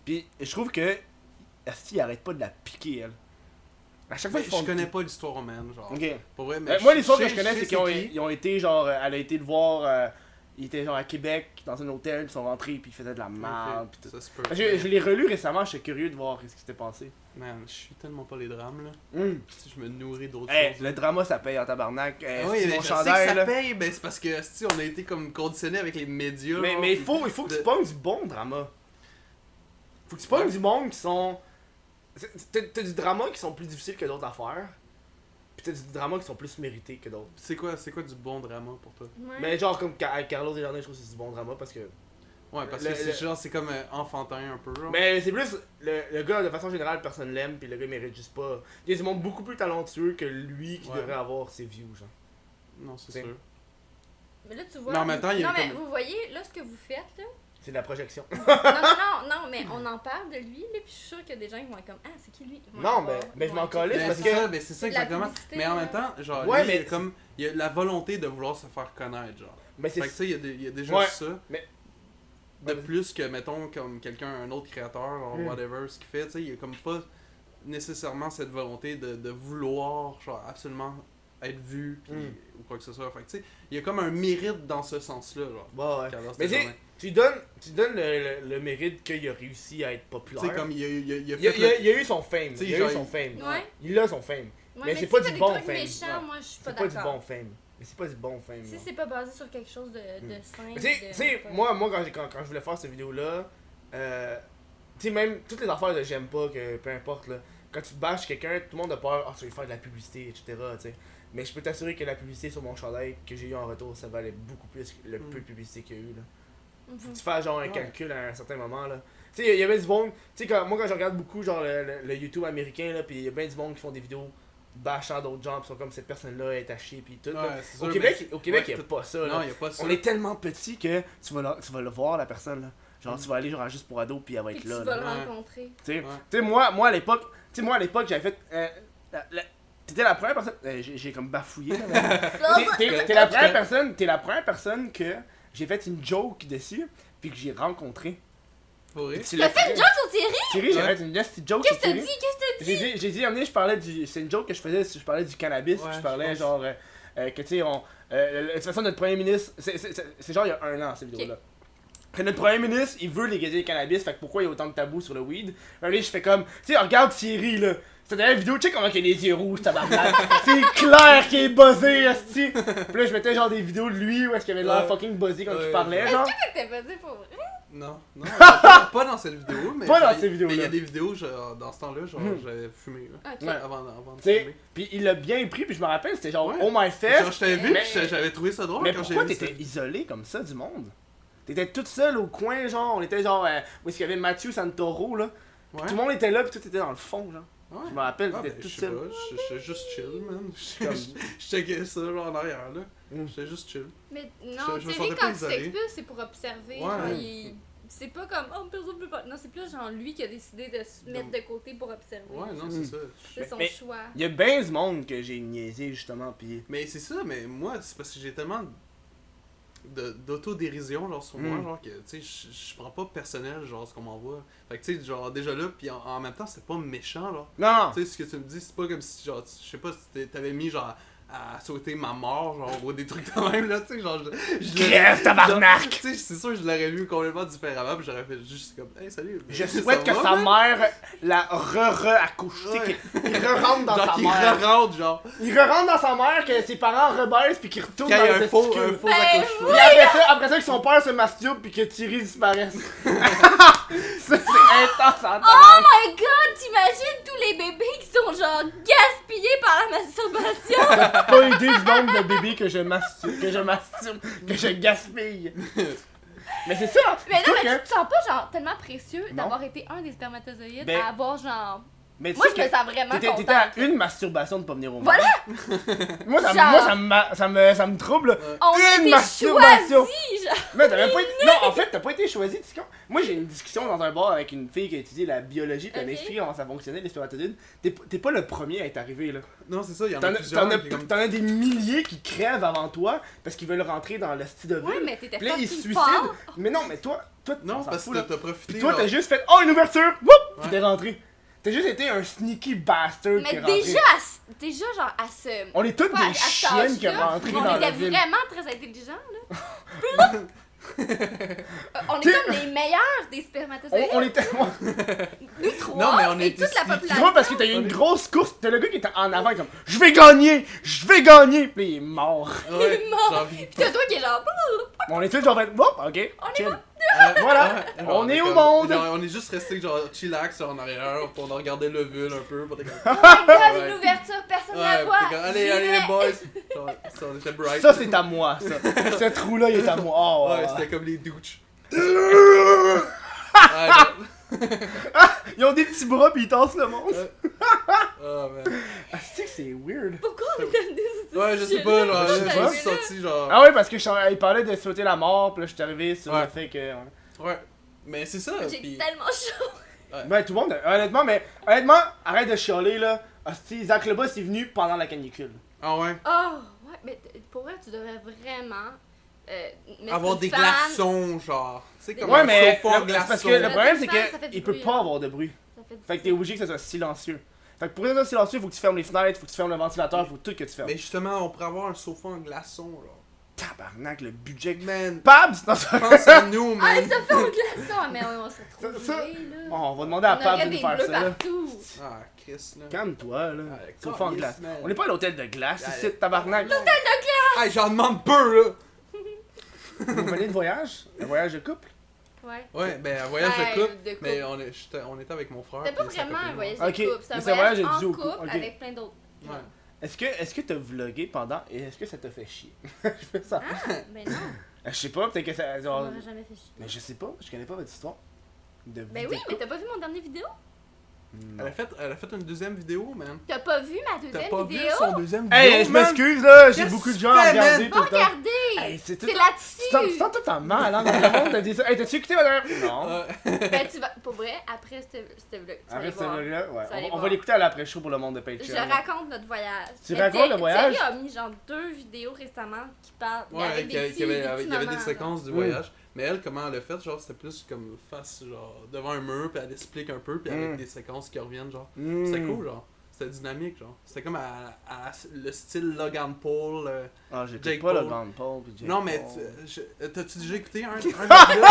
[SPEAKER 1] Puis je trouve que Asti il arrête pas de la piquer elle. À chaque fois
[SPEAKER 2] Mais
[SPEAKER 1] qu'ils font.
[SPEAKER 2] je connais pas l'histoire romaine, genre.
[SPEAKER 1] Ok.
[SPEAKER 2] Pour vrai, mais
[SPEAKER 1] Euh,
[SPEAKER 2] je-
[SPEAKER 1] moi l'histoire que
[SPEAKER 2] sais-
[SPEAKER 1] je connais
[SPEAKER 2] sais
[SPEAKER 1] c'est qu'ils ont,
[SPEAKER 2] qui.
[SPEAKER 1] ils ont été genre, euh, elle a été le voir, euh, ils étaient genre à Québec dans un hôtel, ils sont rentrés puis ils faisaient de la merde
[SPEAKER 2] Ok,
[SPEAKER 1] puis tout.
[SPEAKER 2] Ça se peut.
[SPEAKER 1] Je, je l'ai relu récemment, j'étais curieux de voir ce qui s'était passé.
[SPEAKER 2] Man, je suis tellement pas les drames, là.
[SPEAKER 1] Hum.
[SPEAKER 2] Si je me nourris d'autres
[SPEAKER 1] Hey,
[SPEAKER 2] choses.
[SPEAKER 1] Eh, le drama ça paye en tabarnak. Hey,
[SPEAKER 2] Ah oui,
[SPEAKER 1] c'est
[SPEAKER 2] mais
[SPEAKER 1] mon
[SPEAKER 2] je sais
[SPEAKER 1] chandail
[SPEAKER 2] que ça
[SPEAKER 1] là.
[SPEAKER 2] paye, ben c'est parce que si on a été comme conditionné avec les médias.
[SPEAKER 1] Mais,
[SPEAKER 2] genre,
[SPEAKER 1] mais il
[SPEAKER 2] puis-
[SPEAKER 1] faut, il faut que tu
[SPEAKER 2] de-
[SPEAKER 1] pognes du bon drama. Faut que tu pognes du monde qui sont. c'est- T'as t'as du drama qui sont plus difficiles que d'autres à faire. Pis t'as du drama qui sont plus mérités que d'autres.
[SPEAKER 2] C'est quoi, c'est quoi du bon drama pour toi
[SPEAKER 3] Ouais.
[SPEAKER 1] Mais genre comme Ca- Carlos Desjardins, je trouve que c'est du bon drama parce que.
[SPEAKER 2] Ouais, parce
[SPEAKER 1] Le-
[SPEAKER 2] que c'est
[SPEAKER 1] le-
[SPEAKER 2] genre, c'est comme euh, enfantin un peu. genre.
[SPEAKER 1] Mais c'est plus. Le, le gars, de façon générale, personne l'aime, puis le gars mérite juste pas. Il y a du monde beaucoup plus talentueux que lui qui
[SPEAKER 2] Ouais.
[SPEAKER 1] devrait avoir ses views, genre.
[SPEAKER 2] Non, c'est
[SPEAKER 1] Mais-
[SPEAKER 2] sûr.
[SPEAKER 3] Mais là, tu vois.
[SPEAKER 2] Mais en même temps, il y a
[SPEAKER 3] Non,
[SPEAKER 2] eu
[SPEAKER 3] mais
[SPEAKER 2] comme-
[SPEAKER 3] vous voyez, là, ce que vous faites, là.
[SPEAKER 1] C'est de la projection. *laughs*
[SPEAKER 3] Non, non, non, non, mais on en parle de lui, là, puis je suis sûre qu'il y a des gens qui vont être comme Ah, c'est qui lui Ils vont
[SPEAKER 1] Non,
[SPEAKER 3] le voir,
[SPEAKER 1] mais- mais
[SPEAKER 3] ils
[SPEAKER 1] je
[SPEAKER 3] vont
[SPEAKER 1] m'en
[SPEAKER 3] être-
[SPEAKER 1] calisse.
[SPEAKER 2] Ben,
[SPEAKER 1] parce
[SPEAKER 2] c'est
[SPEAKER 1] que-
[SPEAKER 2] ça, ben, c'est ça
[SPEAKER 3] de la
[SPEAKER 2] exactement.
[SPEAKER 3] publicité,
[SPEAKER 2] Mais en
[SPEAKER 3] là.
[SPEAKER 2] même temps, genre,
[SPEAKER 1] Ouais,
[SPEAKER 2] lui,
[SPEAKER 1] mais-
[SPEAKER 2] il y a comme il y a la volonté de vouloir se faire connaître, genre.
[SPEAKER 1] Mais
[SPEAKER 2] Fait
[SPEAKER 1] c'est
[SPEAKER 2] que ça, il y a, des- il y a déjà
[SPEAKER 1] Ouais,
[SPEAKER 2] ça.
[SPEAKER 1] mais-
[SPEAKER 2] De
[SPEAKER 1] Ouais,
[SPEAKER 2] plus que, mettons, comme quelqu'un, un autre créateur, genre,
[SPEAKER 1] Hmm.
[SPEAKER 2] whatever, ce qu'il fait, tu sais, il y a comme pas nécessairement cette volonté de, de vouloir, genre, absolument être vu, puis-
[SPEAKER 1] Hmm.
[SPEAKER 2] ou quoi que ce soit. Fait que, tu sais, il y a comme un mérite dans ce sens-là, genre.
[SPEAKER 1] Bah ouais.
[SPEAKER 2] Carlos
[SPEAKER 1] Mais tu sais,
[SPEAKER 2] Desjardins.
[SPEAKER 1] tu donnes, tu donnes le, le- le mérite qu'il a réussi à être
[SPEAKER 2] Tu
[SPEAKER 1] populaire.
[SPEAKER 2] sais, comme il a, il a- il a
[SPEAKER 1] il, a,
[SPEAKER 2] fait
[SPEAKER 1] il a-
[SPEAKER 2] le-
[SPEAKER 1] il a eu son fame.
[SPEAKER 2] T'sais,
[SPEAKER 1] Il a eu
[SPEAKER 2] genre,
[SPEAKER 1] son
[SPEAKER 2] il-
[SPEAKER 1] fame.
[SPEAKER 3] Ouais.
[SPEAKER 1] Il a son fame.
[SPEAKER 3] Ouais,
[SPEAKER 1] Mais c'est
[SPEAKER 3] si
[SPEAKER 1] pas
[SPEAKER 3] t'as
[SPEAKER 1] du
[SPEAKER 3] des
[SPEAKER 1] bon
[SPEAKER 3] trucs
[SPEAKER 1] fame,
[SPEAKER 3] méchants,
[SPEAKER 1] ouais.
[SPEAKER 3] moi, je suis pas
[SPEAKER 1] C'est pas du
[SPEAKER 3] d'accord.
[SPEAKER 1] bon fame. Mais c'est pas du bon film.
[SPEAKER 3] Si
[SPEAKER 1] là.
[SPEAKER 3] c'est pas basé sur quelque chose de, de sain.
[SPEAKER 1] Tu sais-
[SPEAKER 3] de-
[SPEAKER 1] tu sais, moi, moi quand, j'ai- quand, quand je voulais faire cette vidéo-là, euh, tu sais, même toutes les affaires de j'aime pas, que peu importe, là, quand tu bâches quelqu'un, tout le monde a peur, ah, tu vas faire de la publicité, etc. tu sais. Mais je peux t'assurer que la publicité sur mon chandail que j'ai eu en retour, ça valait beaucoup plus que le peu de publicité qu'il y a eu. Là.
[SPEAKER 3] Mhm.
[SPEAKER 1] Faut que Tu fais genre un
[SPEAKER 2] Mm. Ouais.
[SPEAKER 1] calcul à un certain moment. là. Tu sais, il y avait du monde, tu sais, quand- moi quand je regarde beaucoup genre le, le- le YouTube américain, là, puis il y a bien du monde qui font des vidéos bâchant d'autres gens, puis sont comme cette personne-là est à chier, puis tout. là.
[SPEAKER 2] Ouais, c'est
[SPEAKER 1] Au
[SPEAKER 2] sûr,
[SPEAKER 1] Québec, au Québec,
[SPEAKER 2] ouais,
[SPEAKER 1] il y a
[SPEAKER 2] tout-
[SPEAKER 1] pas ça.
[SPEAKER 2] mais-
[SPEAKER 1] là.
[SPEAKER 2] Non, y a pas ça.
[SPEAKER 1] On est tellement petit que tu vas, la- tu vas le voir la personne là. Genre
[SPEAKER 2] Mm.
[SPEAKER 1] tu vas aller genre à juste pour ado puis elle va
[SPEAKER 3] Puis
[SPEAKER 1] être
[SPEAKER 3] tu
[SPEAKER 1] là.
[SPEAKER 3] vas
[SPEAKER 1] là.
[SPEAKER 3] le
[SPEAKER 2] Ouais.
[SPEAKER 3] rencontrer.
[SPEAKER 1] Tu sais-
[SPEAKER 2] Ouais.
[SPEAKER 1] tu sais moi moi à l'époque, tu sais moi à l'époque j'avais fait euh, la- la- t'étais la première personne euh, j'ai j'ai comme bafouillé là, mais-
[SPEAKER 3] *laughs*
[SPEAKER 1] T'es- T'es t'es la première personne, t'es la première personne que j'ai fait une joke dessus puis que j'ai rencontré.
[SPEAKER 2] Pour vrai?
[SPEAKER 1] Tu
[SPEAKER 3] T'as fait une joke sur Thierry?
[SPEAKER 1] Thierry, j'ai
[SPEAKER 2] Ouais.
[SPEAKER 1] fait une nasty joke
[SPEAKER 3] Qu'est-ce que
[SPEAKER 1] sur
[SPEAKER 3] t'as dit?
[SPEAKER 1] Thierry.
[SPEAKER 3] Qu'est-ce que
[SPEAKER 1] J'ai dit, j'ai dit, à un moment donné, je parlais du. C'est une joke que je faisais, je parlais du cannabis,
[SPEAKER 2] Ouais,
[SPEAKER 1] puis je
[SPEAKER 2] je
[SPEAKER 1] parlais
[SPEAKER 2] pense.
[SPEAKER 1] genre. euh, euh, que tu sais, on. euh, de toute façon, notre premier ministre. c'est- c'est- C'est c'est genre il y a un an, cette vidéo-là. Que notre premier ministre, il veut légaliser le cannabis, fait que pourquoi il y a autant de tabous sur le weed? Allez, je fais comme. Tu sais, regarde Thierry, là. Cette dernière vidéo, check comment il a les yeux rouges,
[SPEAKER 2] *laughs*
[SPEAKER 1] tabarnak. c'est clair qu'il est buzzé, esti. Puis là, je mettais genre des vidéos de lui où est-ce qu'il avait l'air
[SPEAKER 2] Ouais.
[SPEAKER 1] fucking buzzé quand il
[SPEAKER 2] Ouais.
[SPEAKER 1] parlait, genre.
[SPEAKER 3] t'as pas dit pour vrai?
[SPEAKER 2] Non, non, euh, pas pas dans cette vidéo,
[SPEAKER 1] *laughs*
[SPEAKER 2] mais.
[SPEAKER 1] Pas dans
[SPEAKER 2] mais-
[SPEAKER 1] ces vidéos-là.
[SPEAKER 2] Mais il y a des vidéos, genre, dans ce temps-là, genre,
[SPEAKER 1] Mhm.
[SPEAKER 2] j'avais fumé, là.
[SPEAKER 3] Ok.
[SPEAKER 1] Ouais.
[SPEAKER 2] Avant, avant de
[SPEAKER 1] Tu sais,
[SPEAKER 2] fumer.
[SPEAKER 1] Puis il l'a bien pris, puis je me rappelle, c'était genre
[SPEAKER 2] Ouais.
[SPEAKER 1] Oh my fest.
[SPEAKER 2] Genre, je t'avais vu,
[SPEAKER 1] Mais-
[SPEAKER 2] pis j'avais trouvé ça drôle
[SPEAKER 1] Mais
[SPEAKER 2] quand j'ai
[SPEAKER 1] pourquoi
[SPEAKER 2] vu ça.
[SPEAKER 1] t'étais isolé comme ça du monde? T'étais toute seule au coin, genre, on était genre, euh, où est-ce qu'il y avait Mathieu Santoro, là?
[SPEAKER 2] Ouais.
[SPEAKER 1] Tout le monde était là, puis tout était dans le fond, genre.
[SPEAKER 2] Ouais.
[SPEAKER 1] Je me rappelle,
[SPEAKER 2] Ah,
[SPEAKER 1] t'étais
[SPEAKER 2] ben,
[SPEAKER 1] toute
[SPEAKER 2] je sais
[SPEAKER 1] seule.
[SPEAKER 2] pas, je- j'étais juste chill, man.
[SPEAKER 1] Comme-
[SPEAKER 2] *laughs* Je je checkais ça, genre, en arrière, là.
[SPEAKER 1] Mm.
[SPEAKER 2] J'étais juste chill.
[SPEAKER 3] Mais
[SPEAKER 2] Je-
[SPEAKER 3] non,
[SPEAKER 2] je me
[SPEAKER 3] Thierry,
[SPEAKER 2] sentais pas
[SPEAKER 3] quand tu
[SPEAKER 2] isolé.
[SPEAKER 3] t'expulses, c'est pour observer.
[SPEAKER 2] Ouais.
[SPEAKER 3] genre, il- C'est pas comme, oh, personne peut pas. Non, c'est plus genre lui qui a décidé de se mettre
[SPEAKER 2] Donc-
[SPEAKER 3] de côté pour observer.
[SPEAKER 2] Ouais, non,
[SPEAKER 1] Mm.
[SPEAKER 2] c'est ça.
[SPEAKER 3] C'est son
[SPEAKER 1] Mais-
[SPEAKER 3] choix.
[SPEAKER 1] Il y a bien du monde que j'ai niaisé, justement, puis
[SPEAKER 2] Mais c'est ça, mais moi, c'est parce que j'ai tellement de- d'autodérision genre sur
[SPEAKER 1] Mm.
[SPEAKER 2] moi genre que tu sais je- je prends pas personnel genre ce qu'on m'envoie fait que tu sais genre déjà là puis en, en même temps c'était pas méchant genre
[SPEAKER 1] Non, non!
[SPEAKER 2] tu sais ce que tu me dis c'est pas comme si genre tu- je sais pas si t'es- t'avais mis genre à sauter ma mort genre ou des trucs quand même là tu sais genre je, je l'aurais-
[SPEAKER 1] Grève, tabarnak!
[SPEAKER 2] genre, tu sais c'est sûr que je l'aurais vu complètement différemment puis j'aurais fait juste comme hey salut ben,
[SPEAKER 1] Je
[SPEAKER 2] ça
[SPEAKER 1] souhaite que
[SPEAKER 2] va,
[SPEAKER 1] sa
[SPEAKER 2] man?
[SPEAKER 1] mère la re-re-accouche, tu sais,
[SPEAKER 2] Ouais.
[SPEAKER 1] qu'il- il re-rentre dans
[SPEAKER 2] *laughs* genre
[SPEAKER 1] sa
[SPEAKER 2] qu'il
[SPEAKER 1] mère.
[SPEAKER 2] re-rentre genre
[SPEAKER 1] Il re-rentre dans sa mère, que ses parents rebaissent, puis qu'il retourne
[SPEAKER 2] quand il y
[SPEAKER 1] dans
[SPEAKER 2] a
[SPEAKER 1] le
[SPEAKER 2] un faux
[SPEAKER 1] testicule.
[SPEAKER 2] un faux
[SPEAKER 3] Ben
[SPEAKER 2] accouchement
[SPEAKER 1] Puis après ça, après ça, que son père se masturbe, puis que Thierry disparaisse. ça, *laughs* c'est intense, hein. en tabarnak.
[SPEAKER 3] Oh my god, t'imagines tous les bébés qui sont genre gaspillés par la masturbation?
[SPEAKER 1] T'as pas idée du nombre de bébés que je masturbe, que je masturbe, que je gaspille. Mais c'est ça!
[SPEAKER 3] mais non,
[SPEAKER 1] Surtout
[SPEAKER 3] mais
[SPEAKER 1] que-
[SPEAKER 3] tu te sens pas genre tellement précieux
[SPEAKER 1] Non.
[SPEAKER 3] d'avoir été un des spermatozoïdes
[SPEAKER 1] Ben-
[SPEAKER 3] à avoir genre.
[SPEAKER 1] mais tu
[SPEAKER 3] Moi,
[SPEAKER 1] sais
[SPEAKER 3] je me
[SPEAKER 1] que
[SPEAKER 3] sens vraiment
[SPEAKER 1] t'étais- T'étais à
[SPEAKER 3] contente.
[SPEAKER 1] une masturbation de pas venir au monde.
[SPEAKER 3] Voilà!
[SPEAKER 1] Moi, ça,
[SPEAKER 3] Genre-
[SPEAKER 1] moi, ça, me, ma- ça, me, ça me trouble.
[SPEAKER 3] On
[SPEAKER 1] une
[SPEAKER 3] était
[SPEAKER 1] masturbation.
[SPEAKER 3] choisis, genre.
[SPEAKER 1] Mais t'as même pas été- Non, en fait, t'as pas été choisi. tu sais quoi? Moi, j'ai une discussion dans un bar avec une fille qui a étudié la biologie, puis elle m'a
[SPEAKER 3] Ok.
[SPEAKER 1] expliqué comment ça fonctionnait, les spermatozoïdes. T'es p- T'es pas le premier à être arrivé, là.
[SPEAKER 2] non c'est ça il y en a
[SPEAKER 1] T'en as-
[SPEAKER 2] plusieurs
[SPEAKER 1] t'en as
[SPEAKER 2] qui est comme-
[SPEAKER 1] t'en as des milliers qui crèvent avant toi parce qu'ils veulent rentrer dans le style de ville.
[SPEAKER 3] Ouais, mais t'étais
[SPEAKER 1] Puis là, ils se
[SPEAKER 3] fucking
[SPEAKER 1] suicident.
[SPEAKER 3] fort.
[SPEAKER 1] Mais non, mais toi, toi, on
[SPEAKER 2] non
[SPEAKER 1] s'en
[SPEAKER 2] parce
[SPEAKER 1] fout,
[SPEAKER 2] que
[SPEAKER 1] là.
[SPEAKER 2] t'as profité
[SPEAKER 1] Puis toi,
[SPEAKER 2] genre-
[SPEAKER 1] t'as juste fait Oh, une ouverture Woup Puis
[SPEAKER 2] Ouais.
[SPEAKER 1] t'es rentré. T'as juste été un sneaky bastard qui est
[SPEAKER 3] Mais
[SPEAKER 1] rentré.
[SPEAKER 3] déjà, à ce- déjà genre à ce.
[SPEAKER 1] On est tous
[SPEAKER 3] Ouais, à
[SPEAKER 1] des
[SPEAKER 3] cet
[SPEAKER 1] chiennes qui
[SPEAKER 3] âge-là,
[SPEAKER 1] sont rentrées
[SPEAKER 3] On
[SPEAKER 1] dans
[SPEAKER 3] était
[SPEAKER 1] la ville.
[SPEAKER 3] vraiment très intelligents, là.
[SPEAKER 1] *laughs*
[SPEAKER 3] Euh, on
[SPEAKER 1] Tu-
[SPEAKER 3] est comme les meilleurs des
[SPEAKER 1] On,
[SPEAKER 3] spermatozoïdes.
[SPEAKER 1] on était. Tu
[SPEAKER 3] Nous trois,
[SPEAKER 2] Non, mais on
[SPEAKER 3] et
[SPEAKER 2] était
[SPEAKER 3] toute la
[SPEAKER 2] sneaky.
[SPEAKER 1] vois,
[SPEAKER 3] population.
[SPEAKER 1] parce que t'as eu une grosse course, t'as le gars qui était en avant, comme Je vais gagner Je vais gagner Puis il est mort.
[SPEAKER 2] Ouais,
[SPEAKER 3] *laughs* Il est mort.
[SPEAKER 2] j'ai envie-
[SPEAKER 3] Puis t'as toi qui est genre... oh
[SPEAKER 1] *laughs* On est tous genre, fait, Woup, ok.
[SPEAKER 3] On est
[SPEAKER 1] chill.
[SPEAKER 2] Ouais,
[SPEAKER 1] Voilà.
[SPEAKER 2] ouais,
[SPEAKER 1] On est au
[SPEAKER 2] comme-
[SPEAKER 1] monde.
[SPEAKER 2] genre, on est juste resté genre chillax en arrière, pour regarder le vul un peu, pour être comme-
[SPEAKER 3] *laughs* Oh my god,
[SPEAKER 2] Ouais.
[SPEAKER 3] une ouverture, personne
[SPEAKER 2] Ouais,
[SPEAKER 3] la
[SPEAKER 2] puis
[SPEAKER 3] voit.
[SPEAKER 2] comme, allez,
[SPEAKER 3] J'y
[SPEAKER 2] allez
[SPEAKER 3] vais.
[SPEAKER 2] les
[SPEAKER 3] *laughs*
[SPEAKER 2] boys. Genre, ça, on était bright.
[SPEAKER 1] Ça, c'est à moi, ça. *laughs* Ce trou-là, il est à moi. Oh,
[SPEAKER 2] Ouais,
[SPEAKER 1] ouais.
[SPEAKER 2] c'était comme les douches. Ah, Ouais, non.
[SPEAKER 1] Ils ont des petits bras, puis ils tassent le monde.
[SPEAKER 2] Oh, man.
[SPEAKER 1] Ah, c'est que c'est weird.
[SPEAKER 3] Pourquoi on est amené sur ce
[SPEAKER 2] Ouais, je sais
[SPEAKER 3] sujet-là?
[SPEAKER 2] pas, genre,
[SPEAKER 3] Pourquoi
[SPEAKER 1] je
[SPEAKER 2] j'ai
[SPEAKER 1] sais
[SPEAKER 3] t'as
[SPEAKER 1] pas.
[SPEAKER 2] juste
[SPEAKER 3] amené là?
[SPEAKER 2] sorti, genre.
[SPEAKER 1] Ah ouais, parce que je, il parlait de sauter la mort, puis là, je suis arrivé sur
[SPEAKER 2] Ouais.
[SPEAKER 1] le fait que.
[SPEAKER 2] Ah. Ouais. Mais c'est ça,
[SPEAKER 3] J'ai
[SPEAKER 2] puis-
[SPEAKER 3] tellement chaud. *laughs*
[SPEAKER 1] Ouais, Ben, tout le monde, honnêtement, mais honnêtement, arrête de chialer là. Hostie, Zach Lebas est venu pendant la canicule.
[SPEAKER 2] Ah ouais.
[SPEAKER 3] Oh, ouais, mais t- pour vrai, tu devrais vraiment... euh, mettre
[SPEAKER 2] Avoir
[SPEAKER 3] une
[SPEAKER 2] des
[SPEAKER 3] fan.
[SPEAKER 2] glaçons, genre. Tu sais, comme
[SPEAKER 1] ouais,
[SPEAKER 2] un
[SPEAKER 1] mais.
[SPEAKER 2] chauffeur
[SPEAKER 1] le-
[SPEAKER 2] glaçon.
[SPEAKER 1] parce que le
[SPEAKER 3] Ouais,
[SPEAKER 1] problème,
[SPEAKER 3] ça
[SPEAKER 1] c'est
[SPEAKER 3] fait- ça fait du
[SPEAKER 1] qu'il peut
[SPEAKER 3] bruit, hein.
[SPEAKER 1] pas
[SPEAKER 3] là.
[SPEAKER 1] avoir de bruit.
[SPEAKER 3] Ça fait du-
[SPEAKER 1] Fait que t'es obligé que ça soit silencieux. Fait que pour que ça soit silencieux, faut que tu fermes les fenêtres, faut que tu fermes le ventilateur, faut tout que tu fermes.
[SPEAKER 2] Mais justement, on pourrait avoir un sofa en glaçon, genre.
[SPEAKER 1] Tabarnak, le budget. que-
[SPEAKER 2] Man,
[SPEAKER 1] Pabs! Non, ça-
[SPEAKER 2] pense à nous,
[SPEAKER 3] Ah,
[SPEAKER 2] man.
[SPEAKER 3] il se fait au glaçon! Mais oui, on s'est trop
[SPEAKER 1] Ça- ça-
[SPEAKER 3] gelés, là.
[SPEAKER 1] Oh, on va demander à
[SPEAKER 3] on
[SPEAKER 1] Pabs
[SPEAKER 3] aurait
[SPEAKER 1] de nous
[SPEAKER 3] des
[SPEAKER 1] faire
[SPEAKER 3] bleus
[SPEAKER 1] ça. là.
[SPEAKER 3] partout.
[SPEAKER 2] Ah, Chris, là.
[SPEAKER 1] Calme-toi, là.
[SPEAKER 2] Ouais,
[SPEAKER 1] Tu vas faire en
[SPEAKER 2] calisse,
[SPEAKER 1] glace.
[SPEAKER 2] man.
[SPEAKER 1] On n'est pas à l'hôtel de glace,
[SPEAKER 2] Allez.
[SPEAKER 1] ici, tabarnak.
[SPEAKER 2] Hey, j'en demande peu, là.
[SPEAKER 1] Vous venez de voyage? Un voyage de couple?
[SPEAKER 3] Ouais.
[SPEAKER 2] Ouais, ben, un voyage
[SPEAKER 3] Ouais,
[SPEAKER 2] de couple.
[SPEAKER 3] de couple.
[SPEAKER 2] Mais on, est, j'étais- on était avec mon frère.
[SPEAKER 3] C'était pas
[SPEAKER 2] puis sa
[SPEAKER 3] vraiment un
[SPEAKER 2] copine.
[SPEAKER 3] voyage
[SPEAKER 1] Ok,
[SPEAKER 3] de couple, c'est
[SPEAKER 1] mais
[SPEAKER 3] un
[SPEAKER 1] c'est un
[SPEAKER 3] voyage
[SPEAKER 1] voyage
[SPEAKER 3] en
[SPEAKER 1] du couple,
[SPEAKER 3] couple
[SPEAKER 1] ok.
[SPEAKER 3] avec plein d'autres.
[SPEAKER 2] Ouais.
[SPEAKER 1] Est-ce que est-ce que t'as vlogué pendant et est-ce que ça t'a fait chier? *laughs* je fais ça. *laughs* Euh,
[SPEAKER 3] Ben non,
[SPEAKER 1] Je sais pas, peut-être que ça.
[SPEAKER 3] ça
[SPEAKER 1] genre-
[SPEAKER 3] m'aurait jamais fait chier.
[SPEAKER 1] Mais je sais pas, je connais pas votre histoire. De
[SPEAKER 3] Ben oui, mais t'as pas vu mon dernier vidéo?
[SPEAKER 2] Elle a, fait, elle a fait une deuxième vidéo, man.
[SPEAKER 3] T'as pas vu ma
[SPEAKER 2] T'as
[SPEAKER 3] deuxième
[SPEAKER 2] pas
[SPEAKER 3] vidéo?
[SPEAKER 2] vu son deuxième vidéo,
[SPEAKER 1] Hey, je
[SPEAKER 2] man?
[SPEAKER 1] m'excuse là, j'ai
[SPEAKER 2] Qu'est-ce
[SPEAKER 1] beaucoup de
[SPEAKER 2] que
[SPEAKER 1] gens
[SPEAKER 2] tu
[SPEAKER 1] à
[SPEAKER 2] fais,
[SPEAKER 1] regarder
[SPEAKER 2] man?
[SPEAKER 1] tout
[SPEAKER 3] Va
[SPEAKER 1] le temps.
[SPEAKER 3] regarder!
[SPEAKER 1] Hey, c'est tout.
[SPEAKER 3] C'est
[SPEAKER 1] Tu t'en- tu
[SPEAKER 3] là-dessus!
[SPEAKER 1] t'en tout en mal, hein, dans le monde, t'as dit ça. Hey, t'as-tu écouté ma dernière? Non. *laughs*
[SPEAKER 2] Ouais. *laughs*
[SPEAKER 3] Ben tu vas. Pour vrai, après ce ce vlog, tu vas les
[SPEAKER 1] Arrête ce
[SPEAKER 3] voir.
[SPEAKER 1] vlog-là, ouais.
[SPEAKER 3] Tu vas aller
[SPEAKER 1] On- On va
[SPEAKER 3] voir.
[SPEAKER 1] l'écouter à l'après-show pour le monde de
[SPEAKER 3] Je
[SPEAKER 1] Patreon.
[SPEAKER 3] raconte notre voyage.
[SPEAKER 1] Tu
[SPEAKER 3] Mais
[SPEAKER 1] racontes le
[SPEAKER 3] Thierry-
[SPEAKER 1] voyage?
[SPEAKER 3] Thierry a mis genre deux vidéos récemment qui parlent mais
[SPEAKER 2] Ouais,
[SPEAKER 3] avec
[SPEAKER 2] qu'il y
[SPEAKER 3] des
[SPEAKER 2] avait-
[SPEAKER 3] petits,
[SPEAKER 2] qu'il y avait-
[SPEAKER 3] des
[SPEAKER 2] avec-
[SPEAKER 3] petits
[SPEAKER 2] il y avait des
[SPEAKER 3] moments,
[SPEAKER 2] séquences du
[SPEAKER 1] Mm.
[SPEAKER 2] voyage. Mais elle, comment elle a fait, genre, c'était plus comme face, genre, devant un mur, puis elle explique un peu, puis
[SPEAKER 1] Mm.
[SPEAKER 2] avec des séquences qui reviennent, genre.
[SPEAKER 1] Hmm.
[SPEAKER 2] C'était cool, genre. C'était dynamique, genre. C'était comme à- à- le style Logan Paul. euh.
[SPEAKER 1] Ah, j'ai
[SPEAKER 2] Jake
[SPEAKER 1] pas le
[SPEAKER 2] Paul.
[SPEAKER 1] Grand Paul. puis Jake
[SPEAKER 2] Non, mais
[SPEAKER 1] Paul.
[SPEAKER 2] tu- je- euh, t'as-tu déjà
[SPEAKER 1] *laughs*
[SPEAKER 2] écouté un, un de leurs vidéos?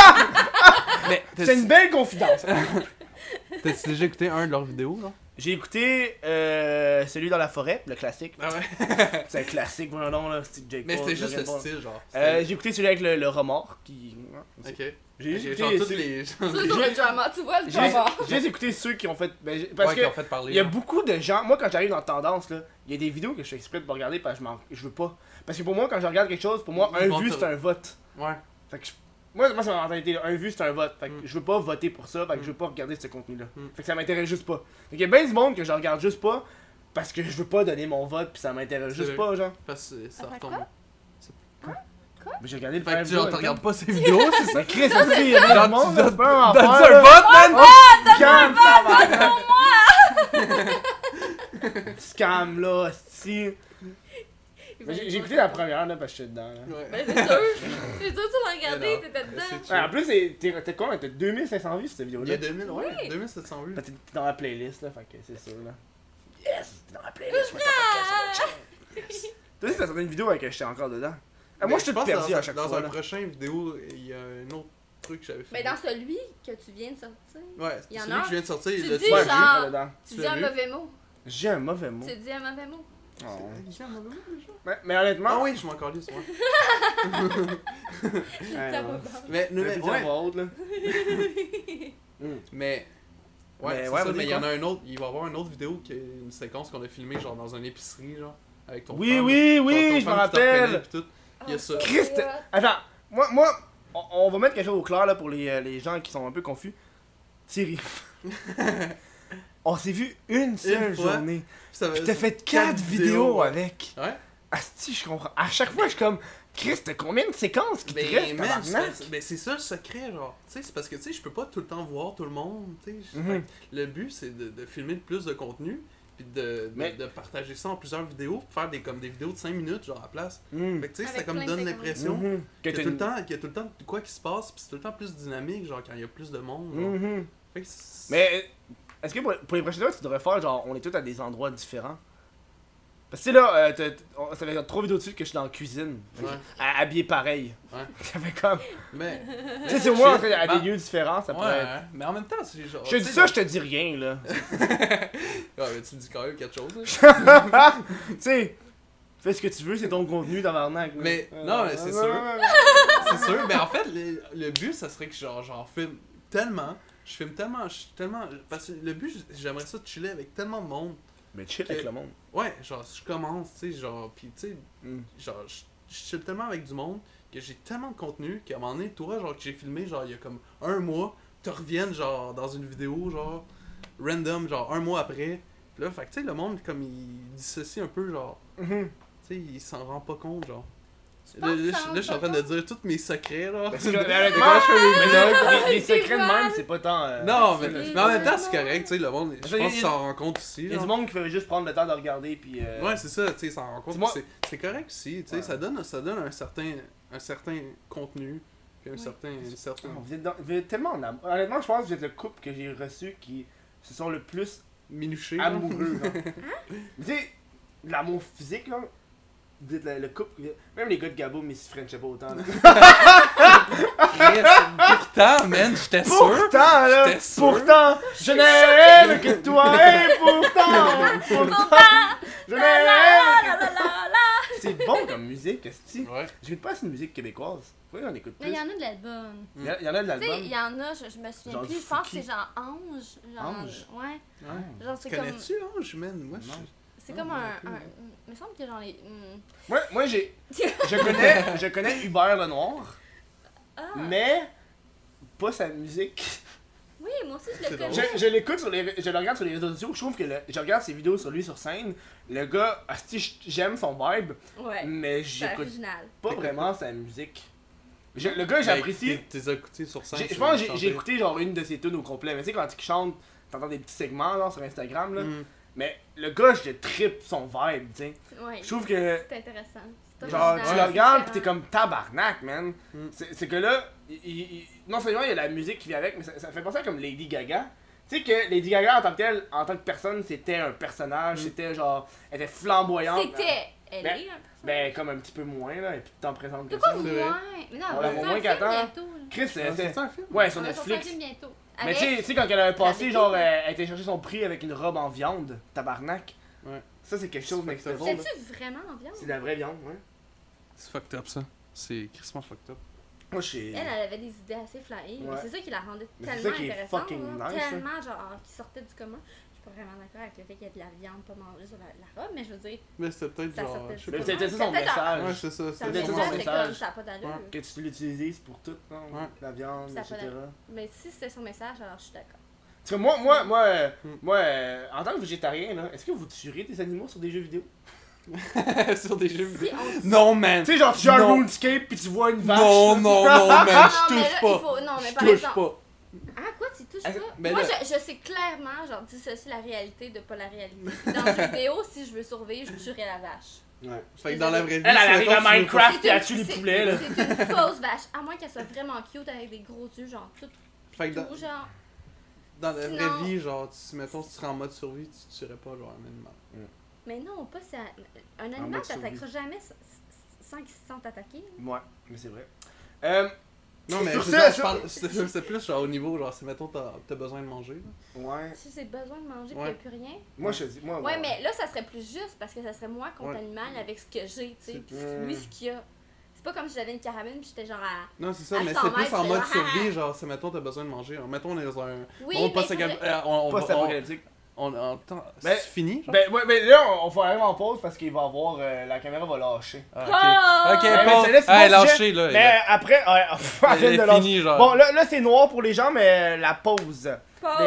[SPEAKER 2] Mais
[SPEAKER 1] C'est une
[SPEAKER 2] t'as-tu-
[SPEAKER 1] belle confidence. *laughs*
[SPEAKER 2] t'as-tu déjà écouté un de leurs vidéos, là?
[SPEAKER 1] J'ai écouté euh, celui dans la forêt, le classique. *laughs*
[SPEAKER 2] Ah ouais.
[SPEAKER 1] C'est un classique, mon nom, là, c'est Jake
[SPEAKER 2] Mais
[SPEAKER 1] Paul,
[SPEAKER 2] c'était juste
[SPEAKER 1] Jake
[SPEAKER 2] le
[SPEAKER 1] Paul.
[SPEAKER 2] style, genre.
[SPEAKER 1] Euh,
[SPEAKER 2] C'était-
[SPEAKER 1] j'ai écouté celui avec le, le remords, qui...
[SPEAKER 2] Ok.
[SPEAKER 1] J'ai
[SPEAKER 2] J'ai
[SPEAKER 1] écouté...
[SPEAKER 2] genre toutes
[SPEAKER 1] ceux-
[SPEAKER 2] les.
[SPEAKER 3] là. Ça,
[SPEAKER 2] Genre,
[SPEAKER 3] c'est
[SPEAKER 1] J'ai-
[SPEAKER 3] le drama, tu vois le
[SPEAKER 1] J'ai
[SPEAKER 3] drama.
[SPEAKER 1] j'ai écouté ceux qui ont fait... ben, j'ai- parce
[SPEAKER 2] ouais,
[SPEAKER 1] que
[SPEAKER 2] qui ont fait parler.
[SPEAKER 1] il y a
[SPEAKER 2] là.
[SPEAKER 1] beaucoup de gens... Moi, quand j'arrive dans Tendance, là, il y a des vidéos que je fais exprès de pas regarder parce que je, m'en- je veux pas. Parce que pour moi, quand je regarde quelque chose, pour moi,
[SPEAKER 2] Ils
[SPEAKER 1] un
[SPEAKER 2] vont
[SPEAKER 1] vu,
[SPEAKER 2] te-
[SPEAKER 1] c'est un vote.
[SPEAKER 2] Ouais.
[SPEAKER 1] Fait que je- Moi, moi, ça m'a mentalité, là, un vu, c'est un vote. Fait que
[SPEAKER 2] Mm.
[SPEAKER 1] je veux pas voter pour ça, fait que
[SPEAKER 2] Mm.
[SPEAKER 1] je veux pas regarder ce contenu-là.
[SPEAKER 2] Mm.
[SPEAKER 1] Fait que ça m'intéresse juste pas. Fait qu'il y a bien du monde que je regarde juste pas parce que je veux pas donner mon vote puis ça m'intéresse
[SPEAKER 2] C'est
[SPEAKER 1] juste
[SPEAKER 2] vrai.
[SPEAKER 1] pas, genre.
[SPEAKER 2] Parce que ça
[SPEAKER 3] Attends,
[SPEAKER 2] retombe.
[SPEAKER 1] Mais j'ai regardé le
[SPEAKER 2] Fait
[SPEAKER 1] premier
[SPEAKER 2] que tu genre,
[SPEAKER 1] vidéo,
[SPEAKER 2] tu regardes
[SPEAKER 1] mais-
[SPEAKER 2] pas ces
[SPEAKER 1] *laughs*
[SPEAKER 2] vidéos, c'est ça?
[SPEAKER 1] Mais Chris, aussi, il y a
[SPEAKER 2] Genre,
[SPEAKER 1] bien du
[SPEAKER 2] tu
[SPEAKER 1] monde,
[SPEAKER 2] donnes-
[SPEAKER 1] là, tu peux en
[SPEAKER 2] Donne-tu
[SPEAKER 1] faire.
[SPEAKER 2] un vote, man!
[SPEAKER 1] Calme, tabarnak. *laughs* Scam là, si. J'ai j'ai écouté la première là parce que j'étais dedans. là.
[SPEAKER 2] Ouais.
[SPEAKER 3] Ben c'est sûr! C'est sûr, tu l'as regardé,
[SPEAKER 2] Mais
[SPEAKER 3] t'étais dedans!
[SPEAKER 2] C'est-
[SPEAKER 1] Ouais, en plus, c'est- t'es t'es combien T'as 2500 vues cette vidéo
[SPEAKER 2] Il y
[SPEAKER 1] là.
[SPEAKER 2] a 2000, ouais, 2708.
[SPEAKER 1] T'es t'es dans la playlist là, fait que c'est sûr là. Yes, t'es dans la playlist. what the fuck, yes. T'as vu, t'as sorti une vidéo avec que j'étais encore dedans. Ah, moi,
[SPEAKER 2] Mais
[SPEAKER 1] je suis
[SPEAKER 2] pense que
[SPEAKER 1] perdu
[SPEAKER 2] dans,
[SPEAKER 1] à
[SPEAKER 2] un-
[SPEAKER 1] chaque
[SPEAKER 2] dans
[SPEAKER 1] fois.
[SPEAKER 2] un
[SPEAKER 1] là.
[SPEAKER 2] prochain vidéo, il y a un autre truc que j'avais fait.
[SPEAKER 3] Mais Ben, dans celui que tu viens de sortir,
[SPEAKER 2] Ouais,
[SPEAKER 3] Il y en
[SPEAKER 2] celui
[SPEAKER 3] a
[SPEAKER 2] que je viens de sortir,
[SPEAKER 3] Tu
[SPEAKER 2] il Ah
[SPEAKER 3] dis,
[SPEAKER 1] Ouais,
[SPEAKER 2] Ouais,
[SPEAKER 1] j'ai
[SPEAKER 3] genre-
[SPEAKER 1] pas dedans.
[SPEAKER 3] tu
[SPEAKER 2] Tu
[SPEAKER 3] dis
[SPEAKER 2] l'as
[SPEAKER 3] un
[SPEAKER 2] vu?
[SPEAKER 3] mauvais mot.
[SPEAKER 1] J'ai un mauvais mot.
[SPEAKER 3] Tu dis un mauvais mot.
[SPEAKER 1] Oh.
[SPEAKER 2] j'ai-
[SPEAKER 1] Mais, mais honnêtement,
[SPEAKER 2] Ah oui, je m'en calisse,
[SPEAKER 1] *laughs*
[SPEAKER 2] moi.
[SPEAKER 1] Ouais,
[SPEAKER 3] Ça
[SPEAKER 1] Ah, non.
[SPEAKER 3] va pas.
[SPEAKER 2] Mais,
[SPEAKER 1] le
[SPEAKER 2] mais, mais,
[SPEAKER 1] petit
[SPEAKER 2] ouais,
[SPEAKER 1] en voix haute, là.
[SPEAKER 2] mais, ouais,
[SPEAKER 1] Mais
[SPEAKER 2] c'est
[SPEAKER 1] ouais,
[SPEAKER 2] ça,
[SPEAKER 1] vas-y,
[SPEAKER 2] mais il y en
[SPEAKER 1] quoi?
[SPEAKER 2] a un autre, il va y avoir une autre vidéo, qui est une séquence qu'on a filmée, genre dans une épicerie, genre, avec ton
[SPEAKER 1] Oui,
[SPEAKER 2] fan,
[SPEAKER 1] oui,
[SPEAKER 2] ton- ton
[SPEAKER 1] oui, je me
[SPEAKER 2] fan qui te reconnaît,
[SPEAKER 1] rappelle.
[SPEAKER 2] puis tout. ça.
[SPEAKER 3] Oh, c'est
[SPEAKER 1] Christ!
[SPEAKER 3] hot.
[SPEAKER 1] Attends, moi, moi on, on va mettre quelque chose au clair là pour les, euh, les gens qui sont un peu confus. Thierry.
[SPEAKER 2] *laughs*
[SPEAKER 1] on s'est vu une seule
[SPEAKER 2] fois. Euh,
[SPEAKER 1] journée.
[SPEAKER 2] Ça
[SPEAKER 1] Je
[SPEAKER 2] va-
[SPEAKER 1] t'ai fait 4 vidéos,
[SPEAKER 2] ouais.
[SPEAKER 1] avec.
[SPEAKER 2] Ouais.
[SPEAKER 1] Asti, je comprends. À chaque fois, je suis comme, Chris, t'as combien de séquences qui te
[SPEAKER 2] Mais
[SPEAKER 1] restent,
[SPEAKER 2] Ben, man,
[SPEAKER 1] tabarnak?
[SPEAKER 2] c'est- mais c'est ça le secret, genre. Tu sais, c'est parce que tu sais, je peux pas tout le temps voir tout le monde. tu sais.
[SPEAKER 1] Mhm.
[SPEAKER 2] Fait que Le but, c'est de, de filmer le plus de contenu, puis de, de,
[SPEAKER 1] Mais-
[SPEAKER 2] de partager ça en plusieurs vidéos, puis faire des, comme des vidéos de 5 minutes, genre à la place.
[SPEAKER 1] Mm.
[SPEAKER 2] Fait que tu sais,
[SPEAKER 3] Avec
[SPEAKER 2] ça comme
[SPEAKER 3] plein de
[SPEAKER 2] donne
[SPEAKER 3] secondes.
[SPEAKER 2] l'impression
[SPEAKER 1] Mhm. Que
[SPEAKER 2] qu'il
[SPEAKER 1] t'as
[SPEAKER 2] y, a tout
[SPEAKER 1] une-
[SPEAKER 2] le temps- qu'il y a tout le temps de quoi qui se passe, puis c'est tout le temps plus dynamique, genre quand il y a plus de monde. genre.
[SPEAKER 1] Mhm.
[SPEAKER 2] Fait que c'est-
[SPEAKER 1] Mais euh, est-ce que pour, pour les prochaines fois, tu devrais faire genre on est tous à des endroits différents Parce que tu sais, là, euh, t'as- t'as- on- ça fait genre trois vidéos de suite que je suis dans la cuisine,
[SPEAKER 2] Ouais.
[SPEAKER 1] à- habillé pareil.
[SPEAKER 2] Ouais.
[SPEAKER 1] *laughs* Ça fait comme.
[SPEAKER 2] Mais,
[SPEAKER 1] *laughs* Tu sais, c'est au moins
[SPEAKER 2] je-
[SPEAKER 1] en fait, à
[SPEAKER 2] bah,
[SPEAKER 1] des lieux différents, ça
[SPEAKER 2] ouais,
[SPEAKER 1] pourrait être.
[SPEAKER 2] hein. mais en même temps, c'est genre.
[SPEAKER 1] Je te
[SPEAKER 2] tu
[SPEAKER 1] dis
[SPEAKER 2] sais,
[SPEAKER 1] ça, je
[SPEAKER 2] genre-
[SPEAKER 1] te dis rien là.
[SPEAKER 2] *laughs* Ouais, mais tu me dis quand même quelque chose. là.
[SPEAKER 1] tu sais, fais ce que tu veux, c'est ton contenu tabarnak. là.
[SPEAKER 2] Mais,
[SPEAKER 1] Euh,
[SPEAKER 2] non, mais c'est
[SPEAKER 1] euh,
[SPEAKER 2] sûr.
[SPEAKER 1] euh,
[SPEAKER 2] C'est sûr, mais en fait, le, le but, ça serait que genre, j'en filme tellement. Je filme tellement, je suis tellement. Parce que le but, j'aimerais ça chiller avec tellement de monde.
[SPEAKER 1] Mais chill avec
[SPEAKER 2] Que-
[SPEAKER 1] le monde.
[SPEAKER 2] Ouais, genre, je commence, tu sais, genre, pis tu sais,
[SPEAKER 1] Mm.
[SPEAKER 2] genre, je je chill tellement avec du monde que j'ai tellement de contenu qu'à un moment donné, toi, genre, que j'ai filmé, genre, il y a comme un mois, te reviennent, genre, dans une vidéo, genre, random, genre, un mois après. Pis là, fait que, tu sais, le monde, comme, il dissocie un peu, genre,
[SPEAKER 1] Mhm.
[SPEAKER 2] tu sais, il s'en rend pas compte, genre.
[SPEAKER 3] penses
[SPEAKER 2] Là, là,
[SPEAKER 3] qu'ils
[SPEAKER 2] je
[SPEAKER 3] s'en rendent
[SPEAKER 2] là, je suis en
[SPEAKER 3] pas
[SPEAKER 2] train de dire tous mes secrets, là.
[SPEAKER 1] Parce que, mais
[SPEAKER 2] *laughs* De
[SPEAKER 1] honnêtement,
[SPEAKER 2] comment je fais mes
[SPEAKER 1] mais c'est vrai que les- les
[SPEAKER 3] C'est
[SPEAKER 1] secrets de
[SPEAKER 3] quoi?
[SPEAKER 1] même, c'est pas tant. euh,
[SPEAKER 2] Non, mais,
[SPEAKER 1] c'est-
[SPEAKER 3] c'est
[SPEAKER 2] mais en même
[SPEAKER 3] vraiment-
[SPEAKER 2] temps, c'est correct, tu sais, le monde, je
[SPEAKER 1] Il y a-
[SPEAKER 2] pense qu'il s'en rend compte aussi.
[SPEAKER 1] Il y a
[SPEAKER 2] genre.
[SPEAKER 1] du monde qui veut juste prendre le temps de regarder, puis. euh,
[SPEAKER 2] Ouais, c'est ça, tu sais, s'en rend compte.
[SPEAKER 1] Dis-moi-
[SPEAKER 2] puis C'est c'est correct aussi, tu sais,
[SPEAKER 1] Ouais.
[SPEAKER 2] ça donne, ça donne un certain, un certain contenu, puis un
[SPEAKER 3] Oui.
[SPEAKER 2] certain, une certaine...
[SPEAKER 1] Oh, vous, êtes dans- vous êtes tellement en amour. Honnêtement, je pense que vous êtes le couple que j'ai reçu qui se sont le plus
[SPEAKER 2] minuché. là. *laughs*
[SPEAKER 3] Hein?
[SPEAKER 1] amoureux. genre. Tu sais, l'amour physique, là. dites le, le couple. Même les gars de Gaboum, ils se frenchaient pas autant. là.
[SPEAKER 2] Chris, Pourtant, man,
[SPEAKER 1] *laughs*
[SPEAKER 2] j'étais sûr.
[SPEAKER 4] Pourtant, là,
[SPEAKER 2] J'étais sûr.
[SPEAKER 4] pourtant, je n'aime que toi, et
[SPEAKER 1] Eh,
[SPEAKER 3] *laughs*
[SPEAKER 4] pourtant, pourtant, je n'aime.
[SPEAKER 3] La, la, la, la.
[SPEAKER 1] C'est bon comme musique, Esti.
[SPEAKER 2] Ouais.
[SPEAKER 1] J'écoute pas assez de musique québécoise. Oui, on écoute
[SPEAKER 3] Mais
[SPEAKER 1] plus.
[SPEAKER 3] il y en a de la bonne.
[SPEAKER 1] Il y, a- il y en a de
[SPEAKER 3] Tu sais, il
[SPEAKER 1] l'album.
[SPEAKER 3] y en a, je, je me souviens
[SPEAKER 1] Genre
[SPEAKER 3] plus,
[SPEAKER 1] du
[SPEAKER 3] je pense que
[SPEAKER 1] Fouki.
[SPEAKER 3] c'est genre Ange. Genre,
[SPEAKER 1] Ange?
[SPEAKER 3] Ouais.
[SPEAKER 1] Ouais.
[SPEAKER 3] Genre, c'est comme.
[SPEAKER 2] Connais-tu Ange, man? Moi, je-
[SPEAKER 1] Non.
[SPEAKER 3] C'est
[SPEAKER 2] Ah,
[SPEAKER 3] comme
[SPEAKER 2] non
[SPEAKER 3] un.
[SPEAKER 2] plus,
[SPEAKER 3] un-
[SPEAKER 2] ouais.
[SPEAKER 3] Il me semble que genre les. hmm.
[SPEAKER 1] Moi, moi
[SPEAKER 3] *laughs*
[SPEAKER 1] j'ai. Je connais, je connais Hubert Lenoir,
[SPEAKER 3] Ah!
[SPEAKER 2] Mm.
[SPEAKER 1] mais pas sa musique.
[SPEAKER 3] Oui, moi aussi je
[SPEAKER 2] C'est
[SPEAKER 3] le connais.
[SPEAKER 1] Je, je l'écoute sur les, je le regarde sur les réseaux sociaux, je trouve que le- je regarde ses vidéos sur lui sur scène. Le gars, asti, j- j'aime son vibe,
[SPEAKER 3] Ouais.
[SPEAKER 1] mais
[SPEAKER 3] C'est
[SPEAKER 1] Mm, j'écoute
[SPEAKER 3] original.
[SPEAKER 1] pas vraiment sa musique. Je- le gars, j'apprécie.
[SPEAKER 2] Hey, T'es t'es écouté sur scène.
[SPEAKER 1] J'ai- Je
[SPEAKER 2] sur
[SPEAKER 1] pense Ben, que
[SPEAKER 2] le
[SPEAKER 1] j'ai-
[SPEAKER 2] chanter.
[SPEAKER 1] j'ai écouté genre une de ses tunes au complet. Mais tu sais, quand il chante, t'entends des petits segments genre, sur Instagram. Là.
[SPEAKER 2] Mm.
[SPEAKER 1] Mais le gars, je tripe son vibe, tu sais.
[SPEAKER 3] Ouais.
[SPEAKER 1] Je trouve que
[SPEAKER 3] C'est intéressant. C'est
[SPEAKER 1] Genre,
[SPEAKER 3] original,
[SPEAKER 1] tu le
[SPEAKER 3] c'est
[SPEAKER 1] regardes pis
[SPEAKER 3] différent.
[SPEAKER 1] t'es comme tabarnak, man.
[SPEAKER 2] Mm.
[SPEAKER 1] C'est C'est que là, il- il- il- non seulement il y a la musique qui vient avec, mais ça, ça fait penser à comme Lady Gaga. Tu sais que Lady Gaga en tant que telle, en tant que personne, c'était un personnage,
[SPEAKER 2] Mm.
[SPEAKER 1] c'était genre, elle était flamboyante.
[SPEAKER 3] C'était. hein, Elle
[SPEAKER 1] Ben-
[SPEAKER 3] est un peu.
[SPEAKER 1] Ben, comme un petit peu moins, là, et puis t'en présentes
[SPEAKER 3] De
[SPEAKER 1] que
[SPEAKER 3] quoi
[SPEAKER 1] ça.
[SPEAKER 3] vous
[SPEAKER 2] C'est vrai.
[SPEAKER 3] moins? Mais non,
[SPEAKER 1] On l'a
[SPEAKER 3] on va
[SPEAKER 1] au
[SPEAKER 3] faire
[SPEAKER 1] moins
[SPEAKER 3] un film
[SPEAKER 1] qu'attends.
[SPEAKER 3] bientôt. là.
[SPEAKER 1] Chris,
[SPEAKER 2] Ah,
[SPEAKER 1] c'était.
[SPEAKER 2] C'est ça, un film?
[SPEAKER 1] Ouais, sur
[SPEAKER 3] On va sortir un
[SPEAKER 1] Netflix.
[SPEAKER 3] film bientôt.
[SPEAKER 1] Mais
[SPEAKER 3] Avec-
[SPEAKER 1] tu sais, tu sais, quand elle avait passé,
[SPEAKER 3] Avec
[SPEAKER 1] genre,
[SPEAKER 3] qui?
[SPEAKER 1] elle elle était chercher son prix avec une robe en viande, tabarnak.
[SPEAKER 2] Ouais.
[SPEAKER 1] Ça, c'est quelque chose
[SPEAKER 2] C'est
[SPEAKER 1] d'extra drôle, là.
[SPEAKER 3] C'est-tu vraiment ambiant?
[SPEAKER 1] C'est de la vraie viande, ouais.
[SPEAKER 2] C'est fucked up, ça. C'est crissement fucked up.
[SPEAKER 1] Moi, je suis.
[SPEAKER 3] Elle, elle avait des idées assez flyées.
[SPEAKER 1] Ouais.
[SPEAKER 3] Mais c'est ça qui la rendait
[SPEAKER 1] Mais c'est ça
[SPEAKER 3] tellement
[SPEAKER 1] qui est
[SPEAKER 3] intéressante.
[SPEAKER 1] fucking
[SPEAKER 3] là.
[SPEAKER 1] nice, hein.
[SPEAKER 3] tellement, genre, qui sortait du commun. Je suis pas vraiment d'accord avec le fait qu'il y a de la viande pas mangée sur la, la robe, mais je veux dire,
[SPEAKER 2] Mais c'était peut-être
[SPEAKER 3] ça
[SPEAKER 2] genre. je
[SPEAKER 3] sortait du
[SPEAKER 2] sais
[SPEAKER 1] Mais
[SPEAKER 3] commun.
[SPEAKER 2] pas.
[SPEAKER 1] C'était ça son
[SPEAKER 3] C'était un-
[SPEAKER 1] message.
[SPEAKER 2] Ouais, c'est ça.
[SPEAKER 3] Ça
[SPEAKER 1] C'est
[SPEAKER 3] me
[SPEAKER 1] peut-être
[SPEAKER 2] c'était
[SPEAKER 1] ça,
[SPEAKER 2] genre-
[SPEAKER 1] son
[SPEAKER 3] c'est
[SPEAKER 1] message.
[SPEAKER 3] comme ça n'a pas d'allure.
[SPEAKER 2] Ouais.
[SPEAKER 1] que tu l'utilises pour tout, non?
[SPEAKER 2] Ouais.
[SPEAKER 1] La viande,
[SPEAKER 3] Ça
[SPEAKER 1] etc.
[SPEAKER 3] peut Mais si c'était son message, alors je suis d'accord.
[SPEAKER 1] Parce que moi, moi, moi, euh,
[SPEAKER 2] Mm.
[SPEAKER 1] moi, euh, en tant que végétarien, là, est-ce que vous tuerez des animaux sur des jeux vidéo?
[SPEAKER 2] *laughs* sur des jeux
[SPEAKER 3] Si
[SPEAKER 2] vidéo.
[SPEAKER 3] on...
[SPEAKER 2] Non, man!
[SPEAKER 1] Tu sais, genre, tu joues à
[SPEAKER 2] Non.
[SPEAKER 1] RuneScape pis tu vois une vache.
[SPEAKER 2] Non,
[SPEAKER 1] là.
[SPEAKER 2] non,
[SPEAKER 1] *laughs*
[SPEAKER 2] non, man, je
[SPEAKER 3] mais là,
[SPEAKER 2] touche
[SPEAKER 3] il
[SPEAKER 2] pas.
[SPEAKER 3] faut... Ah, Non, mais
[SPEAKER 2] Je
[SPEAKER 3] par
[SPEAKER 2] touche
[SPEAKER 3] exemple...
[SPEAKER 2] pas.
[SPEAKER 3] Ah, quoi, tu touches
[SPEAKER 2] Ah,
[SPEAKER 3] pas?
[SPEAKER 2] mais
[SPEAKER 3] Moi,
[SPEAKER 2] là-
[SPEAKER 3] je, je sais clairement, genre, dissocier la réalité de pas la réalité. Dans le jeu vidéo, si je veux survivre, je tuerais la vache.
[SPEAKER 1] Ouais.
[SPEAKER 2] Fait que dans la vraie vie.
[SPEAKER 1] Elle, elle arrive
[SPEAKER 2] si, mettons,
[SPEAKER 1] à
[SPEAKER 2] tu veux
[SPEAKER 1] Minecraft. Raph, puis
[SPEAKER 3] C'est une-
[SPEAKER 1] elle tue les
[SPEAKER 3] c'est-
[SPEAKER 1] poulets, là.
[SPEAKER 3] C'est une fausse vache, à moins qu'elle soit vraiment cute avec des gros yeux, genre, tout,
[SPEAKER 2] pas- Fait que dans-
[SPEAKER 3] tout, genre...
[SPEAKER 2] dans la vraie
[SPEAKER 3] Sinon-
[SPEAKER 2] vie, genre, tu- mettons, si tu serais en mode survie, tu tuerais pas, genre, un animal.
[SPEAKER 3] Mais non, pas ça... Un
[SPEAKER 1] En mode
[SPEAKER 3] animal t'attaquera jamais sans- sans qu'il se sente attaqué.
[SPEAKER 1] Ouais, mais c'est vrai. Euh,
[SPEAKER 2] Non, mais
[SPEAKER 4] Sur
[SPEAKER 2] c'est
[SPEAKER 4] ça,
[SPEAKER 2] ça, je
[SPEAKER 4] sur-
[SPEAKER 2] parle- c'est c'est plus genre au niveau, genre, si mettons, t'as t'as besoin de manger. là.
[SPEAKER 1] ouais.
[SPEAKER 3] Si j'ai besoin de manger, puis
[SPEAKER 2] Ouais. Ah, bah
[SPEAKER 3] il n'y a plus rien...
[SPEAKER 1] Moi, je dis, moi,
[SPEAKER 3] Ouais, mais là, ça serait plus juste parce que ça serait moi contre
[SPEAKER 2] Ouais.
[SPEAKER 3] l'animal avec ce que j'ai, tu sais.
[SPEAKER 2] C'est-
[SPEAKER 3] Puis
[SPEAKER 1] Hmm.
[SPEAKER 3] lui, ce qu'il a. C'est pas comme si j'avais une caramine puis j'étais genre à.
[SPEAKER 2] Non, c'est ça,
[SPEAKER 3] À
[SPEAKER 2] mais
[SPEAKER 3] 100
[SPEAKER 2] c'est plus en
[SPEAKER 3] mètres,
[SPEAKER 2] mode
[SPEAKER 3] c'est genre,
[SPEAKER 2] survie, genre, si mettons, t'as besoin de manger. genre, mettons, on est dans un.
[SPEAKER 3] Oui,
[SPEAKER 2] on
[SPEAKER 3] mais
[SPEAKER 2] passe à
[SPEAKER 3] faudrait-
[SPEAKER 2] euh, on, on, va- on,
[SPEAKER 1] Post-apocalyptique.
[SPEAKER 2] on, on- attends,
[SPEAKER 1] Ben-
[SPEAKER 2] c'est fini, genre?
[SPEAKER 1] Ben, ouais, mais là, on, on va arriver en pause parce qu'il va avoir. euh, la caméra va lâcher.
[SPEAKER 2] Ah, ok.
[SPEAKER 3] Oh!
[SPEAKER 2] Ok,
[SPEAKER 1] mais
[SPEAKER 2] pas.
[SPEAKER 1] c'est là, c'est
[SPEAKER 2] Ah,
[SPEAKER 1] bon sujet.
[SPEAKER 2] lâchez, là.
[SPEAKER 1] Mais
[SPEAKER 2] là.
[SPEAKER 1] euh, après, ouais, *laughs* on
[SPEAKER 2] Elle
[SPEAKER 1] vient de
[SPEAKER 2] est
[SPEAKER 1] lâcher.
[SPEAKER 2] finie, genre.
[SPEAKER 1] Bon, là, là c'est noir pour les gens, mais euh, la pause. Mais-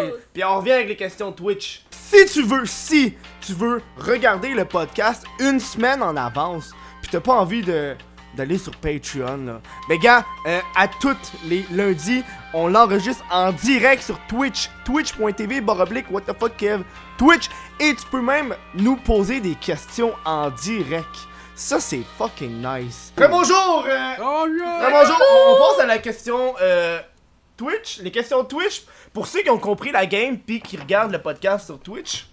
[SPEAKER 3] Pause!
[SPEAKER 1] Puis on revient avec les questions Twitch. Si tu veux, si tu veux regarder le podcast une semaine en avance, puis t'as pas envie de d'aller sur Patreon, là. Mais gars, euh, à tous les lundis, on l'enregistre en direct sur Twitch, twitch.tv, baroblique, what the fuck, Kev, Twitch, et tu peux même nous poser des questions en direct. Ça, c'est fucking nice. bonjour!
[SPEAKER 2] Oh,
[SPEAKER 1] Très
[SPEAKER 2] yeah!
[SPEAKER 1] bonjour, on, on passe à la question euh, Twitch. Les questions Twitch, pour ceux qui ont compris la game puis qui regardent le podcast sur Twitch,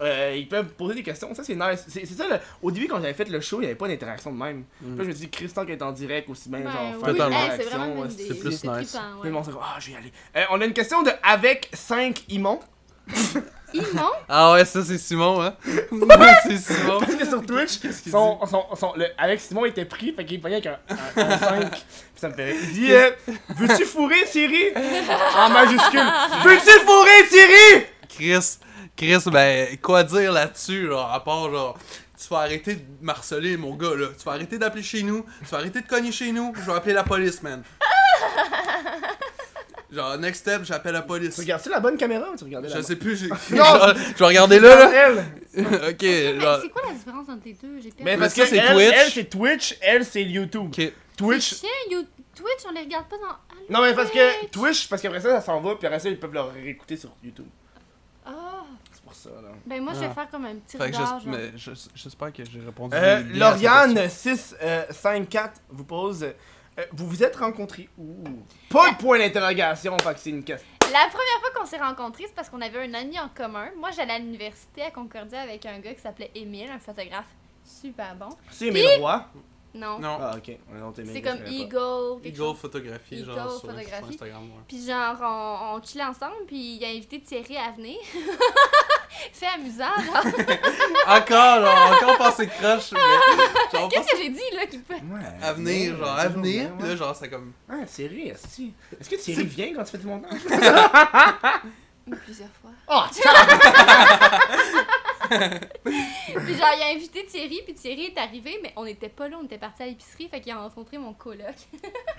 [SPEAKER 1] euh, ils peuvent poser des questions. Ça, c'est nice. C'est c'est ça, le- au début, quand j'avais fait le show, il n'y avait pas d'interaction de même. Puis là, je me suis dit, Christian qui est en direct aussi bien, genre, faire
[SPEAKER 2] Totalement.
[SPEAKER 1] des
[SPEAKER 3] Ben Hey, c'est
[SPEAKER 1] réactions,
[SPEAKER 3] vraiment une
[SPEAKER 1] ouais,
[SPEAKER 3] idée.
[SPEAKER 1] c'est
[SPEAKER 2] plus nice.
[SPEAKER 3] trippant, ouais.
[SPEAKER 1] Tout le monde s'est dit, ah, je vais y aller. Euh, on a une question de Avec 5 Imon.
[SPEAKER 3] Ils m'ont.
[SPEAKER 2] Ah, ouais, ça, c'est
[SPEAKER 1] *laughs*
[SPEAKER 2] Simon, hein. *laughs* c'est Simon.
[SPEAKER 1] Parce que sur Twitch,
[SPEAKER 2] qu'il
[SPEAKER 1] son, son- son- le- avec Simon était pris, fait qu'il voyait avec un, un- un 5. Puis ça me fait rire. Il dit euh, Veux-tu fourrer Thierry En majuscule. Veux-tu fourrer Thierry
[SPEAKER 2] Chris, Chris, ben, quoi dire là-dessus, genre, à part, genre, tu vas arrêter de marceler, mon gars, là. Tu vas arrêter d'appeler chez nous, tu vas arrêter de cogner chez nous, je vais appeler la
[SPEAKER 1] *laughs*
[SPEAKER 2] police, man. Genre, next step, j'appelle la police.
[SPEAKER 1] Tu regardes-tu la bonne caméra ou tu regardais la
[SPEAKER 2] Je sais plus, *laughs* j'ai...
[SPEAKER 1] Non!
[SPEAKER 2] je vais regarder là,
[SPEAKER 1] *laughs*
[SPEAKER 2] là.
[SPEAKER 1] Elle.
[SPEAKER 2] ok, genre...
[SPEAKER 3] quoi la différence entre les deux? J'ai
[SPEAKER 1] Mais
[SPEAKER 2] Mais
[SPEAKER 1] parce
[SPEAKER 2] ça,
[SPEAKER 1] que
[SPEAKER 2] c'est
[SPEAKER 1] elle,
[SPEAKER 2] Twitch.
[SPEAKER 1] elle, c'est Twitch, elle, c'est YouTube.
[SPEAKER 2] Ok,
[SPEAKER 1] Twitch.
[SPEAKER 3] Twitch, on les regarde pas dans. Ah,
[SPEAKER 1] Non, mais parce que Twitch, parce qu'après ça, ça s'en va, puis après ça, ils peuvent le réécouter sur YouTube.
[SPEAKER 5] Ah,
[SPEAKER 1] C'est pour ça, là.
[SPEAKER 5] ben moi je
[SPEAKER 2] Ah.
[SPEAKER 5] vais faire comme un petit
[SPEAKER 2] fait que
[SPEAKER 5] regard,
[SPEAKER 2] j'es-
[SPEAKER 5] genre.
[SPEAKER 2] mais j'es- j'espère que j'ai répondu
[SPEAKER 1] Euh,
[SPEAKER 2] bien à cette question.
[SPEAKER 1] Lauriane654 vous pose euh, Vous vous êtes rencontrés où Pas de point d'interrogation, fait que c'est une question.
[SPEAKER 5] La première fois qu'on s'est rencontrés, c'est parce qu'on avait un ami en commun. Moi j'allais à l'université à Concordia avec un gars qui s'appelait Émile, un photographe
[SPEAKER 6] super bon.
[SPEAKER 1] C'est mes droits.
[SPEAKER 3] Non.
[SPEAKER 2] Non.
[SPEAKER 1] Ah, ok. Non, t'es
[SPEAKER 3] C'est
[SPEAKER 1] Mélie,
[SPEAKER 3] comme
[SPEAKER 1] je savais pas.
[SPEAKER 3] Eagle. quelque
[SPEAKER 2] Eagle
[SPEAKER 3] chose.
[SPEAKER 2] photographie,
[SPEAKER 3] Eagle
[SPEAKER 2] genre sur, sur
[SPEAKER 3] photographie.
[SPEAKER 2] Instagram. ouais.
[SPEAKER 3] Puis genre, on, on chillait ensemble, puis il a invité Thierry à venir. *laughs* C'est amusant, genre.
[SPEAKER 1] *laughs*
[SPEAKER 2] Encore, genre, encore passé croche. mais, Genre,
[SPEAKER 3] Qu'est-ce que j'ai dit, là, qui peut...
[SPEAKER 1] Ouais.
[SPEAKER 2] à venir, genre, à
[SPEAKER 1] toujours
[SPEAKER 2] venir.
[SPEAKER 1] bien,
[SPEAKER 2] Puis
[SPEAKER 1] ouais.
[SPEAKER 2] Là, genre, c'est comme.
[SPEAKER 1] Ah, Thierry, est-ce Est-ce que Thierry vient quand tu fais du
[SPEAKER 2] *laughs*
[SPEAKER 1] montage?
[SPEAKER 3] Plusieurs fois.
[SPEAKER 1] Oh,
[SPEAKER 3] Puis genre, il a invité Thierry, puis Thierry est arrivé, mais on était pas là, on était parti à l'épicerie, fait qu'il a rencontré mon
[SPEAKER 2] *laughs*
[SPEAKER 3] coloc.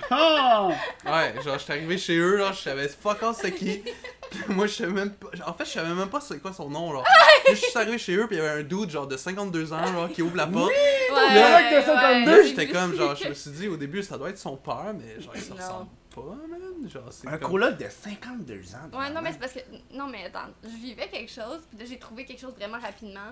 [SPEAKER 7] Ah!
[SPEAKER 2] Ouais, genre, j'étais arrivé chez eux, genre, je savais fuck all c'est qui. Puis moi, je savais même pas. En fait, je savais même pas c'est quoi son nom, genre. Puis je suis arrivé chez eux, puis il y avait un dude, genre, de 52 ans, genre, qui ouvre la porte.
[SPEAKER 3] Ouais,
[SPEAKER 7] coloc de
[SPEAKER 3] ouais.
[SPEAKER 7] 52.
[SPEAKER 2] J'étais comme, genre, *laughs* je me suis dit au début, ça doit être son père, mais genre, il se
[SPEAKER 3] Non.
[SPEAKER 2] ressemble pas, man. Genre, c'est.
[SPEAKER 1] Un
[SPEAKER 2] comme-
[SPEAKER 1] coloc de 52 ans.
[SPEAKER 3] Ouais,
[SPEAKER 2] ben.
[SPEAKER 3] non, mais c'est parce que. Non, mais attends, je vivais quelque chose, puis là, j'ai trouvé quelque chose vraiment rapidement.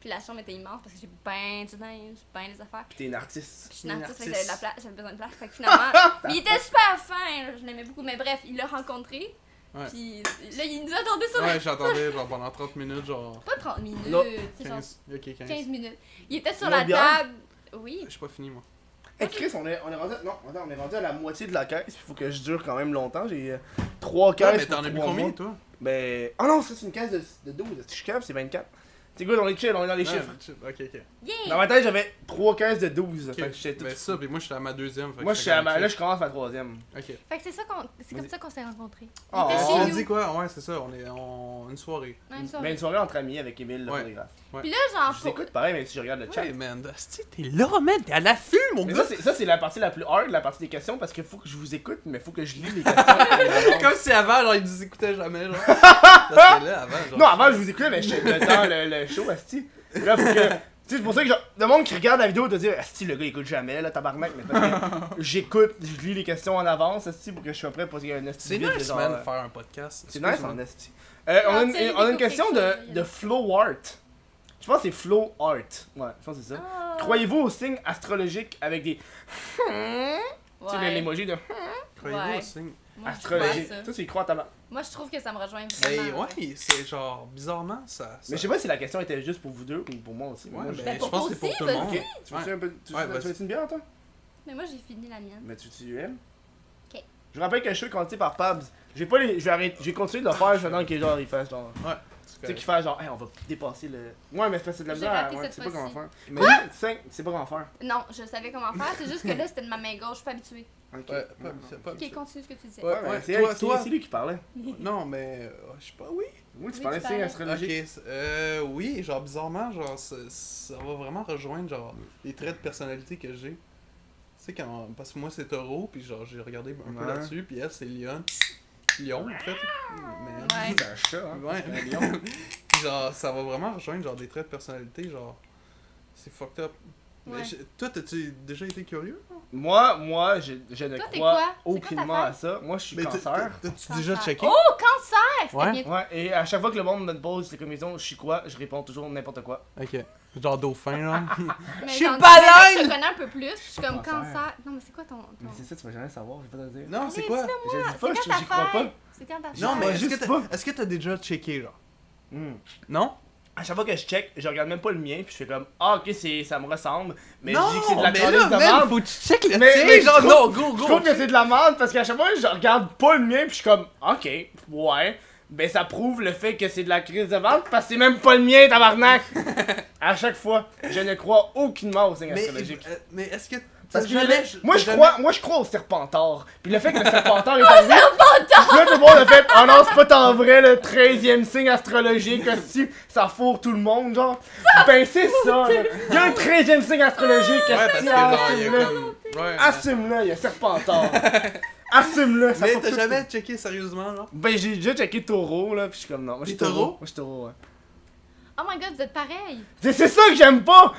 [SPEAKER 3] Puis la chambre était immense parce que j'ai ben du linge, ben des affaires.
[SPEAKER 1] Puis t'es une artiste.
[SPEAKER 3] Puis je suis une
[SPEAKER 2] Une
[SPEAKER 3] artiste, fait que j'avais de la
[SPEAKER 2] artiste.
[SPEAKER 3] place, j'avais besoin de place. Fait que finalement, mais il était super fin, là, je l'aimais beaucoup. Mais bref, il l'a rencontré.
[SPEAKER 2] Ouais.
[SPEAKER 3] Puis là, il nous attendait sur
[SPEAKER 2] Ouais,
[SPEAKER 3] la.
[SPEAKER 2] j'attendais, genre, pendant 30 minutes, genre.
[SPEAKER 3] Pas 30 minutes,
[SPEAKER 1] Non.
[SPEAKER 3] c'est genre
[SPEAKER 2] 15. Ok, 15.
[SPEAKER 3] 15 minutes. Il était sur
[SPEAKER 1] Une
[SPEAKER 3] la
[SPEAKER 1] bière?
[SPEAKER 3] table. Oui.
[SPEAKER 2] J'ai pas fini, moi.
[SPEAKER 1] Hey Eh, Chris, on est, on est rendu. Non, attends, on est rendu à la moitié de la caisse. Il faut que je dure quand même longtemps. J'ai euh, trois
[SPEAKER 2] Ouais,
[SPEAKER 1] caisses.
[SPEAKER 2] mais t'en
[SPEAKER 1] pour
[SPEAKER 2] as bu
[SPEAKER 1] trois
[SPEAKER 2] combien,
[SPEAKER 1] mois.
[SPEAKER 2] toi
[SPEAKER 1] Ben. Oh non, ça c'est une caisse de, de 12. Est-ce que Je suis capable, c'est 24. C'est good, on est chill, on est dans les
[SPEAKER 2] Ouais,
[SPEAKER 1] chiffres.
[SPEAKER 2] Ok, ok.
[SPEAKER 1] Dans
[SPEAKER 3] Yeah!
[SPEAKER 1] ma tête, j'avais trois caisses de 12. Fait
[SPEAKER 2] Ok,
[SPEAKER 1] que j'étais tout.
[SPEAKER 2] ben ça, puis moi j'étais à ma deuxième. fait que
[SPEAKER 1] Moi, je suis à ma...
[SPEAKER 2] comme,
[SPEAKER 1] là, je commence ma troisième.
[SPEAKER 2] Ok. Ok.
[SPEAKER 6] Fait que c'est ça qu'on. C'est comme
[SPEAKER 1] Vas-y.
[SPEAKER 6] ça qu'on s'est rencontrés.
[SPEAKER 1] Oh,
[SPEAKER 3] était
[SPEAKER 2] On
[SPEAKER 3] chez
[SPEAKER 2] se
[SPEAKER 3] nous.
[SPEAKER 2] dit quoi Ouais, c'est ça, on est on... une soirée.
[SPEAKER 3] Ouais, une
[SPEAKER 1] Ben,
[SPEAKER 3] soirée.
[SPEAKER 1] une soirée entre amis avec Emile, le
[SPEAKER 2] Ouais.
[SPEAKER 1] photographe.
[SPEAKER 3] Puis là, genre,
[SPEAKER 1] Je
[SPEAKER 3] pour-
[SPEAKER 1] t'écoute pareil, mais si je regarde le chat.
[SPEAKER 2] Hey man, Dusty, t'es là, man, t'es à l'affût, mon
[SPEAKER 1] Mais
[SPEAKER 2] gars.
[SPEAKER 1] ça, c'est- ça, c'est la partie la plus hard, la partie des questions, parce qu'il faut que je vous écoute, mais faut que je lis les
[SPEAKER 2] *laughs*
[SPEAKER 1] questions.
[SPEAKER 2] Comme si avant, genre, ils nous écoutaient jamais, *laughs* genre. Parce que là, avant, genre.
[SPEAKER 1] Non, avant, je vous écoutais, mais je le temps, le, le show, Asti. Là, faut que. Tu sais, c'est pour ça que genre, le monde qui regarde la vidéo doit dire Asti, le gars, il écoute jamais, là, tabarnak. Mais parce que j'écoute, je lis les questions en avance, Asti, pour que je sois prêt pour un Asti.
[SPEAKER 2] C'est
[SPEAKER 1] vide,
[SPEAKER 2] nice,
[SPEAKER 1] genre,
[SPEAKER 2] man, de
[SPEAKER 1] euh,
[SPEAKER 2] faire un podcast.
[SPEAKER 1] C'est nice
[SPEAKER 2] Excuse-moi.
[SPEAKER 1] en Asti. Euh, on, a une,
[SPEAKER 3] Ah, tu
[SPEAKER 1] on a
[SPEAKER 3] sais,
[SPEAKER 1] une
[SPEAKER 3] découvre
[SPEAKER 1] question
[SPEAKER 3] quelque chose,
[SPEAKER 1] de, de
[SPEAKER 3] là.
[SPEAKER 1] Flow Art. Je pense que c'est Flow Art. Ouais, je pense que c'est ça.
[SPEAKER 3] Ah.
[SPEAKER 1] Croyez-vous aux signes astrologiques avec des. *laughs* Tu sais,
[SPEAKER 3] Ouais.
[SPEAKER 1] l'émoji de
[SPEAKER 2] Croyez-vous
[SPEAKER 3] Ouais.
[SPEAKER 2] au signe.
[SPEAKER 3] Moi, je crois à
[SPEAKER 1] astrologique.
[SPEAKER 3] ça.
[SPEAKER 1] Ça, tu y crois à ta
[SPEAKER 3] Moi, je trouve que ça me rejoint
[SPEAKER 2] Ben
[SPEAKER 3] vraiment.
[SPEAKER 2] ouais, c'est genre, bizarrement, ça. ça-
[SPEAKER 1] Mais je sais pas si la question était juste pour vous deux ou pour moi aussi. mais
[SPEAKER 2] Ouais,
[SPEAKER 1] moi, je-
[SPEAKER 2] ben,
[SPEAKER 3] Ben,
[SPEAKER 2] je
[SPEAKER 3] pour
[SPEAKER 2] pense que
[SPEAKER 3] toi
[SPEAKER 2] c'est pour
[SPEAKER 3] aussi,
[SPEAKER 2] tout le monde.
[SPEAKER 3] vas-y.
[SPEAKER 2] Ok.
[SPEAKER 1] Tu veux-tu un peu. Tu,
[SPEAKER 2] Ouais,
[SPEAKER 1] veux- tu
[SPEAKER 2] vas-y.
[SPEAKER 1] veux-tu une bière, toi
[SPEAKER 3] Mais moi, j'ai fini la mienne.
[SPEAKER 1] Mais tu, tu aimes
[SPEAKER 3] Ok.
[SPEAKER 1] Je rappelle que je suis compté par Pabs. J'ai pas les. Je vais arrêter. J'ai continué de le faire, je attends qu'il genre il fasse genre. Tu sais qu'il fasse genre, hey, on va dépasser le. Ouais, mais c'est parce que c'est de la
[SPEAKER 3] J'ai
[SPEAKER 1] misère.
[SPEAKER 3] raté
[SPEAKER 1] ouais,
[SPEAKER 3] cette
[SPEAKER 1] tu sais pas comment
[SPEAKER 3] fois-ci.
[SPEAKER 1] faire. Mais tu sais, tu sais pas comment faire.
[SPEAKER 3] Non, je savais comment faire, c'est juste que là, c'était de ma main gauche, je suis pas habituée.
[SPEAKER 1] Ok.
[SPEAKER 2] Ouais,
[SPEAKER 1] Ouais,
[SPEAKER 2] pas- pas-
[SPEAKER 3] Ok, continue ce que tu disais.
[SPEAKER 2] Ouais.
[SPEAKER 1] ouais, mais c'est elle-
[SPEAKER 2] toi-
[SPEAKER 1] c'est
[SPEAKER 2] toi-
[SPEAKER 1] c'est lui qui parlait.
[SPEAKER 2] Non, mais. euh, Je sais pas, oui.
[SPEAKER 1] Oui, tu
[SPEAKER 3] tu
[SPEAKER 1] parlais de signes
[SPEAKER 3] parlais.
[SPEAKER 1] astrologiques.
[SPEAKER 2] Ok, c'est- euh, oui, genre bizarrement, genre ça, ça va vraiment rejoindre genre les traits de personnalité que j'ai. Tu sais quand parce que moi c'est Taureau, puis genre j'ai regardé un peu
[SPEAKER 1] Ouais.
[SPEAKER 2] là-dessus, puis elle c'est Lion. Lion en fait. Mais
[SPEAKER 3] Ouais.
[SPEAKER 1] C'est un chat, hein.
[SPEAKER 2] Ouais.
[SPEAKER 1] C'est un
[SPEAKER 2] *laughs*
[SPEAKER 1] lion.
[SPEAKER 2] Puis genre ça va vraiment rejoindre genre des traits de personnalité genre c'est fucked up. Mais
[SPEAKER 3] Ouais.
[SPEAKER 2] je- toi t'as-tu déjà été curieux
[SPEAKER 1] Moi, moi, je, je ne
[SPEAKER 3] Toi, t'es
[SPEAKER 1] crois
[SPEAKER 3] quoi? C'est quoi ta
[SPEAKER 1] aucunement à ça. Moi, je suis
[SPEAKER 2] Mais t'as-
[SPEAKER 1] cancer.
[SPEAKER 2] t'as- T'as-tu déjà
[SPEAKER 3] Cancer.
[SPEAKER 2] checké
[SPEAKER 3] Oh, cancer! C'était
[SPEAKER 2] Ouais.
[SPEAKER 3] bien-
[SPEAKER 1] Ouais, et à chaque fois que le monde me pose les commissions, je suis quoi, je réponds toujours n'importe quoi.
[SPEAKER 2] Ok. Genre dauphin là.
[SPEAKER 3] Mais
[SPEAKER 2] suis
[SPEAKER 3] j'en-
[SPEAKER 2] baleine!
[SPEAKER 3] Je te connais un peu plus, je suis comme
[SPEAKER 1] Cancer.
[SPEAKER 3] cancer. Non, mais c'est quoi ton. ton-
[SPEAKER 1] Mais c'est ça, tu vas jamais savoir, je vais pas te le dire.
[SPEAKER 2] *laughs* non, c'est quoi
[SPEAKER 1] Je dis
[SPEAKER 3] C'est
[SPEAKER 1] pas,
[SPEAKER 3] quand
[SPEAKER 1] je-
[SPEAKER 3] ta
[SPEAKER 1] j'y crois pas.
[SPEAKER 3] fête? C'est quand ta fête?
[SPEAKER 2] Non,
[SPEAKER 1] Ouais,
[SPEAKER 2] mais est-ce que
[SPEAKER 1] juste
[SPEAKER 2] t'as
[SPEAKER 1] pas.
[SPEAKER 2] est-ce que t'as déjà checké genre
[SPEAKER 1] Hmm.
[SPEAKER 2] Non
[SPEAKER 1] À chaque fois que je check, je regarde même pas le mien, puis je fais comme, ah, ok, c'est, ça me ressemble, mais
[SPEAKER 2] non,
[SPEAKER 1] je dis que c'est de la
[SPEAKER 2] mais
[SPEAKER 1] calice
[SPEAKER 2] là,
[SPEAKER 1] de
[SPEAKER 2] man,
[SPEAKER 1] merde.
[SPEAKER 2] faut que tu check le
[SPEAKER 1] Mais-
[SPEAKER 2] tien,
[SPEAKER 1] mais je
[SPEAKER 2] genre,
[SPEAKER 1] trouve-
[SPEAKER 2] non, go,
[SPEAKER 1] Je
[SPEAKER 2] go.
[SPEAKER 1] trouve que c'est de la merde parce qu'à chaque fois, je regarde pas le mien, puis je suis comme, ok, ouais. Ben ça prouve le fait que c'est de la crise de vente parce que c'est même pas le mien, *laughs* tabarnak! à chaque fois, je ne crois aucunement aux signes
[SPEAKER 2] Mais,
[SPEAKER 1] astrologiques.
[SPEAKER 2] euh, mais est-ce que.
[SPEAKER 1] Parce
[SPEAKER 2] t'as
[SPEAKER 1] que
[SPEAKER 2] jamais-
[SPEAKER 1] je- moi,
[SPEAKER 2] t'as
[SPEAKER 1] je
[SPEAKER 2] jamais-
[SPEAKER 1] crois, moi, je crois au serpentard. Puis le fait que le *laughs* serpentard est arrivé. Là, tout le monde a fait Oh non, c'est pas tant vrai, le 13e signe astrologique, aussi, ça fourre tout le monde, genre. Ben, c'est ça, là. Il y a un 13e signe astrologique,
[SPEAKER 2] Ouais, parce que
[SPEAKER 1] hostie,
[SPEAKER 2] genre, il y a
[SPEAKER 1] assume-le.
[SPEAKER 2] comme. Ouais.
[SPEAKER 1] Ah, Assume-le, il y a
[SPEAKER 2] *laughs*
[SPEAKER 1] serpentard. Assume-le, ça
[SPEAKER 2] Mais
[SPEAKER 1] fourre
[SPEAKER 2] t'as
[SPEAKER 1] tout-
[SPEAKER 2] jamais checké sérieusement, genre
[SPEAKER 1] Ben, j'ai déjà checké taureau, là, puis je suis comme non, moi je suis
[SPEAKER 2] T'es
[SPEAKER 1] taureau.
[SPEAKER 2] taureau?
[SPEAKER 1] Moi je suis taureau, ouais.
[SPEAKER 3] Oh my god, vous êtes pareil!
[SPEAKER 1] C'est c'est ça que j'aime pas!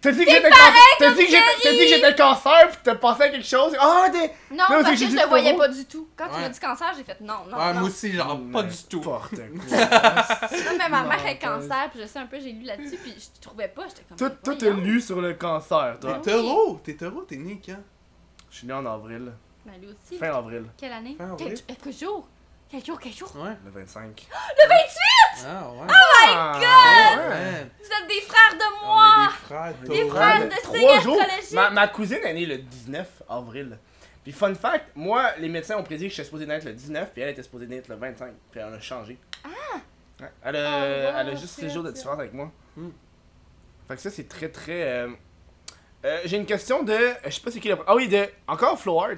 [SPEAKER 1] T'as dit que j'étais cancer, t'as dit que j'étais- t'as dit que j'étais cancer, pis t'as pensé à quelque chose, ah, t'es.
[SPEAKER 3] Non,
[SPEAKER 1] Non, c'est
[SPEAKER 3] parce
[SPEAKER 1] que
[SPEAKER 3] que
[SPEAKER 1] j'ai
[SPEAKER 3] je
[SPEAKER 1] dit
[SPEAKER 3] le voyais
[SPEAKER 1] taureau.
[SPEAKER 3] pas du tout. Quand tu
[SPEAKER 2] Ouais.
[SPEAKER 3] m'as dit cancer, j'ai fait non, non.
[SPEAKER 2] Ouais,
[SPEAKER 3] non.
[SPEAKER 2] moi aussi, genre, pas du tout.
[SPEAKER 1] N'importe quoi.
[SPEAKER 3] Là, même ma mère
[SPEAKER 1] Non,
[SPEAKER 3] est
[SPEAKER 1] pas-
[SPEAKER 3] cancer, puis je sais un peu, j'ai lu là-dessus, puis je trouvais pas, j'étais comme.
[SPEAKER 1] Toi, toi, t'as
[SPEAKER 3] voyons.
[SPEAKER 1] lu sur le cancer, toi.
[SPEAKER 2] T'es taureau, t'es taureau, t'es hein. né quand
[SPEAKER 1] Je suis né en avril.
[SPEAKER 3] Ben, lui aussi.
[SPEAKER 1] Fin avril.
[SPEAKER 3] Quelle année?
[SPEAKER 2] Fin
[SPEAKER 3] Quel,
[SPEAKER 2] avril.
[SPEAKER 3] quel jour? Quel jour? Quel jour?
[SPEAKER 2] Ouais.
[SPEAKER 1] Le Ah, 25.
[SPEAKER 2] Ah
[SPEAKER 1] Oh
[SPEAKER 2] ouais.
[SPEAKER 1] my
[SPEAKER 2] Ouais.
[SPEAKER 1] god!
[SPEAKER 2] Man,
[SPEAKER 3] Vous êtes des frères de
[SPEAKER 2] On
[SPEAKER 3] moi!
[SPEAKER 2] est Ah des frères, Naruto.
[SPEAKER 3] Des
[SPEAKER 1] Ah,
[SPEAKER 3] fans
[SPEAKER 1] ben,
[SPEAKER 3] de
[SPEAKER 1] trois
[SPEAKER 3] signes
[SPEAKER 1] jours.
[SPEAKER 3] astrologiques.
[SPEAKER 1] Ma, ma cousine est née le 19 avril. Puis fun fact, moi, les médecins ont prédit que j'étais supposé naître le 19, puis elle était supposée naître le 25. Puis elle a changé. Ah! Elle a,
[SPEAKER 3] Ah, wow,
[SPEAKER 1] elle a juste
[SPEAKER 3] c'est
[SPEAKER 1] 6 jours de
[SPEAKER 3] ça.
[SPEAKER 1] différence avec moi.
[SPEAKER 2] Hmm.
[SPEAKER 1] Fait que ça, c'est très, très... euh, euh, J'ai une question de... Je sais pas c'est qui la... Ah oui, de... Encore Flowart.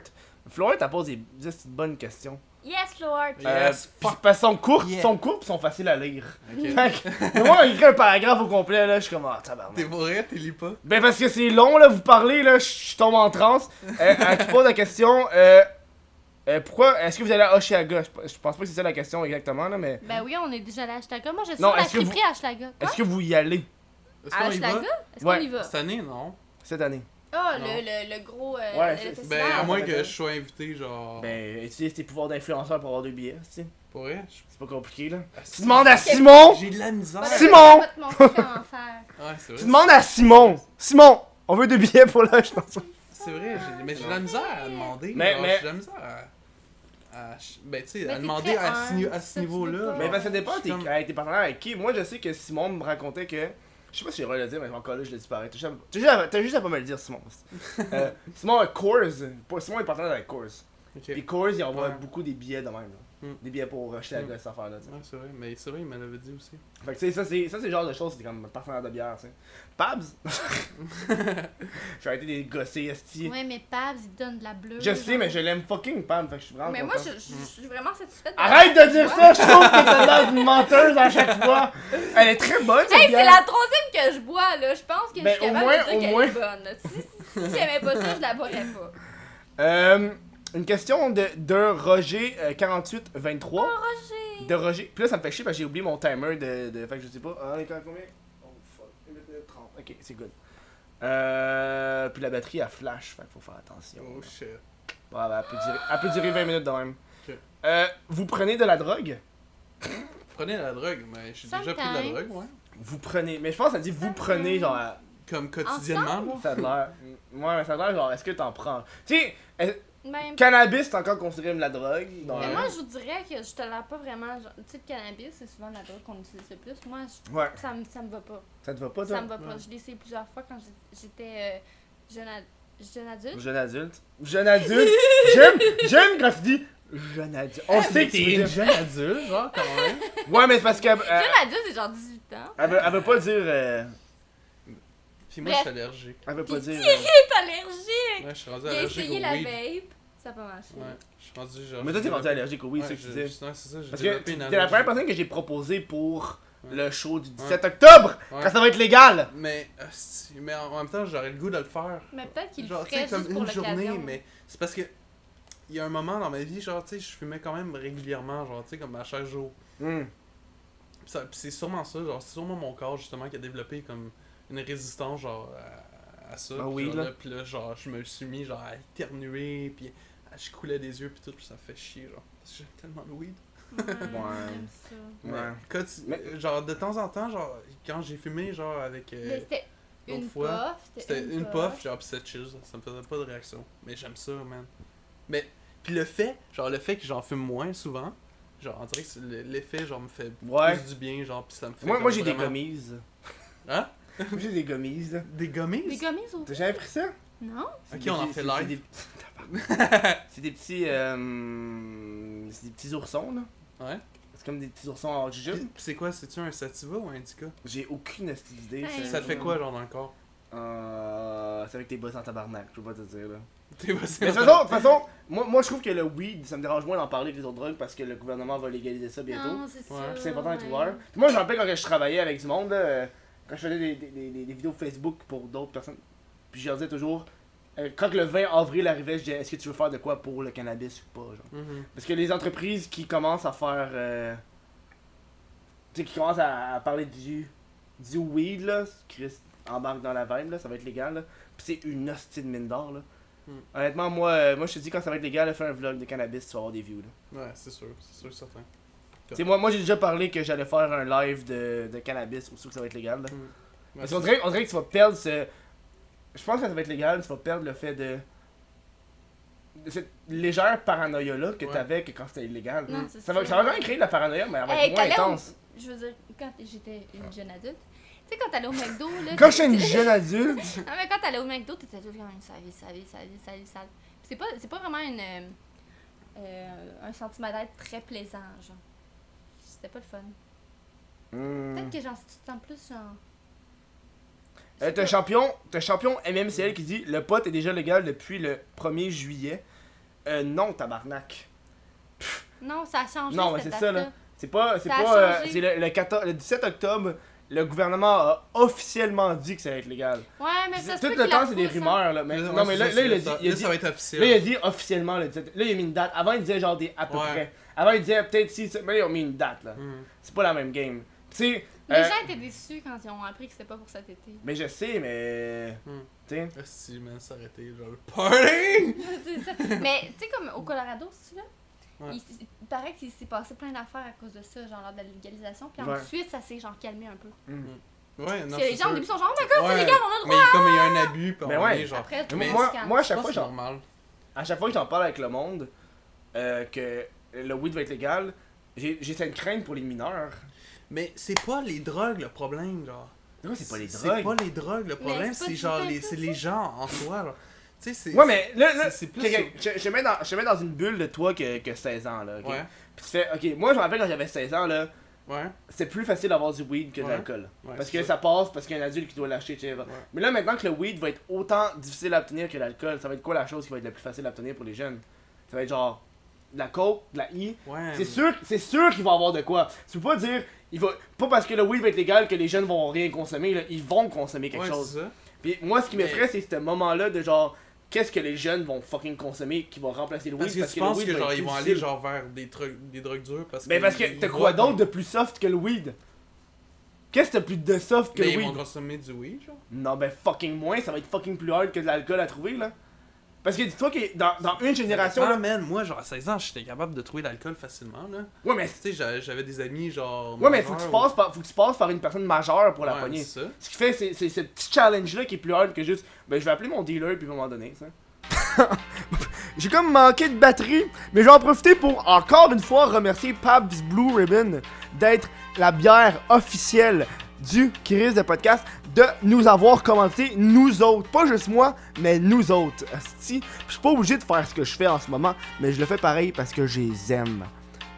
[SPEAKER 1] Flowart, elle pose des, des petites bonnes questions.
[SPEAKER 3] Yes, Lord.
[SPEAKER 2] Yes,
[SPEAKER 1] Euh, puis- parce qu'elles sont courtes,
[SPEAKER 2] Yeah.
[SPEAKER 1] sont courtes, puis sont faciles à lire.
[SPEAKER 2] Ok.
[SPEAKER 1] Fait que, moi, on écrit un paragraphe au complet, là, je suis comme, ah, tabarnak.
[SPEAKER 2] T'es vrai, t'es lis pas.
[SPEAKER 1] Ben parce que c'est long là, vous parlez là, je- je tombe en transe. Euh, elle te pose la question, euh, euh, pourquoi est-ce que vous allez à Oshiaga? Je p- Je pense pas que c'est ça la question exactement là, mais
[SPEAKER 8] Ben oui, on est déjà allé à Ashlaga. Moi, je suis
[SPEAKER 1] Non,
[SPEAKER 8] allée à la
[SPEAKER 1] est-ce que vous-
[SPEAKER 8] friperie à Ashlaga. Quoi?
[SPEAKER 1] est-ce que vous y allez
[SPEAKER 2] Est-ce
[SPEAKER 3] À
[SPEAKER 2] qu'on y va?
[SPEAKER 3] Ashlaga? Est-ce qu'on
[SPEAKER 1] Ouais.
[SPEAKER 3] y va?
[SPEAKER 2] Cette année, non.
[SPEAKER 1] cette année?
[SPEAKER 3] Ah,
[SPEAKER 2] Non.
[SPEAKER 3] le, le, le gros. euh,
[SPEAKER 1] Ouais,
[SPEAKER 3] le
[SPEAKER 1] c'est-
[SPEAKER 3] festival.
[SPEAKER 2] Ben, à
[SPEAKER 1] non,
[SPEAKER 2] moins
[SPEAKER 1] ça
[SPEAKER 2] que
[SPEAKER 1] m'étonne.
[SPEAKER 2] je sois invité, genre.
[SPEAKER 1] Ben utilise tes pouvoirs d'influenceur pour avoir deux billets, tu sais.
[SPEAKER 2] Pour vrai? je-
[SPEAKER 1] C'est pas compliqué là. Tu demandes à Simon!
[SPEAKER 2] J'ai de la misère.
[SPEAKER 3] Voilà,
[SPEAKER 1] Simon!
[SPEAKER 3] je vais te montrer comment faire.
[SPEAKER 2] Ouais, c'est
[SPEAKER 1] Tu
[SPEAKER 2] vrai.
[SPEAKER 1] demandes à Simon! Simon! On veut deux billets pour là, je pense.
[SPEAKER 2] C'est vrai,
[SPEAKER 3] Ah,
[SPEAKER 2] j'ai- mais j'ai de la misère à demander.
[SPEAKER 1] Mais-
[SPEAKER 2] genre,
[SPEAKER 1] mais-
[SPEAKER 2] J'ai de la misère à. à ch- Ben, tu sais,
[SPEAKER 3] Mais
[SPEAKER 2] à
[SPEAKER 3] t'es
[SPEAKER 2] demander
[SPEAKER 3] très
[SPEAKER 2] à ce, ni-
[SPEAKER 3] humble,
[SPEAKER 2] à
[SPEAKER 3] ça,
[SPEAKER 2] ce
[SPEAKER 3] tu veux
[SPEAKER 2] niveau-là.
[SPEAKER 3] pas.
[SPEAKER 1] Mais
[SPEAKER 2] genre.
[SPEAKER 1] parce que ça dépend,
[SPEAKER 2] Je suis
[SPEAKER 1] t'es
[SPEAKER 2] comme-
[SPEAKER 1] avec tes partenaires avec qui. Moi je sais que Simon me racontait que. Je sais pas si j'aurais le dire, mais encore là je le dis pareil. T'as juste à- t'as juste, à- t'as juste à pas me le dire, Simon.
[SPEAKER 2] *laughs*
[SPEAKER 1] Euh, Simon a Coors. Simon est partenaire avec Coors.
[SPEAKER 2] Ok.
[SPEAKER 1] Les Coors, ils envoient
[SPEAKER 2] Ouais.
[SPEAKER 1] beaucoup des billets de même. là.
[SPEAKER 2] Mm.
[SPEAKER 1] Des billets pour acheter la
[SPEAKER 2] Mm.
[SPEAKER 1] gueule, cette affaire-là. tu sais.
[SPEAKER 2] Ouais, c'est vrai, mais c'est vrai, il me l'avait dit aussi.
[SPEAKER 1] Fait que, tu sais, ça, c'est ça, c'est le genre de choses, c'est comme un partenaire de bière, tu sais. Pabs! *laughs* J'ai arrêté de les gosser, esti.
[SPEAKER 8] Ouais, mais Pabs, il donne de la bleue.
[SPEAKER 1] Je sais,
[SPEAKER 8] genre.
[SPEAKER 1] mais je l'aime fucking, Pam, fait que je suis vraiment
[SPEAKER 3] Mais moi,
[SPEAKER 1] content.
[SPEAKER 3] je, je- je suis vraiment satisfaite. de-
[SPEAKER 1] Arrête de dire ça, je trouve que t'as l'air d'une menteuse à chaque fois! Elle est très bonne, cette
[SPEAKER 3] Hey, c'est
[SPEAKER 1] bière.
[SPEAKER 3] la troisième que je bois, là. Je pense que
[SPEAKER 1] Ben,
[SPEAKER 3] je suis
[SPEAKER 1] au
[SPEAKER 3] capable
[SPEAKER 1] moins-
[SPEAKER 3] de
[SPEAKER 1] au
[SPEAKER 3] dire qu'elle
[SPEAKER 1] moins.
[SPEAKER 3] est bonne. là. Si, si, si j'aimais pas ça, je la boirais
[SPEAKER 8] *laughs*
[SPEAKER 3] pas.
[SPEAKER 1] Euh, une question de, de Roger, 4823.
[SPEAKER 3] Roger!
[SPEAKER 1] De Roger. Puis là, ça me fait chier parce que j'ai oublié mon timer de, de. Fait que je sais pas. Ah, on est à combien Oh fuck. 1 minute 30. Ok, c'est good. Euh. Puis la batterie, elle flash. Fait qu'il faut faire attention.
[SPEAKER 2] Oh shit.
[SPEAKER 1] Bon, elle, peut durer, elle peut durer 20 minutes de même.
[SPEAKER 2] Ok.
[SPEAKER 1] Euh, vous prenez de la drogue
[SPEAKER 2] Prenez de la drogue, mais j'ai déjà pris de la
[SPEAKER 8] Sometimes.
[SPEAKER 2] drogue, ouais.
[SPEAKER 1] Vous prenez. Mais je pense que ça dit vous prenez, genre. à-
[SPEAKER 2] Comme quotidiennement, moi.
[SPEAKER 1] Ça a de l'air. Ouais, mais ça a de l'air, genre, est-ce que t'en prends Tu sais,
[SPEAKER 8] Même.
[SPEAKER 1] cannabis, c'est encore considéré de la drogue. dans-
[SPEAKER 8] Mais
[SPEAKER 2] Ouais.
[SPEAKER 8] moi, je vous dirais que je tolère pas vraiment. genre- Tu sais, le cannabis, c'est souvent la drogue qu'on utilise le plus. Moi, je-
[SPEAKER 1] Ouais,
[SPEAKER 8] ça me, ça me va pas.
[SPEAKER 1] ça te va pas, toi
[SPEAKER 8] Ça me va pas.
[SPEAKER 2] Ouais.
[SPEAKER 8] Je l'ai essayé plusieurs fois quand j'ai- j'étais euh, jeune, ad- jeune adulte.
[SPEAKER 1] Jeune adulte. Jeune adulte. J'aime, j'aime quand tu dis jeune adulte. On sait que tu veux dire-
[SPEAKER 2] jeune *laughs* adulte, genre, quand même.
[SPEAKER 1] Ouais, mais c'est parce qu'elle
[SPEAKER 3] Jeune
[SPEAKER 1] elle,
[SPEAKER 3] adulte, c'est genre 18 ans.
[SPEAKER 1] elle veut, elle veut pas dire. euh,
[SPEAKER 2] Puis moi, je suis allergique.
[SPEAKER 1] elle veut pas
[SPEAKER 3] Puis
[SPEAKER 1] dire.
[SPEAKER 3] T'es allergique!
[SPEAKER 2] Ouais, je suis rendu
[SPEAKER 3] Il a
[SPEAKER 2] allergique
[SPEAKER 3] essayé
[SPEAKER 2] au
[SPEAKER 3] la
[SPEAKER 2] weed.
[SPEAKER 3] vape. Ça a pas marché.
[SPEAKER 2] Ouais, je suis rendu
[SPEAKER 1] euh,
[SPEAKER 2] genre.
[SPEAKER 1] Mais toi, t'es rendu allergique, oui,
[SPEAKER 2] Ouais,
[SPEAKER 1] c'est ce que tu
[SPEAKER 2] je-
[SPEAKER 1] dis.
[SPEAKER 2] je- non, c'est ça, j'ai
[SPEAKER 1] Parce que
[SPEAKER 2] développé
[SPEAKER 1] t'es
[SPEAKER 2] une
[SPEAKER 1] la première
[SPEAKER 2] allergie.
[SPEAKER 1] personne que j'ai proposée pour
[SPEAKER 2] Ouais.
[SPEAKER 1] le show du 17 octobre,
[SPEAKER 2] Ouais.
[SPEAKER 1] quand ça va être légal.
[SPEAKER 2] Mais, asti, mais en en même temps, j'aurais le goût de le faire.
[SPEAKER 8] Mais peut-être qu'il le
[SPEAKER 2] Genre, tu sais,
[SPEAKER 8] ferait
[SPEAKER 2] comme
[SPEAKER 8] juste pour
[SPEAKER 2] une journée,
[SPEAKER 8] l'occasion.
[SPEAKER 2] mais c'est parce que. Il y a un moment dans ma vie, genre, tu sais, je fumais quand même régulièrement, genre, tu sais, comme à chaque jour.
[SPEAKER 1] Hmm.
[SPEAKER 2] Pis ça- pis c'est sûrement ça, genre, c'est sûrement mon corps justement qui a développé comme une résistance genre à, à ça.
[SPEAKER 1] Ah
[SPEAKER 2] pis
[SPEAKER 1] oui,
[SPEAKER 2] genre,
[SPEAKER 1] là.
[SPEAKER 2] pis là, genre, je me suis mis genre à éternuer, puis à- je coulais des yeux, puis tout, pis ça me fait chier, genre. Parce que J'ai tellement de weed.
[SPEAKER 1] Ouais.
[SPEAKER 8] Ouais, j'aime ça.
[SPEAKER 1] Ouais.
[SPEAKER 2] Mais, quand tu-
[SPEAKER 1] Mais-
[SPEAKER 2] euh, genre, de temps en temps, genre, quand j'ai fumé, genre, avec. euh,
[SPEAKER 8] Mais c'était
[SPEAKER 2] l'autre
[SPEAKER 8] une
[SPEAKER 2] fois,
[SPEAKER 8] puff.
[SPEAKER 2] c'était une puff, genre, pis c'était chill, ça, ça me faisait pas de réaction. Mais j'aime ça, man. Mais, puis le fait, genre, le fait que j'en fume moins souvent, genre, on dirait que c'est le- l'effet, genre, me fait
[SPEAKER 1] Ouais.
[SPEAKER 2] plus du bien, genre, pis ça me fait.
[SPEAKER 1] Moi,
[SPEAKER 2] comme
[SPEAKER 1] moi j'ai des
[SPEAKER 2] vraiment-
[SPEAKER 1] gommises.
[SPEAKER 2] Hein?
[SPEAKER 1] Moi, j'ai des gommises, là.
[SPEAKER 2] Des gommises?
[SPEAKER 8] Des gommises ou
[SPEAKER 1] T'as jamais pris ça?
[SPEAKER 8] Non?
[SPEAKER 1] C'est
[SPEAKER 2] Ok,
[SPEAKER 1] des-
[SPEAKER 2] on en
[SPEAKER 1] c'est-
[SPEAKER 2] fait
[SPEAKER 1] c'est
[SPEAKER 2] live.
[SPEAKER 1] des- C'est des petits. euh, C'est des petits oursons, là.
[SPEAKER 2] Ouais.
[SPEAKER 1] C'est comme des petits oursons en jujube.
[SPEAKER 2] Pis c'est quoi, c'est-tu un sativa ou un indica?
[SPEAKER 1] J'ai aucune idée.
[SPEAKER 8] Hey.
[SPEAKER 1] c'est-
[SPEAKER 2] Ça te fait quoi, genre, dans le corps? *laughs*
[SPEAKER 1] Euh, c'est avec tes bosses en tabarnak, je peux pas te dire là.
[SPEAKER 2] T'es
[SPEAKER 1] Mais *laughs* de toute façon, de toute façon moi, moi je trouve que le weed, ça me dérange moins d'en parler que les autres drogues parce que le gouvernement va légaliser ça bientôt.
[SPEAKER 8] Non, c'est
[SPEAKER 2] Ah, Ouais.
[SPEAKER 8] ça.
[SPEAKER 1] Puis c'est important d'être
[SPEAKER 8] ouais.
[SPEAKER 1] ouvert. Puis moi je me rappelle quand je travaillais avec du monde, là, euh, quand je faisais des, des, des- des vidéos Facebook pour d'autres personnes, puis je leur disais toujours, euh, quand le 20 avril arrivait, je disais est-ce que tu veux faire de quoi pour le cannabis ou pas genre.
[SPEAKER 2] Mhm.
[SPEAKER 1] Parce que les entreprises qui commencent à faire. euh, tu sais, qui commencent à, à parler du, du weed, là, Chris embarque dans la veine, là, ça va être légal, là. Puis c'est une hostie de mine d'or, là.
[SPEAKER 2] Hmm.
[SPEAKER 1] Honnêtement, moi, euh, moi je te dis, quand ça va être légal, là, fais un vlog de cannabis, tu vas avoir des views, là.
[SPEAKER 2] Ouais, c'est sûr, c'est sûr, certain.
[SPEAKER 1] Tu sais, moi, moi j'ai déjà parlé que j'allais faire un live de, de cannabis, surtout que ça va être légal, là.
[SPEAKER 2] Ouais,
[SPEAKER 1] Parce qu'on dirait, on dirait que tu vas perdre ce. Je pense que ça va être légal, tu vas perdre le fait de. de cette légère paranoïa-là que
[SPEAKER 2] Ouais.
[SPEAKER 1] t'avais que quand c'était illégal.
[SPEAKER 8] Non, c'est
[SPEAKER 1] Ça va,
[SPEAKER 8] ça.
[SPEAKER 1] ça va quand même créer de la paranoïa, mais elle va
[SPEAKER 3] Hey,
[SPEAKER 1] être moins
[SPEAKER 3] t'allais au-
[SPEAKER 1] intense.
[SPEAKER 3] je veux dire, quand j'étais une jeune adulte, tu sais, quand t'allais au McDo, là.
[SPEAKER 1] Quand j'étais une
[SPEAKER 3] t'étais-
[SPEAKER 1] jeune adulte,
[SPEAKER 3] Non, mais quand t'allais au McDo, t'étais toujours comme sale, sale, sale, sale, sale. Puis C'est pas, c'est pas vraiment une, euh, euh, un sentiment d'être très plaisant, genre. C'était pas le fun.
[SPEAKER 1] Hmm.
[SPEAKER 3] Peut-être que, genre, si tu te sens plus, genre.
[SPEAKER 1] euh, t'as champion, t'as champion MMCL qui dit le pot est déjà légal depuis le 1er juillet. Euh, non, tabarnak.
[SPEAKER 3] Non, ça a changé.
[SPEAKER 1] Non, mais
[SPEAKER 3] cette
[SPEAKER 1] c'est ça,
[SPEAKER 3] date-là.
[SPEAKER 1] C'est pas. C'est
[SPEAKER 3] Ça a
[SPEAKER 1] pas. euh,
[SPEAKER 3] changé.
[SPEAKER 1] c'est le, le 14 le 17 octobre, le gouvernement a officiellement dit que ça va être légal.
[SPEAKER 3] Ouais, mais ça se
[SPEAKER 1] Tout
[SPEAKER 3] peut
[SPEAKER 1] le
[SPEAKER 3] qu'il
[SPEAKER 1] temps,
[SPEAKER 3] la
[SPEAKER 1] c'est des
[SPEAKER 3] repousse, hein.
[SPEAKER 1] rumeurs, là. Mais, non, mais là, là, il a dit.
[SPEAKER 2] ça,
[SPEAKER 1] il a
[SPEAKER 2] là,
[SPEAKER 1] dit-
[SPEAKER 2] ça va être officiel.
[SPEAKER 1] Là, il a dit officiellement, le 17. là, il a mis une date. Avant, il disait genre des à peu
[SPEAKER 2] Ouais.
[SPEAKER 1] près. Avant, il disait peut-être si. ça- Mais là, ils ont mis une date, là.
[SPEAKER 2] Hmm.
[SPEAKER 1] C'est pas la même game. Tu sais.
[SPEAKER 3] Les
[SPEAKER 1] euh,
[SPEAKER 3] gens étaient déçus quand ils ont appris que c'était pas pour cet été.
[SPEAKER 1] Mais je sais, mais.
[SPEAKER 2] Hmm.
[SPEAKER 1] Tu sais.
[SPEAKER 2] Ah, Si, man, s'arrêter, genre. Party! *laughs*
[SPEAKER 3] *laughs* C'est ça. Mais tu sais, comme au Colorado, c'est là.
[SPEAKER 2] Ouais.
[SPEAKER 3] Il, s- il paraît qu'il s'est passé plein d'affaires à cause de ça, genre lors de la légalisation. Puis
[SPEAKER 1] Ouais.
[SPEAKER 3] ensuite, ça s'est genre calmé un peu.
[SPEAKER 2] Ouais, non.
[SPEAKER 3] Parce que les
[SPEAKER 2] c'est
[SPEAKER 3] gens au
[SPEAKER 2] sûr.
[SPEAKER 3] début sont genre, oh my god,
[SPEAKER 2] Ouais,
[SPEAKER 3] c'est légal, on a le
[SPEAKER 2] Mais
[SPEAKER 3] droit!
[SPEAKER 2] comme il y a un abus, puis
[SPEAKER 1] Ben
[SPEAKER 2] on
[SPEAKER 1] ouais.
[SPEAKER 2] est genre.
[SPEAKER 3] Après, tout
[SPEAKER 2] Mais
[SPEAKER 3] le
[SPEAKER 1] moi-
[SPEAKER 3] monde se calme.
[SPEAKER 1] moi, à
[SPEAKER 2] Je
[SPEAKER 1] chaque
[SPEAKER 2] pense
[SPEAKER 1] fois,
[SPEAKER 2] que c'est
[SPEAKER 1] j'en
[SPEAKER 2] normal.
[SPEAKER 1] à chaque fois que j'en parle avec le monde euh, que le weed va être légal, j'ai j'ai cette crainte pour les mineurs.
[SPEAKER 2] Mais c'est pas les drogues le problème, genre.
[SPEAKER 1] Non, c'est pas les
[SPEAKER 2] C'est
[SPEAKER 1] drogues.
[SPEAKER 2] pas les drogues le problème,
[SPEAKER 3] c'est pas
[SPEAKER 2] c'est
[SPEAKER 3] tout
[SPEAKER 2] genre
[SPEAKER 3] le
[SPEAKER 2] les,
[SPEAKER 3] temps
[SPEAKER 2] c'est les gens en soi, genre. Tu sais, c'est.
[SPEAKER 1] Ouais, mais là, là
[SPEAKER 2] C'est- c'est plus
[SPEAKER 1] ok, ok, je, je, mets dans, je mets dans une bulle de toi que, que 16 ans, là. ok?
[SPEAKER 2] Ouais,
[SPEAKER 1] Puis tu fais, ok, moi je me rappelle quand j'avais 16 ans, là,
[SPEAKER 2] ouais.
[SPEAKER 1] c'est plus facile d'avoir du weed que de
[SPEAKER 2] Ouais.
[SPEAKER 1] l'alcool.
[SPEAKER 2] Ouais,
[SPEAKER 1] parce
[SPEAKER 2] c'est
[SPEAKER 1] que ça.
[SPEAKER 2] ça.
[SPEAKER 1] passe, parce qu'il y a un adulte qui doit l'acheter, etc. Mais là, maintenant que le weed va être autant difficile à obtenir que l'alcool, ça va être quoi la chose qui va être la plus facile à obtenir pour les jeunes Ça va être genre de la coke, de la i,
[SPEAKER 2] Ouais.
[SPEAKER 1] C'est sûr, c'est sûr qu'il va avoir de quoi. Tu peux pas dire, il va, pas parce que le weed va être légal que les jeunes vont rien consommer, là, ils vont consommer quelque
[SPEAKER 2] ouais,
[SPEAKER 1] chose.
[SPEAKER 2] c'est ça.
[SPEAKER 1] Puis moi, ce qui
[SPEAKER 2] Mais-
[SPEAKER 1] m'effraie, c'est ce moment-là de genre, qu'est-ce que les jeunes vont fucking consommer qui va remplacer le weed
[SPEAKER 2] Parce que tu
[SPEAKER 1] le
[SPEAKER 2] penses
[SPEAKER 1] weed
[SPEAKER 2] que
[SPEAKER 1] va
[SPEAKER 2] genre
[SPEAKER 1] être
[SPEAKER 2] ils vont
[SPEAKER 1] plus
[SPEAKER 2] aller
[SPEAKER 1] difficile.
[SPEAKER 2] genre vers des trucs des drogues dures parce que
[SPEAKER 1] Ben parce que
[SPEAKER 2] ils
[SPEAKER 1] t'as quoi
[SPEAKER 2] voient
[SPEAKER 1] d'autre de plus soft que le weed Qu'est-ce que t'as plus de soft que
[SPEAKER 2] Ben,
[SPEAKER 1] le
[SPEAKER 2] ils
[SPEAKER 1] weed
[SPEAKER 2] vont consommer du weed genre.
[SPEAKER 1] Non, ben fucking moins, ça va être fucking plus hard que de l'alcool à trouver là. Parce que dis-toi que dans, dans une génération
[SPEAKER 2] Ah,
[SPEAKER 1] là.
[SPEAKER 2] man, moi genre à 16 ans, j'étais capable de trouver l'alcool facilement là.
[SPEAKER 1] Ouais, mais,
[SPEAKER 2] Tu sais, j'a- j'avais des amis genre
[SPEAKER 1] ouais, mais faut, que tu
[SPEAKER 2] majeurs
[SPEAKER 1] passes par, faut que tu passes par une personne majeure pour
[SPEAKER 2] ou-
[SPEAKER 1] la
[SPEAKER 2] Ouais,
[SPEAKER 1] poignée.
[SPEAKER 2] c'est ça.
[SPEAKER 1] Ce qui fait, c'est c'est ce petit challenge-là qui est plus hard que juste, ben je vais appeler mon dealer puis il va m'en donner, ça.
[SPEAKER 9] *laughs* J'ai comme manqué de batterie, mais je vais en profiter pour encore une fois remercier Pabs Blue Ribbon d'être la bière officielle du Kiris de podcast, de nous avoir commenté, nous autres. Pas juste moi, mais nous autres. Asti, Je suis pas obligé de faire ce que je fais en ce moment, mais je le fais pareil parce que je les aime.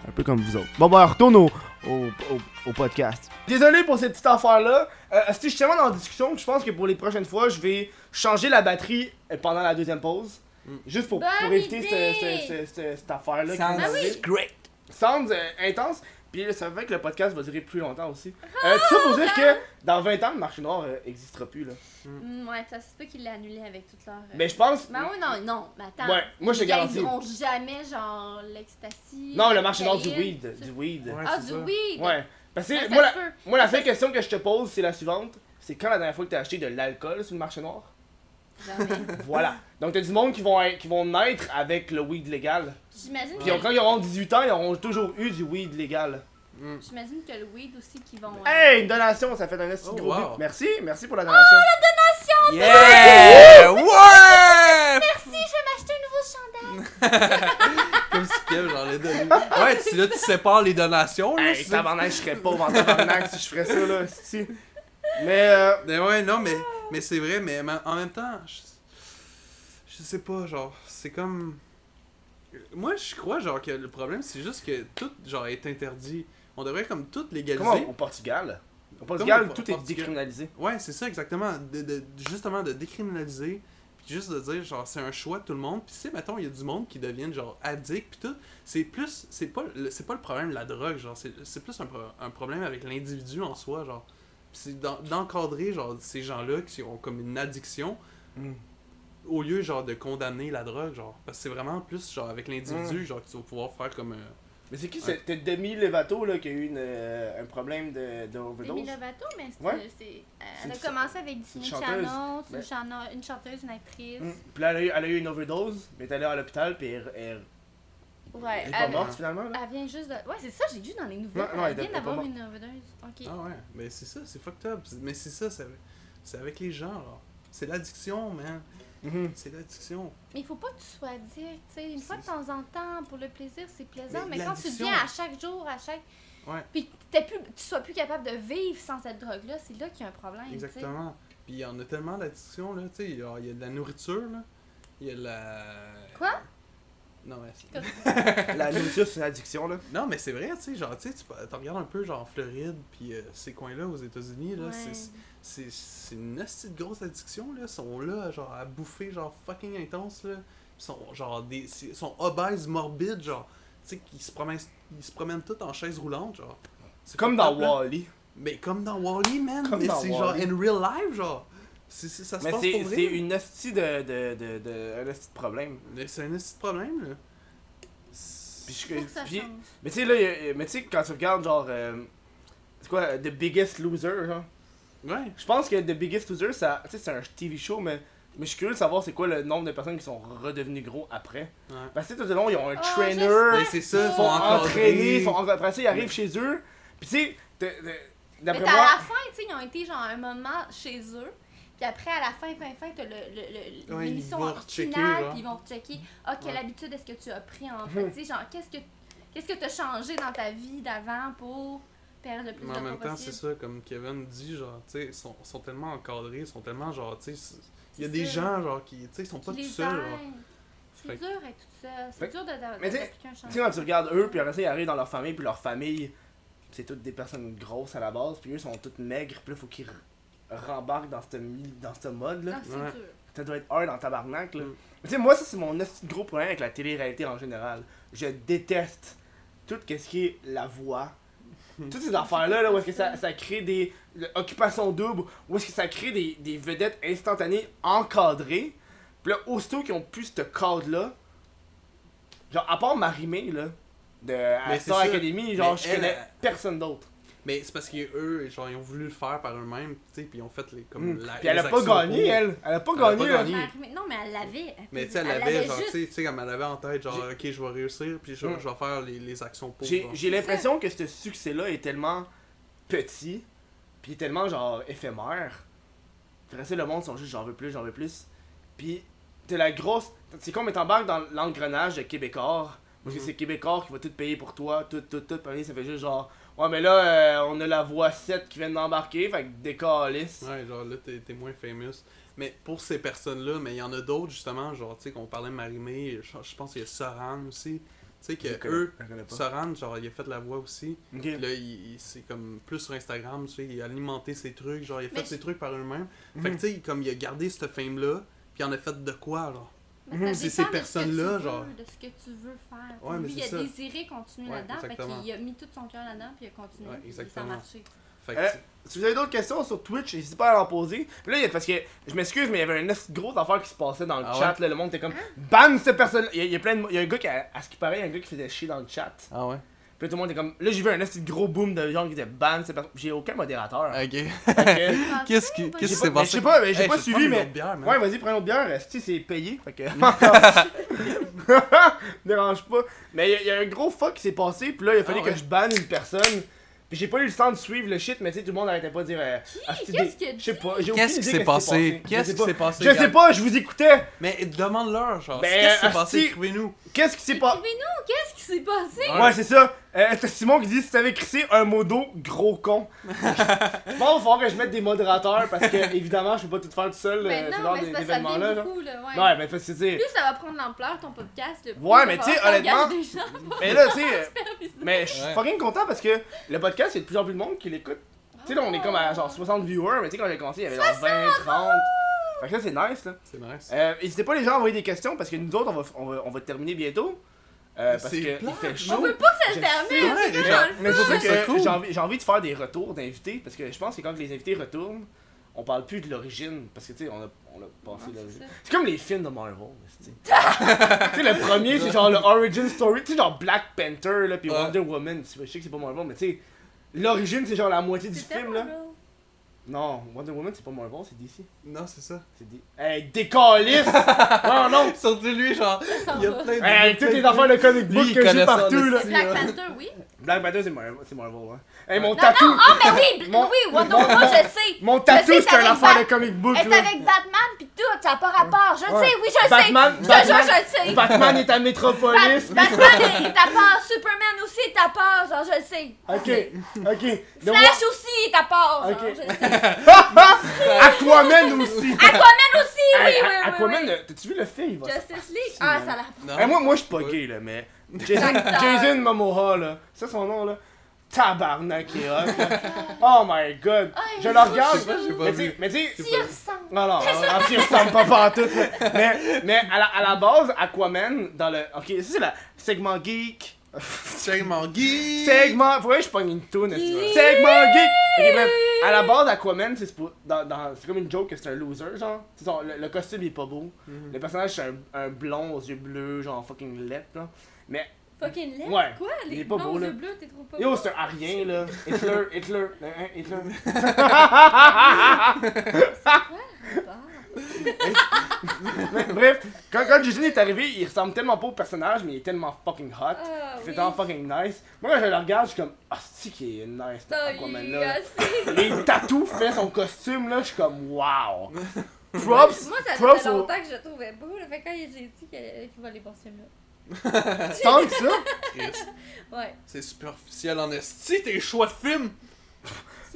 [SPEAKER 9] Un peu comme vous autres. Bon, ben, on retourne au, au, au- au podcast.
[SPEAKER 1] Désolé pour cette petite affaire-là. Euh, si je suis tellement dans la discussion que je pense que pour les prochaines fois, je vais changer la batterie euh, pendant la deuxième pause.
[SPEAKER 2] Mm.
[SPEAKER 1] Juste pour,
[SPEAKER 3] Bonne
[SPEAKER 1] pour éviter
[SPEAKER 3] idée!
[SPEAKER 1] ce- ce- ce- ce- cette affaire-là.
[SPEAKER 2] Sounds
[SPEAKER 3] Ben
[SPEAKER 1] qui m'arrive.
[SPEAKER 2] great.
[SPEAKER 1] Sounds euh, intense. Puis ça fait que le podcast va durer plus longtemps aussi.
[SPEAKER 3] Ah,
[SPEAKER 1] Euh, tout ça pour dire que dans 20 ans, le marché noir n'existera plus. Là.
[SPEAKER 3] Mm, ouais, ça se peut qu'ils l'aient annulé avec toute leur. euh,
[SPEAKER 1] Mais je pense.
[SPEAKER 3] Mais oui, non, non, mais attends.
[SPEAKER 1] Ouais, moi je te
[SPEAKER 3] Ils
[SPEAKER 1] garantis.
[SPEAKER 3] réaliseront jamais, genre, l'ecstasy.
[SPEAKER 1] Non, le
[SPEAKER 3] la
[SPEAKER 1] marché noir du
[SPEAKER 3] cocaïne,
[SPEAKER 1] weed.
[SPEAKER 3] tout-
[SPEAKER 1] Du weed.
[SPEAKER 2] Ouais,
[SPEAKER 3] Ah,
[SPEAKER 2] c'est
[SPEAKER 3] du
[SPEAKER 2] ça.
[SPEAKER 3] weed!
[SPEAKER 1] Ouais. Parce que
[SPEAKER 3] Ça, ça
[SPEAKER 1] moi, la,
[SPEAKER 3] se peut.
[SPEAKER 1] moi, la seule question que je te pose, c'est la suivante. C'est quand la dernière fois que t'as acheté de l'alcool sur le marché noir? *laughs*
[SPEAKER 3] Jamais.
[SPEAKER 1] Voilà. Donc t'as du monde qui vont, être- qui vont naître avec le weed légal.
[SPEAKER 3] J'imagine
[SPEAKER 1] Puis
[SPEAKER 3] que,
[SPEAKER 1] quand ils auront 18 ans, ils auront toujours eu du weed légal.
[SPEAKER 2] Hmm.
[SPEAKER 3] j'imagine que le weed aussi qu'ils vont. euh,
[SPEAKER 1] Hey, une donation, ça fait un esti
[SPEAKER 2] Oh,
[SPEAKER 1] gros
[SPEAKER 2] wow.
[SPEAKER 1] but. Merci, merci pour la donation.
[SPEAKER 2] Yeah! Ouais!
[SPEAKER 3] Acheter un nouveau chandail!
[SPEAKER 2] Comme si Kev, genre, les donné. Ouais, tu, là, tu sépares les donations, là.
[SPEAKER 1] hey,
[SPEAKER 2] c'est-
[SPEAKER 1] tabarnak, je serais pauvre en tabarnak si je ferais ça, là, esti. Mais, euh,
[SPEAKER 2] Mais ouais, non, mais, mais c'est vrai, mais ma- en même temps, je, je sais pas, genre, c'est comme. Moi, je crois, genre, que le problème, c'est juste que tout, genre, est interdit. On devrait, comme, tout légaliser.
[SPEAKER 1] comment au Portugal? Au Portugal,
[SPEAKER 2] au
[SPEAKER 1] tout est
[SPEAKER 2] Portugal.
[SPEAKER 1] décriminalisé.
[SPEAKER 2] Ouais, c'est ça, exactement. De, de- justement, de décriminaliser. Puis juste de dire, genre, c'est un choix de tout le monde. Puis, tu sais, mettons, il y a du monde qui deviennent, genre, addict, puis tout. C'est plus. C'est pas, le- c'est pas le problème de la drogue, genre. C'est c'est plus un, pro- un problème avec l'individu en soi, genre. Puis, c'est d'en- d'encadrer, genre, ces gens-là qui ont comme une addiction.
[SPEAKER 1] Mm.
[SPEAKER 2] Au lieu, genre, de condamner la drogue, genre. Parce que c'est vraiment plus, genre, avec l'individu, genre, que tu vas pouvoir faire comme. euh,
[SPEAKER 1] Mais c'est qui cette demi Levato là, qui a eu une, euh, un problème de, de overdose?
[SPEAKER 3] Demi Lovato, mais c'est.
[SPEAKER 1] Ouais.
[SPEAKER 3] c'est- euh,
[SPEAKER 1] C'est
[SPEAKER 3] elle a
[SPEAKER 1] une-
[SPEAKER 3] commencé avec Disney
[SPEAKER 1] chanteuse.
[SPEAKER 3] Channel, c'est
[SPEAKER 1] Mais-
[SPEAKER 3] une, chana- une chanteuse, une actrice.
[SPEAKER 1] Mm. Puis là, elle a, eu, elle a eu une overdose, mais elle est allée à l'hôpital, puis elle, elle-
[SPEAKER 3] Ouais,
[SPEAKER 1] elle est
[SPEAKER 3] elle,
[SPEAKER 1] pas
[SPEAKER 2] Ah, mais-
[SPEAKER 1] morte finalement. Là.
[SPEAKER 3] elle vient juste de. Ouais, c'est ça, j'ai vu dans les nouvelles.
[SPEAKER 1] Non, non, elle
[SPEAKER 3] elle
[SPEAKER 1] était
[SPEAKER 3] vient
[SPEAKER 1] pas
[SPEAKER 3] d'avoir
[SPEAKER 1] morte.
[SPEAKER 3] une overdose. Ok.
[SPEAKER 2] Ah ouais, mais c'est ça, c'est fucked up. C'est- Mais c'est ça, c'est avec, c'est avec les gens, là. C'est l'addiction, man.
[SPEAKER 8] Ah.
[SPEAKER 1] Mhm.
[SPEAKER 2] C'est l'addiction.
[SPEAKER 3] Mais il faut pas que tu sois addict, tu sais. Une fois de
[SPEAKER 2] C'est-
[SPEAKER 3] temps en temps, pour le plaisir, c'est plaisant.
[SPEAKER 2] Mais
[SPEAKER 3] Mais, quand tu
[SPEAKER 2] l'addiction-
[SPEAKER 3] viens à chaque jour, à chaque.
[SPEAKER 2] Ouais.
[SPEAKER 8] Puis que t'es plus, tu sois plus capable de vivre sans cette drogue-là, c'est là qu'il y a un problème. tu sais.
[SPEAKER 2] Exactement. Puis il y en a tellement d'addiction, là, tu sais, il y a il y a de la nourriture, là. Il y a de la...
[SPEAKER 8] Quoi?
[SPEAKER 2] Non, mais c'est...
[SPEAKER 10] *laughs* La nourriture, c'est une addiction, là.
[SPEAKER 2] Non, mais c'est vrai, tu sais, genre, tu sais, tu peux- t'en regardes un peu, genre, en Floride, puis euh, ces coins-là, aux États-Unis, là,
[SPEAKER 8] Ouais.
[SPEAKER 2] c'est- c'est c'est une assez grosse addiction, là. Ils sont là, genre, à bouffer, genre, fucking intense, là. Ils sont, genre, des... c'est- ils sont obèses, morbides, genre, tu sais, qu'ils se promènent, ils se promènent tous en chaise roulante, genre. C'est
[SPEAKER 1] Comme
[SPEAKER 2] pas
[SPEAKER 1] dans
[SPEAKER 2] top, là.
[SPEAKER 1] Wally.
[SPEAKER 2] Mais comme dans Wally, man!
[SPEAKER 1] Comme
[SPEAKER 2] mais
[SPEAKER 1] dans
[SPEAKER 2] c'est genre
[SPEAKER 1] Wall-E.
[SPEAKER 2] in real life, genre! C'est, c'est- ça se
[SPEAKER 1] Mais
[SPEAKER 2] passe pour
[SPEAKER 1] c'est
[SPEAKER 2] vrai.
[SPEAKER 1] c'est une hostie de, de, de, de, un hostie de problème.
[SPEAKER 2] Mais c'est un petit problème, là.
[SPEAKER 1] Puis
[SPEAKER 2] C'est-
[SPEAKER 1] je-
[SPEAKER 8] Faut que ça
[SPEAKER 1] puis-
[SPEAKER 8] change.
[SPEAKER 1] mais tu sais, là, y a- mais tu sais, quand tu regardes, genre, euh, c'est quoi, euh, The Biggest Loser, genre.
[SPEAKER 2] Ouais.
[SPEAKER 1] Je pense que The Biggest Loser, ça, tu sais, c'est un TV show, mais, mais je suis curieux de savoir c'est quoi le nombre de personnes qui sont redevenues gros après.
[SPEAKER 2] Ouais.
[SPEAKER 1] Parce que tu sais, tout le long, ils ont un
[SPEAKER 8] Oh,
[SPEAKER 1] trainer,
[SPEAKER 2] Mais c'est ça,
[SPEAKER 1] ils
[SPEAKER 2] ils
[SPEAKER 1] sont
[SPEAKER 2] sont encore
[SPEAKER 1] entraînés, ils sont encore- après ça, ils arrivent chez eux. Puis tu sais, t'es- t'es-
[SPEAKER 8] Mais
[SPEAKER 1] d'après
[SPEAKER 8] t'as- à
[SPEAKER 1] moi,
[SPEAKER 8] la fin, tu sais, ils ont été genre un moment chez eux. Puis après, à la fin, fin, fin, t'as le- le- le-
[SPEAKER 2] Ouais, ils
[SPEAKER 8] l'émission
[SPEAKER 2] vont
[SPEAKER 8] en
[SPEAKER 2] rechecker,
[SPEAKER 8] finale,
[SPEAKER 2] genre.
[SPEAKER 8] puis ils vont rechecker. Ah, quelle
[SPEAKER 2] Ouais.
[SPEAKER 8] habitude est-ce que tu as pris en fait? Tu sais, genre, qu'est-ce que qu'est-ce que t'as changé dans ta vie d'avant pour perdre le plus
[SPEAKER 2] Mais
[SPEAKER 8] de
[SPEAKER 2] en même
[SPEAKER 8] poids
[SPEAKER 2] temps, c'est
[SPEAKER 8] possible?
[SPEAKER 2] ça, comme Kevin dit, genre, tu sais, ils sont, sont tellement encadrés, ils sont tellement, genre, tu sais, c'est- il y a
[SPEAKER 8] C'est
[SPEAKER 2] des
[SPEAKER 8] ça.
[SPEAKER 2] gens, genre, qui, tu sais, ils sont pas
[SPEAKER 8] Qui
[SPEAKER 2] tout
[SPEAKER 8] les
[SPEAKER 2] seuls,
[SPEAKER 8] aide.
[SPEAKER 2] genre.
[SPEAKER 8] C'est
[SPEAKER 2] Fait-
[SPEAKER 8] dur d'être tout seul.
[SPEAKER 1] Fait-
[SPEAKER 8] C'est dur de- de-
[SPEAKER 1] Mais tu sais-
[SPEAKER 8] d'appliquer un
[SPEAKER 1] tu sais,
[SPEAKER 8] changement.
[SPEAKER 1] quand tu regardes eux, puis après ça, ils arrivent dans leur famille, puis leur famille, c'est toutes des personnes grosses à la base, puis eux sont toutes maigres, puis là, faut qu'ils re- rembarquent dans ce, mi- dans ce mode-là.
[SPEAKER 8] Non,
[SPEAKER 2] Ouais.
[SPEAKER 8] c'est dur.
[SPEAKER 1] Ça doit être hard en tabarnak, là.
[SPEAKER 2] Mm.
[SPEAKER 1] Mais Tu sais, moi, ça, c'est mon esti de gros problème avec la télé-réalité en général. Je déteste tout ce qui est la voix.
[SPEAKER 2] Mm.
[SPEAKER 1] Toutes ces affaires-là, là, où est-ce que ça, ça crée des le- occupations doubles, où est-ce que ça crée des, des vedettes instantanées encadrées. Puis là, aussitôt qu'ils ont plus ce cadre-là, genre, à part Marimé, là, de Star
[SPEAKER 2] Mais c'est ça.
[SPEAKER 1] Academy, genre,
[SPEAKER 2] Mais
[SPEAKER 1] je
[SPEAKER 2] elle,
[SPEAKER 1] connais
[SPEAKER 2] elle-
[SPEAKER 1] personne d'autre.
[SPEAKER 2] Mais c'est parce qu'eux, genre, ils ont voulu le faire par eux-mêmes, tu sais, puis ils ont fait les, comme,
[SPEAKER 1] Mm.
[SPEAKER 2] la-
[SPEAKER 1] Puis elle
[SPEAKER 2] les
[SPEAKER 1] a pas
[SPEAKER 2] actions
[SPEAKER 1] gagné,
[SPEAKER 2] pour.
[SPEAKER 1] elle. Elle a pas
[SPEAKER 2] Elle a pas
[SPEAKER 1] gagné, là.
[SPEAKER 2] gagné.
[SPEAKER 8] Mais- mais- Non, mais elle l'avait.
[SPEAKER 2] Mais tu sais, elle avait,
[SPEAKER 8] l'avait
[SPEAKER 2] genre, tu
[SPEAKER 8] juste.
[SPEAKER 2] sais, tu sais, comme elle avait en tête, genre, ok, je vais réussir, puis je,
[SPEAKER 1] Mm.
[SPEAKER 2] je vais faire les, les actions pour.
[SPEAKER 1] J'ai-
[SPEAKER 2] genre.
[SPEAKER 1] J'ai l'impression que ce succès-là est tellement petit, puis tellement genre éphémère. Après ça, le monde sont juste j'en veux plus, j'en veux plus. Puis t'es la grosse. C'est comme t'embarques dans l'engrenage de Québécois. Parce que
[SPEAKER 2] Mhm.
[SPEAKER 1] c'est Québécois qui va tout payer pour toi, tout, tout, tout. Puis ça fait juste genre. Ouais, mais là, euh, on a la voix 7 qui vient d'embarquer, fait que décalisse.
[SPEAKER 2] Ouais, genre là, t'es, t'es moins famous. Mais pour ces personnes-là, mais il y en a d'autres, justement, genre, tu sais, qu'on parlait de Marimé, je, je pense qu'il y a Soran aussi. Tu sais,
[SPEAKER 1] Je
[SPEAKER 2] que
[SPEAKER 1] connais-
[SPEAKER 2] eux,
[SPEAKER 1] je connais pas.
[SPEAKER 2] Soran, genre, il a fait la voix aussi.
[SPEAKER 1] Ok.
[SPEAKER 2] Puis là, il, il- c'est comme plus sur Instagram, tu sais, il a alimenté ses trucs, genre, il a
[SPEAKER 8] Mais
[SPEAKER 2] fait
[SPEAKER 8] je-
[SPEAKER 2] ses trucs par eux-mêmes. Fait que, tu sais, comme il a gardé cette fame-là, puis il en a fait de quoi, genre.
[SPEAKER 8] Mais ça
[SPEAKER 2] C'est ces
[SPEAKER 8] dépend de ce que tu
[SPEAKER 2] personnes-là,
[SPEAKER 8] veux,
[SPEAKER 2] genre.
[SPEAKER 8] De ce que tu veux faire.
[SPEAKER 2] Ouais, mais
[SPEAKER 8] lui, il a
[SPEAKER 2] c'est ça.
[SPEAKER 8] désiré continuer
[SPEAKER 2] Ouais,
[SPEAKER 8] là-dedans, fait
[SPEAKER 2] exactement.
[SPEAKER 8] qu'il a mis tout son cœur là-dedans, puis il a continué.
[SPEAKER 2] Ouais,
[SPEAKER 8] puis
[SPEAKER 2] exactement.
[SPEAKER 8] Ça a marché.
[SPEAKER 2] Fait que,
[SPEAKER 1] Euh,
[SPEAKER 2] tu-
[SPEAKER 1] Si vous avez d'autres questions sur Twitch, n'hésitez pas à en poser. Puis là, il y a- parce que je m'excuse, mais il y avait une esti de grosse affaire qui se passait dans le
[SPEAKER 2] Ah
[SPEAKER 1] chat.
[SPEAKER 2] ouais?
[SPEAKER 1] Là, le monde était comme Ban cette personne. Il y, a, il y a plein de. Il y a un gars qui, a- à ce qui paraît, il y a un gars qui faisait chier dans le chat.
[SPEAKER 2] Ah ouais?
[SPEAKER 1] Puis là, tout le monde était comme. Là, j'ai vu un esti de gros boom de gens qui étaient ban cette personne. J'ai aucun modérateur. Fait
[SPEAKER 2] *laughs* Ok.
[SPEAKER 1] que-
[SPEAKER 2] *laughs* Qu'est-ce qui
[SPEAKER 8] J'ai
[SPEAKER 2] qu'est-ce qui
[SPEAKER 1] pas-
[SPEAKER 2] s'est
[SPEAKER 1] mais
[SPEAKER 2] passé?
[SPEAKER 1] je sais pas, mais Ah, j'ai
[SPEAKER 2] Hey,
[SPEAKER 1] pas
[SPEAKER 2] je vais
[SPEAKER 1] suivi,
[SPEAKER 2] prendre une
[SPEAKER 1] mais.
[SPEAKER 2] autre bière, man.
[SPEAKER 1] Ouais, vas-y, prends une autre bière. Esti, c'est payé. Fait que. *laughs* Dérange pas. Mais il y a- il y, a un gros fuck qui s'est passé. Puis là, il a fallu
[SPEAKER 2] Ah ouais.
[SPEAKER 1] que je banne une personne. Puis j'ai pas eu le temps de suivre le shit, mais tu sais, tout le monde arrêtait pas de dire. euh, Asti, des-
[SPEAKER 8] Qu'est-ce que
[SPEAKER 1] Je
[SPEAKER 8] tu
[SPEAKER 1] sais pas, j'ai aucune
[SPEAKER 2] Qu'est-ce
[SPEAKER 1] idée
[SPEAKER 2] qui
[SPEAKER 1] qu'est-ce
[SPEAKER 2] s'est passé?
[SPEAKER 1] Je
[SPEAKER 2] Qu'est-ce
[SPEAKER 1] sais
[SPEAKER 2] qui
[SPEAKER 1] pas.
[SPEAKER 2] s'est passé?
[SPEAKER 1] Je sais
[SPEAKER 2] Gab?
[SPEAKER 1] pas, je vous écoutais.
[SPEAKER 2] Mais demande-leur, genre,
[SPEAKER 1] Ben,
[SPEAKER 2] qu'est-ce qui s'est passé?
[SPEAKER 1] asti-
[SPEAKER 2] Écrivez-nous.
[SPEAKER 1] Qu'est-ce qui s'est passé?
[SPEAKER 8] Écrivez-nous, qu'est-ce qui s'est passé?
[SPEAKER 1] Ouais, c'est ça. Euh, t'as Simon qui dit si t'avais crissé un mot d'eau, gros
[SPEAKER 2] *laughs*
[SPEAKER 1] con. je pense qu'il va falloir que je mette des modérateurs parce que, évidemment, je peux pas tout faire tout seul.
[SPEAKER 8] Mais
[SPEAKER 1] euh, ce
[SPEAKER 8] non,
[SPEAKER 1] genre
[SPEAKER 8] mais c'est parce que ça
[SPEAKER 1] d'événements-là.
[SPEAKER 8] devient
[SPEAKER 1] là.
[SPEAKER 8] beaucoup, là, ouais.
[SPEAKER 1] Ouais, mais parce que c'est.
[SPEAKER 8] Plus ça va prendre l'ampleur, ton podcast, le plus
[SPEAKER 1] Ouais,
[SPEAKER 8] ça
[SPEAKER 1] mais
[SPEAKER 8] va
[SPEAKER 1] tu sais,
[SPEAKER 8] avoir
[SPEAKER 1] honnêtement,
[SPEAKER 8] des gens *laughs* pour
[SPEAKER 1] Mais là, tu sais, euh,
[SPEAKER 8] faire des-
[SPEAKER 1] mais je suis
[SPEAKER 2] Ouais.
[SPEAKER 1] fucking content parce que le podcast, il y a de plus en plus de monde qui l'écoute. Tu sais, là, on est comme à genre 60 viewers, mais tu sais, quand j'ai commencé, il y avait genre 20, 30. Fait que ça, c'est nice, là.
[SPEAKER 2] C'est nice.
[SPEAKER 1] Euh, N'hésitez pas les gens à envoyer des questions parce que nous autres on va, on va, on va terminer bientôt. Euh, parce
[SPEAKER 2] C'est
[SPEAKER 1] que il
[SPEAKER 2] plate.
[SPEAKER 1] fait chaud.
[SPEAKER 8] On veut pas que ça
[SPEAKER 1] Je
[SPEAKER 8] se
[SPEAKER 1] sais.
[SPEAKER 8] termine, c'est
[SPEAKER 2] Ouais,
[SPEAKER 8] tout
[SPEAKER 2] genre-
[SPEAKER 8] dans le
[SPEAKER 1] Mais c'est pour ça
[SPEAKER 2] Je trouve
[SPEAKER 1] que
[SPEAKER 2] ça cool.
[SPEAKER 1] j'ai envie, j'ai envie de faire des retours d'invités parce que je pense que quand les invités retournent, on parle plus de l'origine parce que tu sais, on a, on a passé
[SPEAKER 3] Ah,
[SPEAKER 8] Non, c'est
[SPEAKER 1] l'origine.
[SPEAKER 8] ça.
[SPEAKER 1] C'est comme les films de Marvel. *laughs* Tu sais, Tu sais, le premier c'est genre le Origin Story, tu sais, genre Black Panther là, puis
[SPEAKER 2] Ouais.
[SPEAKER 1] Wonder Woman. tu sais, Je sais que c'est pas Marvel, mais tu sais, l'origine c'est genre la moitié du
[SPEAKER 8] C'est
[SPEAKER 1] film
[SPEAKER 8] tellement
[SPEAKER 1] là.
[SPEAKER 8] drôle.
[SPEAKER 1] Non, Wonder Woman c'est pas Marvel, c'est DC.
[SPEAKER 2] Non, c'est ça.
[SPEAKER 1] C'est D. Hey, décalisse! Non, non!
[SPEAKER 2] *laughs* Surtout lui, genre,
[SPEAKER 8] Ça
[SPEAKER 2] il y a
[SPEAKER 8] va.
[SPEAKER 2] plein de.
[SPEAKER 1] Hey, toutes les affaires de comic book
[SPEAKER 2] Lui, il
[SPEAKER 1] que
[SPEAKER 2] connaît
[SPEAKER 1] j'ai
[SPEAKER 2] ça,
[SPEAKER 1] partout,
[SPEAKER 2] en
[SPEAKER 1] là.
[SPEAKER 8] C'est
[SPEAKER 2] esti.
[SPEAKER 8] Black Panther,
[SPEAKER 1] *laughs*
[SPEAKER 8] oui.
[SPEAKER 1] Black Panther, c'est Marvel, c'est Marvel, hein. Hey,
[SPEAKER 2] Ouais.
[SPEAKER 1] mon
[SPEAKER 2] Non,
[SPEAKER 1] tatou!
[SPEAKER 8] Ah, mais oui,
[SPEAKER 1] Mon-
[SPEAKER 8] oui, Wonder Woman, je sais.
[SPEAKER 1] *laughs* Mon tatou,
[SPEAKER 8] sais,
[SPEAKER 1] c'est
[SPEAKER 8] t'es
[SPEAKER 1] un
[SPEAKER 8] avec
[SPEAKER 1] affaire
[SPEAKER 8] Bat-
[SPEAKER 1] de comic book,
[SPEAKER 8] Elle est
[SPEAKER 1] là.
[SPEAKER 8] avec Batman pis tout,
[SPEAKER 3] ça n'a pas rapport. Je le
[SPEAKER 1] Ouais.
[SPEAKER 3] sais, oui, je le sais.
[SPEAKER 1] Batman-
[SPEAKER 3] Je te jure,
[SPEAKER 1] Batman-
[SPEAKER 3] je le sais.
[SPEAKER 1] Batman est à Métropolis.
[SPEAKER 3] Bat- Batman est ta part, Superman aussi est ta part, genre, je le sais.
[SPEAKER 1] Ok, ok. The
[SPEAKER 3] Flash aussi est ta part, genre,
[SPEAKER 1] Ok.
[SPEAKER 3] je le sais.
[SPEAKER 1] *laughs* Aquaman aussi.
[SPEAKER 3] Aquaman aussi, oui,
[SPEAKER 1] Hey,
[SPEAKER 3] oui,
[SPEAKER 1] A-
[SPEAKER 3] oui.
[SPEAKER 1] Aquaman,
[SPEAKER 3] oui.
[SPEAKER 1] euh, t'as-tu vu le film? va-
[SPEAKER 3] Justice League. Ah, ça a l'air.
[SPEAKER 2] Non.
[SPEAKER 1] Hey, moi, moi je suis pas gay, là,
[SPEAKER 3] *laughs*
[SPEAKER 1] mais. Jason,
[SPEAKER 3] L'acteur.
[SPEAKER 1] Jason Momoa, là. C'est son nom, là. Tabarnak, il est hot, là. Oh my god.
[SPEAKER 3] Hey,
[SPEAKER 1] je
[SPEAKER 3] je
[SPEAKER 1] le
[SPEAKER 2] Je sais
[SPEAKER 1] regarde.
[SPEAKER 2] pas, j'ai pas
[SPEAKER 1] Mais tu
[SPEAKER 2] vu.
[SPEAKER 1] mais tu
[SPEAKER 3] Tu y ressembles.
[SPEAKER 1] Non, non, en s'y ressemble pas partout. là. Mais, mais à, la, à la base, Aquaman, dans le. Ok, ça c'est le segment geek.
[SPEAKER 2] Segment Guy!
[SPEAKER 1] Segment. Faudrait que je pogne une toune. est-ce que- Segment geek! Ok, bref, à la base, Aquaman, c'est pour- dans- dans- c'est comme une joke que c'est un loser, genre. Tu sais, son- le, le costume il est pas beau. Le personnage, c'est un, un blond aux yeux bleus, genre fucking laid, là. Mais
[SPEAKER 3] Fucking laid.
[SPEAKER 1] Ouais.
[SPEAKER 3] Quoi?
[SPEAKER 1] Il est
[SPEAKER 3] Les
[SPEAKER 1] pas
[SPEAKER 3] blonds
[SPEAKER 1] beau,
[SPEAKER 3] aux
[SPEAKER 1] là.
[SPEAKER 3] yeux bleus, t'es trop pas
[SPEAKER 1] Yo,
[SPEAKER 3] beau.
[SPEAKER 1] c'est un arien, là. Hitler, Hitler, hein, hein, Hitler.
[SPEAKER 3] Bah.
[SPEAKER 1] Mais Bref, quand, quand Jason est arrivé, il ressemble tellement pas au personnage, mais il est tellement fucking hot.
[SPEAKER 3] Ah,
[SPEAKER 1] C'est
[SPEAKER 3] oui.
[SPEAKER 1] tellement fucking nice. Moi, quand je le regarde, je suis comme, ah, c'est qui est nice, cet
[SPEAKER 3] Ah,
[SPEAKER 1] Aquaman-là.
[SPEAKER 3] il est
[SPEAKER 1] là.
[SPEAKER 3] assez-
[SPEAKER 1] Les tatous fait son costume, là, je suis comme, wow. Props,
[SPEAKER 3] Moi, ça
[SPEAKER 1] props
[SPEAKER 3] faisait
[SPEAKER 1] au.
[SPEAKER 3] longtemps que je le trouvais beau. Là, fait que quand j'ai dit que- qu'il va aller voir ce film-là.
[SPEAKER 1] Tant que ça.
[SPEAKER 2] Christ.
[SPEAKER 3] Ouais.
[SPEAKER 2] C'est superficiel en esti, tes choix de films!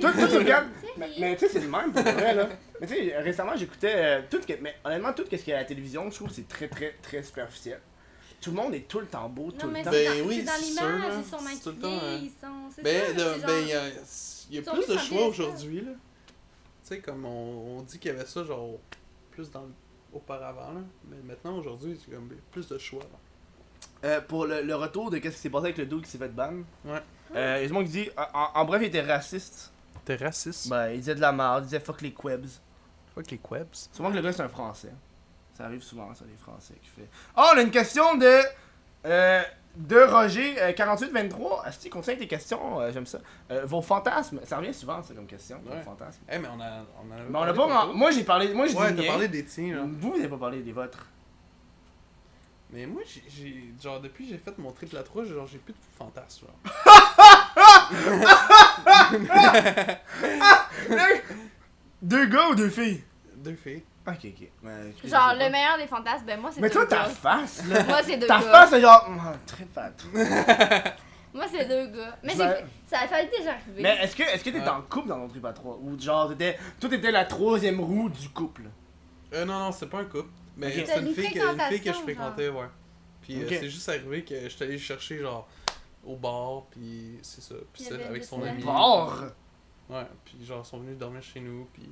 [SPEAKER 1] Toi, toi, tu regardes. Mais,
[SPEAKER 3] Série.
[SPEAKER 1] mais tu sais, c'est le même pour vrai, là. Mais tu sais, récemment, j'écoutais. euh, tout que- mais honnêtement, tout ce qu'il y a à la télévision, je trouve que c'est très, très, très superficiel. Tout le monde est tout le temps beau, tout
[SPEAKER 3] Non, mais
[SPEAKER 1] le temps.
[SPEAKER 3] c'est
[SPEAKER 2] Ben
[SPEAKER 3] dans,
[SPEAKER 2] oui,
[SPEAKER 3] c'est dans
[SPEAKER 2] c'est sûr,
[SPEAKER 3] l'image,
[SPEAKER 2] hein.
[SPEAKER 3] ils
[SPEAKER 2] C'est
[SPEAKER 3] sont
[SPEAKER 2] tout le
[SPEAKER 3] maquillés,
[SPEAKER 2] temps, hein.
[SPEAKER 3] ils sont. C'est
[SPEAKER 2] Ben,
[SPEAKER 3] ça,
[SPEAKER 2] là,
[SPEAKER 3] c'est
[SPEAKER 2] ben,
[SPEAKER 3] genre-
[SPEAKER 2] il y a, il y a
[SPEAKER 3] Ils sont
[SPEAKER 2] plus
[SPEAKER 3] mis
[SPEAKER 2] de
[SPEAKER 3] sur
[SPEAKER 2] choix
[SPEAKER 3] BSL.
[SPEAKER 2] aujourd'hui, là. Tu sais, comme on, on dit qu'il y avait ça, genre, plus dans le- auparavant, là. Mais maintenant, aujourd'hui, c'est comme plus de choix, là.
[SPEAKER 1] Euh, pour le, le retour de qu'est-ce qui s'est passé avec le dos qui s'est fait ban.
[SPEAKER 2] Ouais.
[SPEAKER 1] Euh, il y a du monde qui dit, en, en bref, il était raciste.
[SPEAKER 2] T'es raciste.
[SPEAKER 1] Ben, il disait de la merde, il disait fuck les quebs.
[SPEAKER 2] Fuck les Quebs.
[SPEAKER 1] Souvent que le gars c'est un français. Ça arrive souvent, ça, les français qui fait. Oh, on a une question de. euh, de Roger, euh, 4823. Asti, continue avec tes questions, euh, j'aime ça. Euh, vos fantasmes, ça revient souvent, ça, comme question. Vos
[SPEAKER 2] Ouais.
[SPEAKER 1] fantasmes.
[SPEAKER 2] Eh, mais on a. On a,
[SPEAKER 1] Mais on a pas. en- Moi, j'ai parlé. Moi, j'ai
[SPEAKER 2] Ouais,
[SPEAKER 1] dit.
[SPEAKER 2] t'as
[SPEAKER 1] mien.
[SPEAKER 2] parlé des tiens, là.
[SPEAKER 1] Vous, vous avez pas parlé des
[SPEAKER 2] *laughs*
[SPEAKER 1] vôtres. *laughs*
[SPEAKER 2] Mais moi, j'ai- j'ai. Genre, depuis que j'ai fait mon triple à 3, genre, j'ai plus de fantasmes, genre.
[SPEAKER 1] Deux gars ou deux filles
[SPEAKER 2] Deux filles.
[SPEAKER 1] Ok, ok. Mais,
[SPEAKER 2] euh,
[SPEAKER 1] je-
[SPEAKER 3] Genre,
[SPEAKER 1] je sais
[SPEAKER 3] le
[SPEAKER 1] pas.
[SPEAKER 3] meilleur des fantasmes, ben moi, c'est
[SPEAKER 1] Mais
[SPEAKER 3] deux
[SPEAKER 1] toi, ta
[SPEAKER 3] gars.
[SPEAKER 1] face,
[SPEAKER 3] *laughs*
[SPEAKER 1] là.
[SPEAKER 3] Moi, c'est deux
[SPEAKER 1] Ta
[SPEAKER 3] gars.
[SPEAKER 1] face, c'est genre. hum, Très fat.
[SPEAKER 3] Moi, c'est deux gars. Mais
[SPEAKER 1] Je
[SPEAKER 3] j'ai
[SPEAKER 1] vais-
[SPEAKER 3] fait- ça a failli déjà arriver.
[SPEAKER 1] Mais est-ce que est-ce que t'étais
[SPEAKER 2] Ouais.
[SPEAKER 1] en couple dans ton trip à 3 Ou genre, t'étais. Toi, t'étais la troisième roue du couple.
[SPEAKER 2] Euh, non, non, c'était pas un couple. Mais
[SPEAKER 1] Ok.
[SPEAKER 2] c'était
[SPEAKER 3] C'était
[SPEAKER 2] une
[SPEAKER 3] une
[SPEAKER 2] fille, que, une fille que je
[SPEAKER 3] fréquentation,
[SPEAKER 2] fréquentais, ouais. Puis euh,
[SPEAKER 1] Ok.
[SPEAKER 2] c'est juste arrivé que je suis allé le chercher, genre, au bar, puis c'est ça. Puis
[SPEAKER 3] Il y
[SPEAKER 2] c'est
[SPEAKER 3] avait
[SPEAKER 2] avec
[SPEAKER 3] des
[SPEAKER 2] son
[SPEAKER 3] soirées.
[SPEAKER 2] ami.
[SPEAKER 1] Bord
[SPEAKER 2] Ouais, puis genre, ils sont venus dormir chez nous, puis...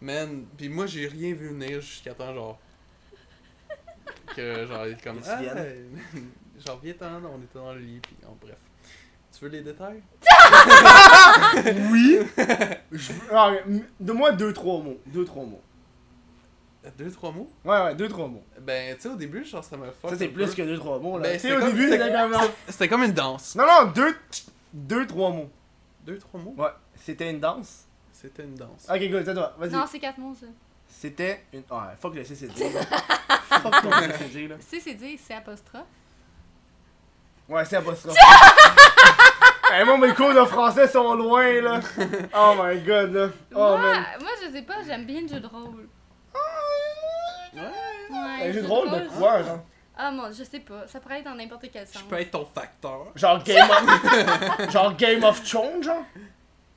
[SPEAKER 2] Man, puis moi, j'ai rien vu venir jusqu'à temps, genre... Que, genre, il est comme...
[SPEAKER 1] Ils se
[SPEAKER 2] Ah,
[SPEAKER 1] viennent.
[SPEAKER 2] euh, genre, viens t'en, on était dans le lit, puis en bref. Tu veux les détails? *laughs*
[SPEAKER 1] Oui. Je veux- ah, m- de moi deux trois mots, deux trois mots.
[SPEAKER 2] Deux, trois mots?
[SPEAKER 1] Ouais ouais, deux trois mots.
[SPEAKER 2] Ben, tu sais, au début, genre, ça m'a fuck
[SPEAKER 1] Ça c'est
[SPEAKER 2] un
[SPEAKER 1] plus
[SPEAKER 2] peu.
[SPEAKER 1] que deux trois mots là.
[SPEAKER 2] Ben,
[SPEAKER 1] tu sais
[SPEAKER 2] c'est
[SPEAKER 1] au
[SPEAKER 2] comme-
[SPEAKER 1] début
[SPEAKER 2] c'est-
[SPEAKER 1] c'était comme genre-
[SPEAKER 2] C'était comme une danse.
[SPEAKER 1] non non deux deux trois mots.
[SPEAKER 2] Deux, trois mots?
[SPEAKER 1] Ouais, c'était une danse.
[SPEAKER 2] C'était une danse.
[SPEAKER 1] Ok good, c'est à toi. Vas-y.
[SPEAKER 3] Non, c'est quatre mots, ça.
[SPEAKER 1] C'était une ah fuck le CCD.
[SPEAKER 3] *laughs*
[SPEAKER 1] là. fuck ton CCD là.
[SPEAKER 3] C, c'est dire, c'est apostrophe.
[SPEAKER 1] Ouais c'est
[SPEAKER 3] *laughs*
[SPEAKER 1] apostrophe. Eh moi mes cours de français sont loin là. Oh my god là. Oh
[SPEAKER 3] moi,
[SPEAKER 1] man.
[SPEAKER 3] moi, je sais pas, j'aime bien le jeu de rôle.
[SPEAKER 2] Ouais.
[SPEAKER 3] Ouais,
[SPEAKER 1] Un
[SPEAKER 3] le
[SPEAKER 1] jeu de rôle de quoi genre?
[SPEAKER 3] Ah, mon, je sais pas. Ça pourrait être dans n'importe quel
[SPEAKER 2] Je
[SPEAKER 3] sens.
[SPEAKER 2] peux être ton facteur.
[SPEAKER 1] Genre Game of *laughs* genre Game of Thrones genre?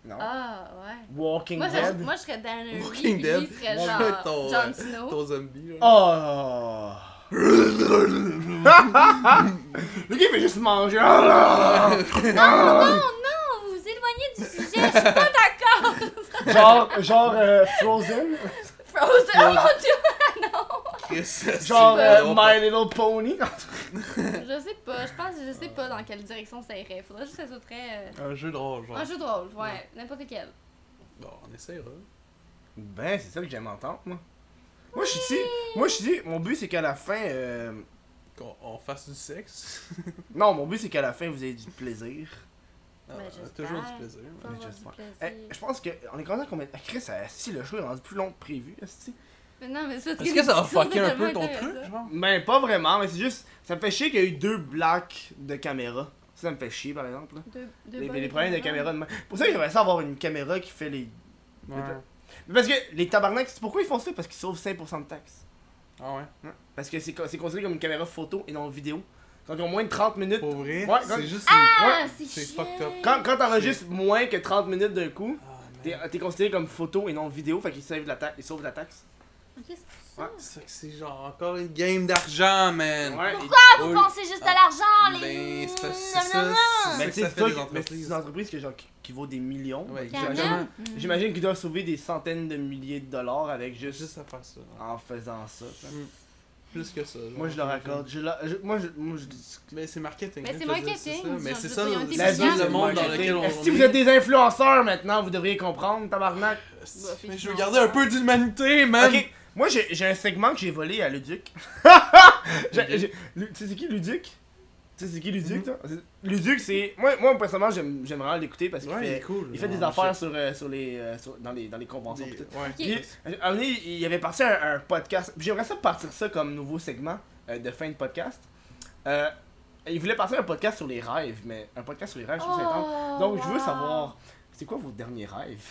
[SPEAKER 1] Non.
[SPEAKER 3] Ah, ouais.
[SPEAKER 1] Walking
[SPEAKER 3] Moi, je,
[SPEAKER 1] Dead.
[SPEAKER 3] moi, je serais Daenerys,
[SPEAKER 2] Walking
[SPEAKER 3] puis
[SPEAKER 2] Dead.
[SPEAKER 3] lui serait
[SPEAKER 2] Moi, je veux être ton,
[SPEAKER 3] genre
[SPEAKER 2] euh,
[SPEAKER 3] Jon Snow.
[SPEAKER 2] Ton zombie, là.
[SPEAKER 1] Oh!
[SPEAKER 2] *laughs*
[SPEAKER 1] Le gars il fait juste manger. Oh, Ah.
[SPEAKER 3] Non, non, vous vous éloignez du sujet, je suis pas d'accord.
[SPEAKER 1] *laughs* genre, genre euh, Frozen.
[SPEAKER 3] *laughs* Frozen, oh mon dieu.
[SPEAKER 2] Chris,
[SPEAKER 1] Genre
[SPEAKER 2] c'est
[SPEAKER 1] euh,
[SPEAKER 2] bon.
[SPEAKER 1] My Little Pony.
[SPEAKER 3] Je sais pas, je pense, je sais pas dans quelle direction ça irait. Faudrait juste que ça soit très... euh,
[SPEAKER 2] Un jeu de rôle, genre.
[SPEAKER 3] Un jeu de rôle, ouais,
[SPEAKER 2] Ouais.
[SPEAKER 3] n'importe quel.
[SPEAKER 2] Bon, on essaiera.
[SPEAKER 1] ben, c'est ça que j'aime entendre, moi. Moi, je suis dit, moi, je suis dit, mon but c'est qu'à la fin. euh,
[SPEAKER 2] Qu'on on fasse du sexe. *laughs*
[SPEAKER 1] Non, mon but c'est qu'à la fin vous ayez du plaisir.
[SPEAKER 2] Ah,
[SPEAKER 3] Ben,
[SPEAKER 2] on a
[SPEAKER 3] j'espère.
[SPEAKER 2] toujours du plaisir.
[SPEAKER 3] Faut
[SPEAKER 1] Mais
[SPEAKER 3] avoir du
[SPEAKER 1] j'espère.
[SPEAKER 3] plaisir.
[SPEAKER 1] Eh, je pense que. On est content qu'on mette. Ah, Chris, ah, si le show est rendu plus long que prévu, esti.
[SPEAKER 3] Mais non, mais ça,
[SPEAKER 2] Est-ce que ça va fucker un peu ton
[SPEAKER 3] tellement
[SPEAKER 2] truc,
[SPEAKER 3] intéressant.
[SPEAKER 2] genre?
[SPEAKER 1] Ben, pas vraiment, mais c'est juste. Ça me fait chier qu'il y a eu deux blacks de caméra. Ça me fait chier, par exemple. là.
[SPEAKER 3] Deux- deux
[SPEAKER 1] Les,
[SPEAKER 3] bonnes hein.
[SPEAKER 1] les
[SPEAKER 3] et
[SPEAKER 1] problèmes de
[SPEAKER 3] deux
[SPEAKER 1] caméra de main. Pour ça, j'aimerais ça avoir une caméra qui fait les.
[SPEAKER 2] Ouais.
[SPEAKER 1] Mais Parce que les tabarnaks, c'est pourquoi ils font ça Parce qu'ils sauvent 5% de taxes.
[SPEAKER 2] Ah ouais.
[SPEAKER 1] Parce que c'est co- c'est considéré comme une caméra photo et non vidéo. Quand ils ont moins de 30 minutes.
[SPEAKER 2] Pour vrai,
[SPEAKER 1] Ouais, comme-
[SPEAKER 2] c'est juste
[SPEAKER 3] Ah, c'est
[SPEAKER 2] c'est
[SPEAKER 3] chiant.
[SPEAKER 2] fucked up.
[SPEAKER 1] Quand, quand t'enregistres moins que 30 minutes d'un coup,
[SPEAKER 2] une. Ah, man.
[SPEAKER 1] t'es t'es considéré comme photo et non vidéo, fait qu'ils sauvent la, ta- ils sauvent la taxe.
[SPEAKER 3] Ok, c'est pour ça.
[SPEAKER 1] Ouais.
[SPEAKER 2] C'est que c'est genre encore une game d'argent, man.
[SPEAKER 1] Ouais, et-
[SPEAKER 3] Vous
[SPEAKER 2] Oui.
[SPEAKER 3] pensez juste à
[SPEAKER 2] Ah.
[SPEAKER 3] l'argent, les.
[SPEAKER 2] Ben, c'est parce que c'est ça.
[SPEAKER 3] Blablabla.
[SPEAKER 2] c'est
[SPEAKER 1] Mais
[SPEAKER 2] ça que
[SPEAKER 1] tu sais,
[SPEAKER 2] ça
[SPEAKER 1] c'est
[SPEAKER 2] fait
[SPEAKER 1] toi
[SPEAKER 2] les
[SPEAKER 1] qui- mais c'est
[SPEAKER 2] entreprises.
[SPEAKER 1] une entreprise que genre, qui, qui vaut des millions.
[SPEAKER 2] Ouais,
[SPEAKER 3] Quand
[SPEAKER 2] exactement.
[SPEAKER 3] même.
[SPEAKER 1] J'imagine qu'ils doivent sauver des centaines de milliers de dollars avec juste,
[SPEAKER 2] Juste à faire ça. ouais.
[SPEAKER 1] en faisant ça. tu sais.
[SPEAKER 2] Mm. Plus que ça. genre.
[SPEAKER 1] Moi je leur accorde. Je leur- je- moi je. Moi, je dis-
[SPEAKER 2] Mais c'est marketing.
[SPEAKER 3] Mais
[SPEAKER 2] hein,
[SPEAKER 3] c'est
[SPEAKER 2] je veux dire,
[SPEAKER 3] marketing,
[SPEAKER 2] c'est ça. Mais
[SPEAKER 3] genre,
[SPEAKER 2] c'est
[SPEAKER 3] je
[SPEAKER 2] ça
[SPEAKER 3] veux dire, ils ont
[SPEAKER 2] le
[SPEAKER 3] été
[SPEAKER 2] c'est
[SPEAKER 3] vigilant.
[SPEAKER 2] ça le monde dans
[SPEAKER 1] marketing.
[SPEAKER 2] lequel on
[SPEAKER 1] Est-ce que vous êtes des influenceurs maintenant Vous devriez comprendre, tabarnak.
[SPEAKER 3] Bah,
[SPEAKER 2] Mais je veux garder un peu d'humanité, man.
[SPEAKER 1] Ok, moi j'ai j'ai un segment que j'ai volé à
[SPEAKER 2] *laughs*
[SPEAKER 1] Luduc. J'ai- j'ai- Lu- Tu sais c'est qui Luduc Tu sais c'est qui Luduc
[SPEAKER 2] Mhm.
[SPEAKER 1] toi C'est- Luduc c'est moi moi personnellement j'aime j'aime vraiment l'écouter parce qu'il
[SPEAKER 2] Ouais, il est
[SPEAKER 1] fait
[SPEAKER 2] cool.
[SPEAKER 1] il fait des
[SPEAKER 2] genre,
[SPEAKER 1] affaires sur euh, sur les euh, sur- dans les dans les conventions
[SPEAKER 2] des-
[SPEAKER 1] pis tout.
[SPEAKER 2] Ouais.
[SPEAKER 1] Puis, euh, à un moment donné, il avait parti un, un podcast. Puis J'aimerais ça partir ça comme nouveau segment euh, de fin de podcast. Euh, il voulait partir un podcast sur les rêves, mais un podcast sur les rêves, je trouve
[SPEAKER 3] Oh.
[SPEAKER 1] ça intense. Donc, je veux savoir, c'est quoi vos derniers rêves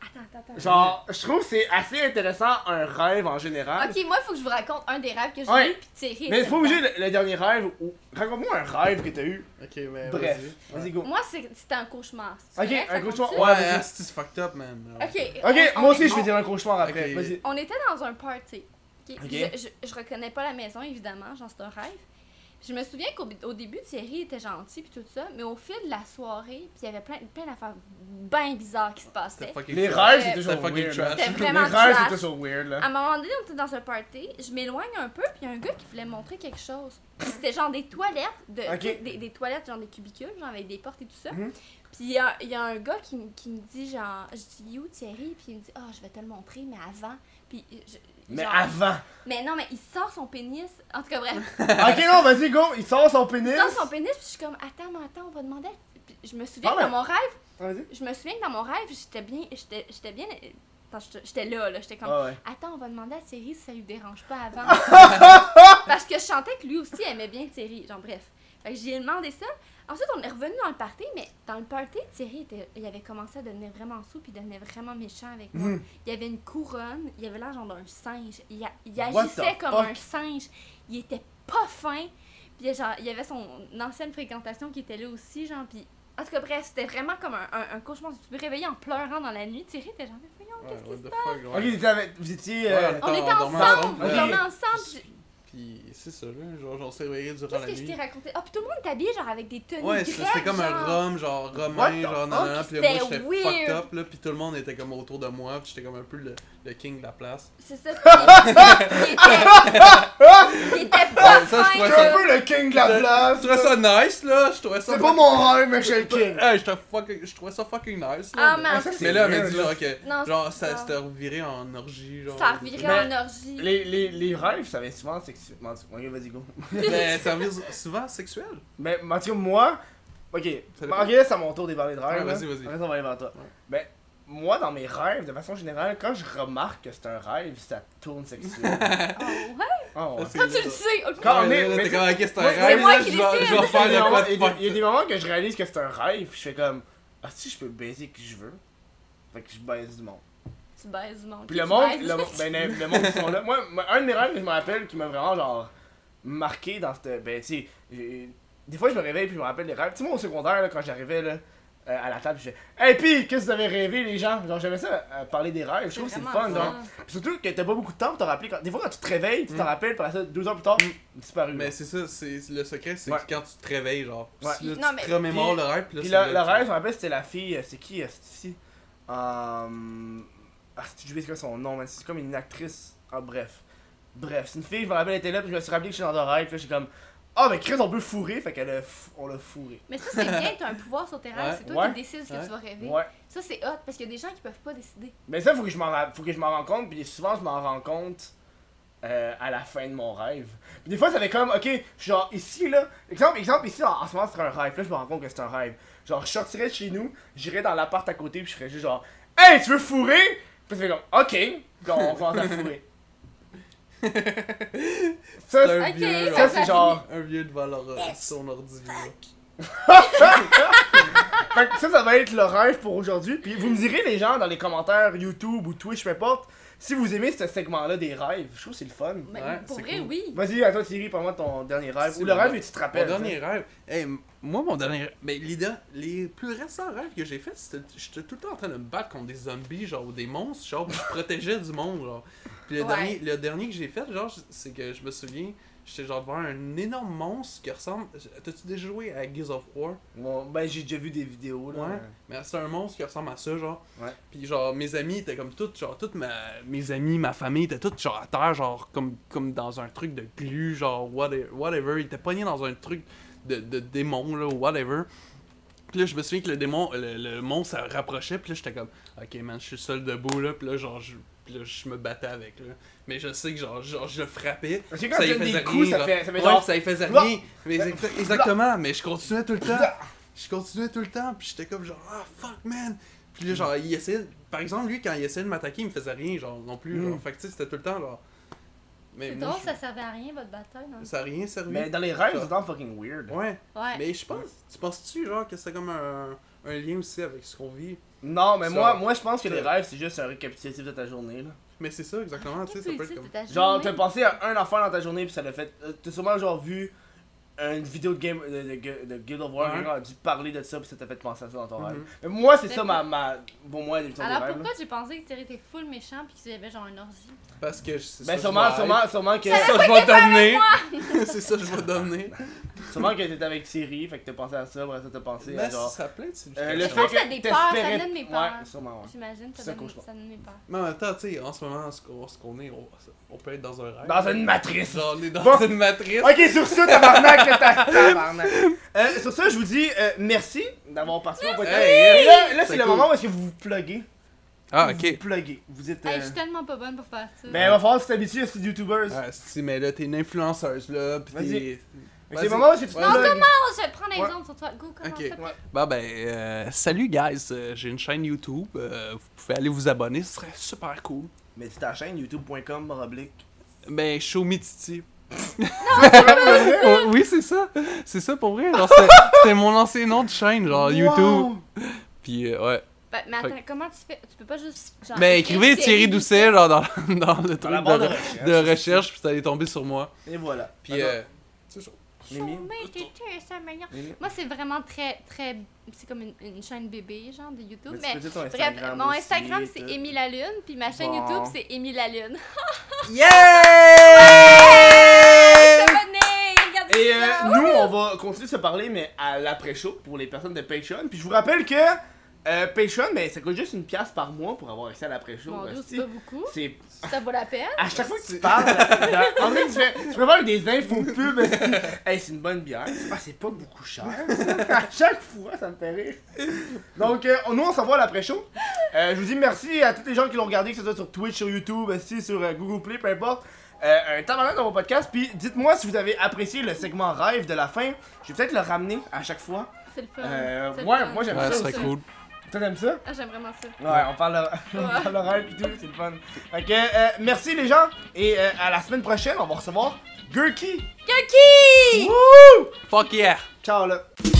[SPEAKER 11] Attends, attends,
[SPEAKER 3] Euh,
[SPEAKER 11] attends.
[SPEAKER 1] Genre, je trouve que c'est assez intéressant un rêve en général.
[SPEAKER 3] Ok, moi, il faut que je vous raconte un des rêves que j'ai
[SPEAKER 1] Ouais.
[SPEAKER 3] eu, puis Thierry.
[SPEAKER 1] Mais
[SPEAKER 3] était
[SPEAKER 1] c'est pas
[SPEAKER 3] dedans.
[SPEAKER 1] obligé le, le dernier rêve. Ou... Raconte-moi un rêve que t'as eu.
[SPEAKER 2] Ok, mais.
[SPEAKER 1] Bref,
[SPEAKER 2] Euh, vas-y.
[SPEAKER 1] vas-y, go.
[SPEAKER 3] Moi, c'est- c'était un cauchemar. C'est
[SPEAKER 1] Ok,
[SPEAKER 3] vrai,
[SPEAKER 1] un
[SPEAKER 3] ça
[SPEAKER 1] cauchemar.
[SPEAKER 3] compte-tu?
[SPEAKER 1] Ouais,
[SPEAKER 2] Ouais,
[SPEAKER 1] vas-y.
[SPEAKER 2] ah, c'est fucked up, man.
[SPEAKER 3] Ok,
[SPEAKER 1] Ok,
[SPEAKER 3] on-
[SPEAKER 1] moi
[SPEAKER 3] on
[SPEAKER 1] aussi,
[SPEAKER 3] est-
[SPEAKER 1] je vais dire un cauchemar après.
[SPEAKER 2] Ok.
[SPEAKER 1] Vas-y.
[SPEAKER 3] On était dans un party. ok?
[SPEAKER 1] Ok.
[SPEAKER 3] Je, je, je reconnais pas la maison, évidemment, genre c'est un rêve. Je me souviens qu'au au début, Thierry était gentil puis tout ça, mais au fil de la soirée, puis il y avait plein, plein d'affaires bien bizarres qui se passaient.
[SPEAKER 2] C'était fucking
[SPEAKER 1] Les
[SPEAKER 2] trash.
[SPEAKER 1] rêves, c'est
[SPEAKER 3] Euh,
[SPEAKER 1] toujours
[SPEAKER 2] c'est fucking
[SPEAKER 1] weird.
[SPEAKER 2] trash.
[SPEAKER 1] là.
[SPEAKER 3] C'était
[SPEAKER 1] Les
[SPEAKER 3] vraiment
[SPEAKER 1] rêves, c'est
[SPEAKER 3] trash. Ah,
[SPEAKER 1] toujours weird,
[SPEAKER 3] À
[SPEAKER 1] là.
[SPEAKER 3] un moment donné, on était dans un party, je m'éloigne un peu, puis il y a un gars qui voulait me montrer quelque chose. Puis C'était genre des toilettes, de,
[SPEAKER 1] Ok.
[SPEAKER 3] tu sais, des, des toilettes genre des cubicules, genre avec des portes et tout ça.
[SPEAKER 1] Mhm.
[SPEAKER 3] Puis il y a, il y a un gars qui, me- qui me dit genre, je dis you Thierry, puis il me dit oh je vais te le montrer, mais avant. Puis je-
[SPEAKER 1] Mais
[SPEAKER 3] genre-
[SPEAKER 1] avant.
[SPEAKER 3] *laughs* Mais non, mais il sort son pénis. En tout cas, bref.
[SPEAKER 1] Ok, non, vas-y, go. Il sort son pénis.
[SPEAKER 3] Il sort son pénis, puis je suis comme, attends, mais attends, on va demander. à- Puis je me souviens
[SPEAKER 1] Ah
[SPEAKER 3] que
[SPEAKER 1] ouais.
[SPEAKER 3] dans mon rêve,
[SPEAKER 1] Vas-y.
[SPEAKER 3] je me souviens que dans mon rêve, j'étais bien. J'étais j'étais bien. euh, Attends, j'étais- j'étais là, là. J'étais comme,
[SPEAKER 1] Ah ouais.
[SPEAKER 3] attends, on va demander à Thierry si ça lui dérange pas
[SPEAKER 1] *laughs*
[SPEAKER 3] avant. Parce que je sentais que lui aussi aimait bien Thierry. Genre, bref. Fait que j'ai demandé ça. Ensuite, on est revenu dans le party, mais dans le party, Thierry, était, il avait commencé à devenir vraiment sou, puis il devenait vraiment méchant avec moi.
[SPEAKER 1] Hmm.
[SPEAKER 3] Il avait une couronne, il avait l'air genre d'un singe. Il, a- il
[SPEAKER 1] What
[SPEAKER 3] agissait
[SPEAKER 1] the
[SPEAKER 3] comme
[SPEAKER 1] fuck?
[SPEAKER 3] un singe. Il était pas fin. Puis genre, il y avait son ancienne fréquentation qui était là aussi, genre, puis... En tout cas, bref, c'était vraiment comme un, un, un cauchemar. Je me réveillais en pleurant dans la nuit. Thierry était genre, Mais voyons,
[SPEAKER 2] Ouais,
[SPEAKER 3] qu'est-ce qui
[SPEAKER 2] what
[SPEAKER 3] se
[SPEAKER 2] the
[SPEAKER 3] passe?
[SPEAKER 1] Ok,
[SPEAKER 2] fuck, ouais.
[SPEAKER 1] vous étiez avec- vous étiez. euh,
[SPEAKER 2] Ouais,
[SPEAKER 3] On était
[SPEAKER 2] on dormait
[SPEAKER 3] ensemble,
[SPEAKER 1] ensemble,
[SPEAKER 3] on
[SPEAKER 1] ouais.
[SPEAKER 3] dormait ensemble. puis-
[SPEAKER 2] Puis c'est ça, là. Genre, on s'est réveillés durant
[SPEAKER 3] Qu'est-ce
[SPEAKER 2] la
[SPEAKER 3] que je
[SPEAKER 2] nuit.
[SPEAKER 3] t'ai raconté? Ah, puis tout le monde était habillé, genre, avec des tenues
[SPEAKER 2] Ouais,
[SPEAKER 3] grecques,
[SPEAKER 2] c'était comme un
[SPEAKER 3] genre.
[SPEAKER 2] rhum, genre
[SPEAKER 1] What the
[SPEAKER 2] romain, genre
[SPEAKER 1] fuck?
[SPEAKER 2] nanana, puis là, moi
[SPEAKER 3] C'était
[SPEAKER 2] j'étais fucked
[SPEAKER 3] weird.
[SPEAKER 2] up, là, puis tout le monde était comme autour de moi, puis j'étais comme un peu le, le king de la place.
[SPEAKER 3] C'est ça.
[SPEAKER 2] *laughs*
[SPEAKER 3] puis Il était... il était pas
[SPEAKER 2] Ouais, ça, je
[SPEAKER 3] fin,
[SPEAKER 2] trouvais
[SPEAKER 1] Je suis un
[SPEAKER 3] là.
[SPEAKER 1] peu le king de la
[SPEAKER 2] Je-
[SPEAKER 1] place.
[SPEAKER 2] Je trouvais ça nice, là, je trouvais ça...
[SPEAKER 1] C'est pas mon rêve, mais je suis le king.
[SPEAKER 2] Hey, j'étais fucking- je trouvais ça fucking nice, là.
[SPEAKER 3] Ah, mais en
[SPEAKER 1] ça,
[SPEAKER 3] tout
[SPEAKER 1] c'est
[SPEAKER 2] mais là, elle
[SPEAKER 1] weird,
[SPEAKER 2] m'a dit,
[SPEAKER 1] là.
[SPEAKER 2] genre, que,
[SPEAKER 3] Non,
[SPEAKER 2] genre,
[SPEAKER 3] c'est
[SPEAKER 2] ça
[SPEAKER 3] bizarre.
[SPEAKER 2] c'était reviré en orgie, genre.
[SPEAKER 3] Ça revirait en orgie.
[SPEAKER 1] Les, les, les rêves, ça va souvent sexuellement. Ok, vas-y, go.
[SPEAKER 2] *laughs* Mais ça revire souvent sexuel.
[SPEAKER 1] Mais en tout cas, moi. Ok,
[SPEAKER 2] Ça dépend.
[SPEAKER 1] ok, là, c'est à mon tour des parler de rêves.
[SPEAKER 2] Ouais,
[SPEAKER 1] là.
[SPEAKER 2] vas-y, vas-y.
[SPEAKER 1] Après, on va aller vers toi.
[SPEAKER 2] Ouais.
[SPEAKER 1] Ben, moi, dans mes rêves, de façon générale, quand je remarque que c'est un rêve, ça tourne
[SPEAKER 2] *laughs*
[SPEAKER 1] sexuel.
[SPEAKER 3] Ah ouais?
[SPEAKER 1] Ah ouais.
[SPEAKER 3] Quand tu le sais, ok.
[SPEAKER 1] Quand on
[SPEAKER 2] Ouais,
[SPEAKER 1] est-
[SPEAKER 2] là,
[SPEAKER 1] mais
[SPEAKER 2] t'es
[SPEAKER 1] tu-
[SPEAKER 2] comme, ok, c'est un
[SPEAKER 1] Ouais,
[SPEAKER 2] rêve,
[SPEAKER 3] c'est moi
[SPEAKER 2] là,
[SPEAKER 3] qui
[SPEAKER 2] je vais-
[SPEAKER 1] Il
[SPEAKER 2] je vais
[SPEAKER 3] décide.
[SPEAKER 1] y a
[SPEAKER 2] faire
[SPEAKER 1] des
[SPEAKER 2] de quoi
[SPEAKER 1] moments-
[SPEAKER 2] de
[SPEAKER 1] il y a des- il y a
[SPEAKER 2] fuck.
[SPEAKER 1] des moments que je réalise que c'est un rêve, je fais comme. Ah, si, je peux baiser qui je veux. Fait que je baise du monde.
[SPEAKER 3] Tu baises du monde.
[SPEAKER 1] Puis le
[SPEAKER 3] tu
[SPEAKER 1] monde,
[SPEAKER 3] baises.
[SPEAKER 1] le,
[SPEAKER 3] *laughs*
[SPEAKER 1] ben, le- le monde qui sont là. Moi, moi, un de mes rêves que je me rappelle qui m'a vraiment genre marqué dans cette. Ben, tu sais, j'ai- des fois je me réveille puis je me rappelle des rêves. Tu sais, moi au secondaire, là, quand j'arrivais là, euh, à la table, je fais Hey, puis qu'est-ce que vous avez rêvé les gens Genre, j'aimais ça euh, parler des rêves. Je trouve que c'est le fun,
[SPEAKER 3] vraiment
[SPEAKER 1] genre. Puis surtout que t'as pas beaucoup de temps pour t'en rappeler. Quand... Des fois, quand tu te réveilles, tu t'en rappelles, puis après ça, deux heures plus tard, disparu.
[SPEAKER 2] Mais
[SPEAKER 1] là.
[SPEAKER 2] c'est ça, c'est le secret, c'est
[SPEAKER 1] Ouais.
[SPEAKER 2] que quand tu te réveilles, genre,
[SPEAKER 1] Ouais.
[SPEAKER 2] là,
[SPEAKER 3] Non,
[SPEAKER 2] tu
[SPEAKER 3] mais-
[SPEAKER 2] te remémores
[SPEAKER 1] Puis-
[SPEAKER 2] le rêve, puis là,
[SPEAKER 1] Puis
[SPEAKER 2] ça
[SPEAKER 1] le, le
[SPEAKER 2] doit-
[SPEAKER 1] rêve, je me rappelle, c'était la fille, euh, c'est qui euh, c'est ici Euh, Ah, c'est je sais pas son nom, mais c'est comme une actrice. Ah, bref. Bref, c'est une fille, je me rappelle, elle était là, puis je me suis rappelé que j'étais dans un rêve, puis là, j'étais comme. Ah, mais Chris, on peut fourrer, fait qu'elle a fou- on l'a fourré.
[SPEAKER 3] Mais ça, c'est bien, t'as un pouvoir sur tes rêves.
[SPEAKER 2] Ouais.
[SPEAKER 3] C'est toi
[SPEAKER 1] Ouais.
[SPEAKER 3] qui décides ce que
[SPEAKER 2] Ouais.
[SPEAKER 3] tu vas rêver.
[SPEAKER 1] Ouais.
[SPEAKER 3] Ça, c'est hot, parce qu'il y a des gens qui peuvent pas décider.
[SPEAKER 1] Mais ça, faut que je m'en ra- faut que je m'en rende compte, puis souvent, je m'en rends compte. euh, à la fin de mon rêve. Puis des fois, ça fait comme, ok, je suis genre ici là, exemple, exemple ici en, en ce moment c'est un rêve, Puis là je me rends compte que c'est un rêve. Genre, je sortirais de chez nous, j'irais dans l'appart à côté, puis je serais juste genre, hey, tu veux fourrer? Puis ça fait comme, ok, Puis on commence à
[SPEAKER 2] *laughs*
[SPEAKER 1] fourrer. ça,
[SPEAKER 2] C'est
[SPEAKER 1] c'est-
[SPEAKER 2] un
[SPEAKER 3] Ok,
[SPEAKER 2] vieux,
[SPEAKER 1] ça
[SPEAKER 2] genre,
[SPEAKER 1] c'est genre.
[SPEAKER 2] un vieux devant leur, euh, son ordi, là.
[SPEAKER 1] Fait que ça, ça va être l'horaire pour aujourd'hui. Puis vous me direz, les gens, dans les commentaires YouTube ou Twitch, peu importe, si vous aimez ce segment-là des rêves. Je trouve que c'est le fun.
[SPEAKER 8] Mais
[SPEAKER 2] Ouais,
[SPEAKER 8] pour
[SPEAKER 2] c'est
[SPEAKER 8] vrai,
[SPEAKER 2] cool.
[SPEAKER 8] oui.
[SPEAKER 1] Vas-y, à toi, Thierry, parle-moi de ton dernier rêve.
[SPEAKER 2] C'est
[SPEAKER 1] Ou le
[SPEAKER 2] mon-
[SPEAKER 1] rêve que tu te
[SPEAKER 2] Mon
[SPEAKER 1] rappelles.
[SPEAKER 2] dernier rêve. Hey, m- moi, mon dernier. Mais l'idée, les plus récents rêves que j'ai fait, c'était. J'étais tout le temps en train de me battre contre des zombies, genre, ou des monstres, genre, puis je protégeais du monde, genre. Puis le,
[SPEAKER 8] Ouais.
[SPEAKER 2] dernier, le dernier que j'ai fait, genre, c'est que je me souviens, j'étais genre devant un énorme monstre qui ressemble. T'as-tu déjà joué à Gears of War
[SPEAKER 1] Bon, ben, j'ai déjà vu des vidéos. Là.
[SPEAKER 2] Ouais. Mais c'est un monstre qui ressemble à ça, genre.
[SPEAKER 1] Ouais.
[SPEAKER 2] Puis genre, mes amis étaient comme toutes, genre, toutes ma... mes amis, ma famille étaient toutes, genre, à terre, genre, comme, comme dans un truc de glu, genre, whate- whatever. Ils étaient pognés dans un truc de, de démon, là, ou whatever. Puis là, je me souviens que le démon, le, le monstre, ça rapprochait, puis là, j'étais comme, ok, man, je suis seul debout, là, puis là, genre, je, puis là, je me battais avec, là. Mais je sais que, genre, genre je le frappais.
[SPEAKER 1] Parce que quand tu
[SPEAKER 2] y
[SPEAKER 1] donnes
[SPEAKER 2] faisait
[SPEAKER 1] des coups,
[SPEAKER 2] rien,
[SPEAKER 1] ça
[SPEAKER 2] genre.
[SPEAKER 1] fait, ça fait
[SPEAKER 2] Ouais,
[SPEAKER 1] genre.
[SPEAKER 2] ça y faisait
[SPEAKER 1] Blah.
[SPEAKER 2] rien. Mais exact- exactement, mais je continuais tout le temps. Je continuais tout le temps, puis j'étais comme genre, ah fuck man. Puis là, genre, il essayait. Par exemple, lui, quand il essayait de m'attaquer, il me faisait rien, genre, non plus.
[SPEAKER 1] Mm.
[SPEAKER 2] genre. Fait que tu sais, c'était tout le temps, genre. Mais
[SPEAKER 8] C'est
[SPEAKER 2] moi,
[SPEAKER 8] drôle,
[SPEAKER 2] je-
[SPEAKER 8] ça servait à rien votre bataille. non?
[SPEAKER 2] ça a rien servi.
[SPEAKER 1] Mais dans les rêves, c'est dans fucking weird.
[SPEAKER 2] Ouais.
[SPEAKER 8] Ouais.
[SPEAKER 2] Mais je pense, tu penses-tu, genre, que c'est comme un, un lien aussi avec ce qu'on vit
[SPEAKER 1] Non, mais
[SPEAKER 2] Ça-
[SPEAKER 1] moi, moi je pense que
[SPEAKER 2] ça-
[SPEAKER 1] les rêves, c'est juste un récapitulatif de ta journée. Là.
[SPEAKER 2] Mais c'est ça, exactement, tu sais,
[SPEAKER 8] Qu'est-ce
[SPEAKER 2] ça
[SPEAKER 8] que
[SPEAKER 2] peut
[SPEAKER 8] tu
[SPEAKER 2] être comme.
[SPEAKER 8] de ta
[SPEAKER 1] Genre,
[SPEAKER 8] journée?
[SPEAKER 1] t'as pensé à un affaire dans ta journée, puis ça l'a fait. euh, T'as sûrement genre vu une vidéo de, game, de, de, de Guild of War,
[SPEAKER 2] Ouais.
[SPEAKER 1] quelqu'un a dû parler de ça, puis ça t'a fait penser à ça dans ton
[SPEAKER 2] Mhm.
[SPEAKER 1] rêve. Mais moi, c'est
[SPEAKER 8] Mais
[SPEAKER 1] ça ma, ma. Pour moi, l'émission des
[SPEAKER 8] Alors
[SPEAKER 1] rêves. là.
[SPEAKER 8] pourquoi j'ai pensé que Thierry était full méchant puis qu'il y avait genre un orgie?
[SPEAKER 2] Parce que. je- c'est ça
[SPEAKER 1] Ben,
[SPEAKER 2] que
[SPEAKER 1] sûrement,
[SPEAKER 2] je
[SPEAKER 1] sûrement, sûrement que.
[SPEAKER 2] vais- *laughs* Ça, je vais donner. *laughs* c'est ça, je vais donner.
[SPEAKER 1] Ben, Sûrement que t'étais avec Siri, fait que t'as pensé à ça, après ça t'as pensé à
[SPEAKER 2] Mais
[SPEAKER 1] genre.
[SPEAKER 2] Ben, ça plaît, tu
[SPEAKER 1] euh,
[SPEAKER 8] Je pense que des peurs, ça
[SPEAKER 1] t'espérais-
[SPEAKER 8] donne mes
[SPEAKER 1] Ouais,
[SPEAKER 8] peurs.
[SPEAKER 1] sûrement, ouais.
[SPEAKER 8] J'imagine,
[SPEAKER 1] C'est un
[SPEAKER 8] ça donne,
[SPEAKER 1] cauchemar.
[SPEAKER 8] ça donne mes peurs.
[SPEAKER 2] Mais en même temps, tu sais, en ce moment, ce qu'on ce qu'on est, on, on peut être dans un rêve.
[SPEAKER 1] Dans une matrice!
[SPEAKER 2] Genre, on est dans
[SPEAKER 1] Bon.
[SPEAKER 2] une matrice.
[SPEAKER 1] Ok, sur ça, tabarnak, là, ta- tabarnak. Euh, sur ça, je vous dis euh, merci d'avoir participé au podcast.
[SPEAKER 2] Hey,
[SPEAKER 1] Et
[SPEAKER 2] yes.
[SPEAKER 1] Là, là, c'est
[SPEAKER 2] C'est
[SPEAKER 1] le
[SPEAKER 2] cool.
[SPEAKER 1] moment où est-ce que vous vous pluguez.
[SPEAKER 2] Ah,
[SPEAKER 1] Vous vous
[SPEAKER 2] ok.
[SPEAKER 1] pluguez. Vous êtes.
[SPEAKER 8] Hey,
[SPEAKER 1] euh,
[SPEAKER 8] je suis tellement pas bonne pour faire ça.
[SPEAKER 1] Ben, il va falloir s'habituer à ces youtubers.
[SPEAKER 2] Ah, si, mais là, t'es une influenceuse, là, pis
[SPEAKER 1] Vas-y.
[SPEAKER 2] t'es...
[SPEAKER 1] C'est le moment où est-ce que tu te
[SPEAKER 2] Ouais.
[SPEAKER 1] plugues.
[SPEAKER 8] Oh, je prends l'exemple sur toi. Go, comment
[SPEAKER 2] Ok.
[SPEAKER 8] ça
[SPEAKER 1] Ouais.
[SPEAKER 2] Bah ben, euh, salut, guys, Euh, j'ai une chaîne YouTube, Euh, vous pouvez aller vous abonner, ce serait super cool.
[SPEAKER 1] Mais c'est ta chaîne youtube.com, oblique.
[SPEAKER 2] Ben, show me Titi. *laughs* oui, c'est ça, c'est ça pour vrai, genre,
[SPEAKER 1] *laughs*
[SPEAKER 2] c'est- c'était mon ancien nom de chaîne, genre, Ah, YouTube, pis euh, ouais.
[SPEAKER 8] Ben, mais attends,
[SPEAKER 2] Fait
[SPEAKER 8] comment tu fais Tu peux pas juste. Genre,
[SPEAKER 2] Ben, écrivez Thierry Doucet, genre, dans, dans le
[SPEAKER 1] Dans
[SPEAKER 2] truc
[SPEAKER 1] la barre de
[SPEAKER 2] de, de
[SPEAKER 1] recherche.
[SPEAKER 2] recherche, pis ça allait tomber sur moi.
[SPEAKER 1] Et voilà.
[SPEAKER 2] Pis,
[SPEAKER 1] Attends,
[SPEAKER 2] euh,
[SPEAKER 1] Mimi.
[SPEAKER 8] Mimi. ça mignon.
[SPEAKER 1] Mimi.
[SPEAKER 8] Moi, c'est vraiment très, très. C'est comme une, une chaîne bébé, genre, de YouTube.
[SPEAKER 1] Mais tu
[SPEAKER 8] Mais,
[SPEAKER 1] peux dire ton
[SPEAKER 8] bref,
[SPEAKER 1] Instagram
[SPEAKER 8] mon
[SPEAKER 1] aussi,
[SPEAKER 8] Instagram,
[SPEAKER 1] tout.
[SPEAKER 8] c'est Émile La Lune, puis ma chaîne
[SPEAKER 1] Bon.
[SPEAKER 8] YouTube, c'est Émile La Lune. *laughs*
[SPEAKER 2] Yeah!
[SPEAKER 8] Abonnez, regardez
[SPEAKER 1] Et euh,
[SPEAKER 8] ça.
[SPEAKER 1] nous, on va continuer de se parler, mais à l'après-show pour les personnes de Patreon. Puis je vous rappelle que euh, Patreon, ben, ça coûte juste une pièce par mois pour avoir accès à l'après-show.
[SPEAKER 8] Mon Dieu,
[SPEAKER 1] hostie.
[SPEAKER 8] c'est pas beaucoup.
[SPEAKER 1] C'est
[SPEAKER 8] Ça vaut la peine.
[SPEAKER 1] à chaque fois que tu parles, dans- en fait, tu fais, tu prépares des infos pubs. hostie. Hey, c'est une bonne bière. Ah, c'est pas beaucoup cher. ça. à chaque fois, ça me fait rire. Donc, euh, nous, on s'en va à l'après-show. Euh, je vous dis merci à tous les gens qui l'ont regardé, que ce soit sur Twitch, sur YouTube, hostie, sur euh, Google Play, peu importe. Euh, un tabarnak dans mon podcast. Puis dites-moi si vous avez apprécié le segment rêve de la fin. Je vais peut-être le ramener à chaque fois.
[SPEAKER 8] C'est le fun.
[SPEAKER 1] Euh,
[SPEAKER 8] C'est le
[SPEAKER 1] ouais,
[SPEAKER 8] fun.
[SPEAKER 1] moi, j'aime
[SPEAKER 2] Ouais,
[SPEAKER 1] ça
[SPEAKER 2] ce serait
[SPEAKER 1] aussi.
[SPEAKER 2] cool.
[SPEAKER 1] Toi, t'aimes ça?
[SPEAKER 8] Ah, j'aime vraiment ça.
[SPEAKER 1] Ouais, on parle de, *laughs* on parle de rêve et tout, c'est le fun. Fait que, euh, merci les gens, et euh, à la semaine prochaine, on va recevoir Gurky!
[SPEAKER 8] Yucky!
[SPEAKER 1] Wouh!
[SPEAKER 2] Fuck yeah!
[SPEAKER 1] Ciao là!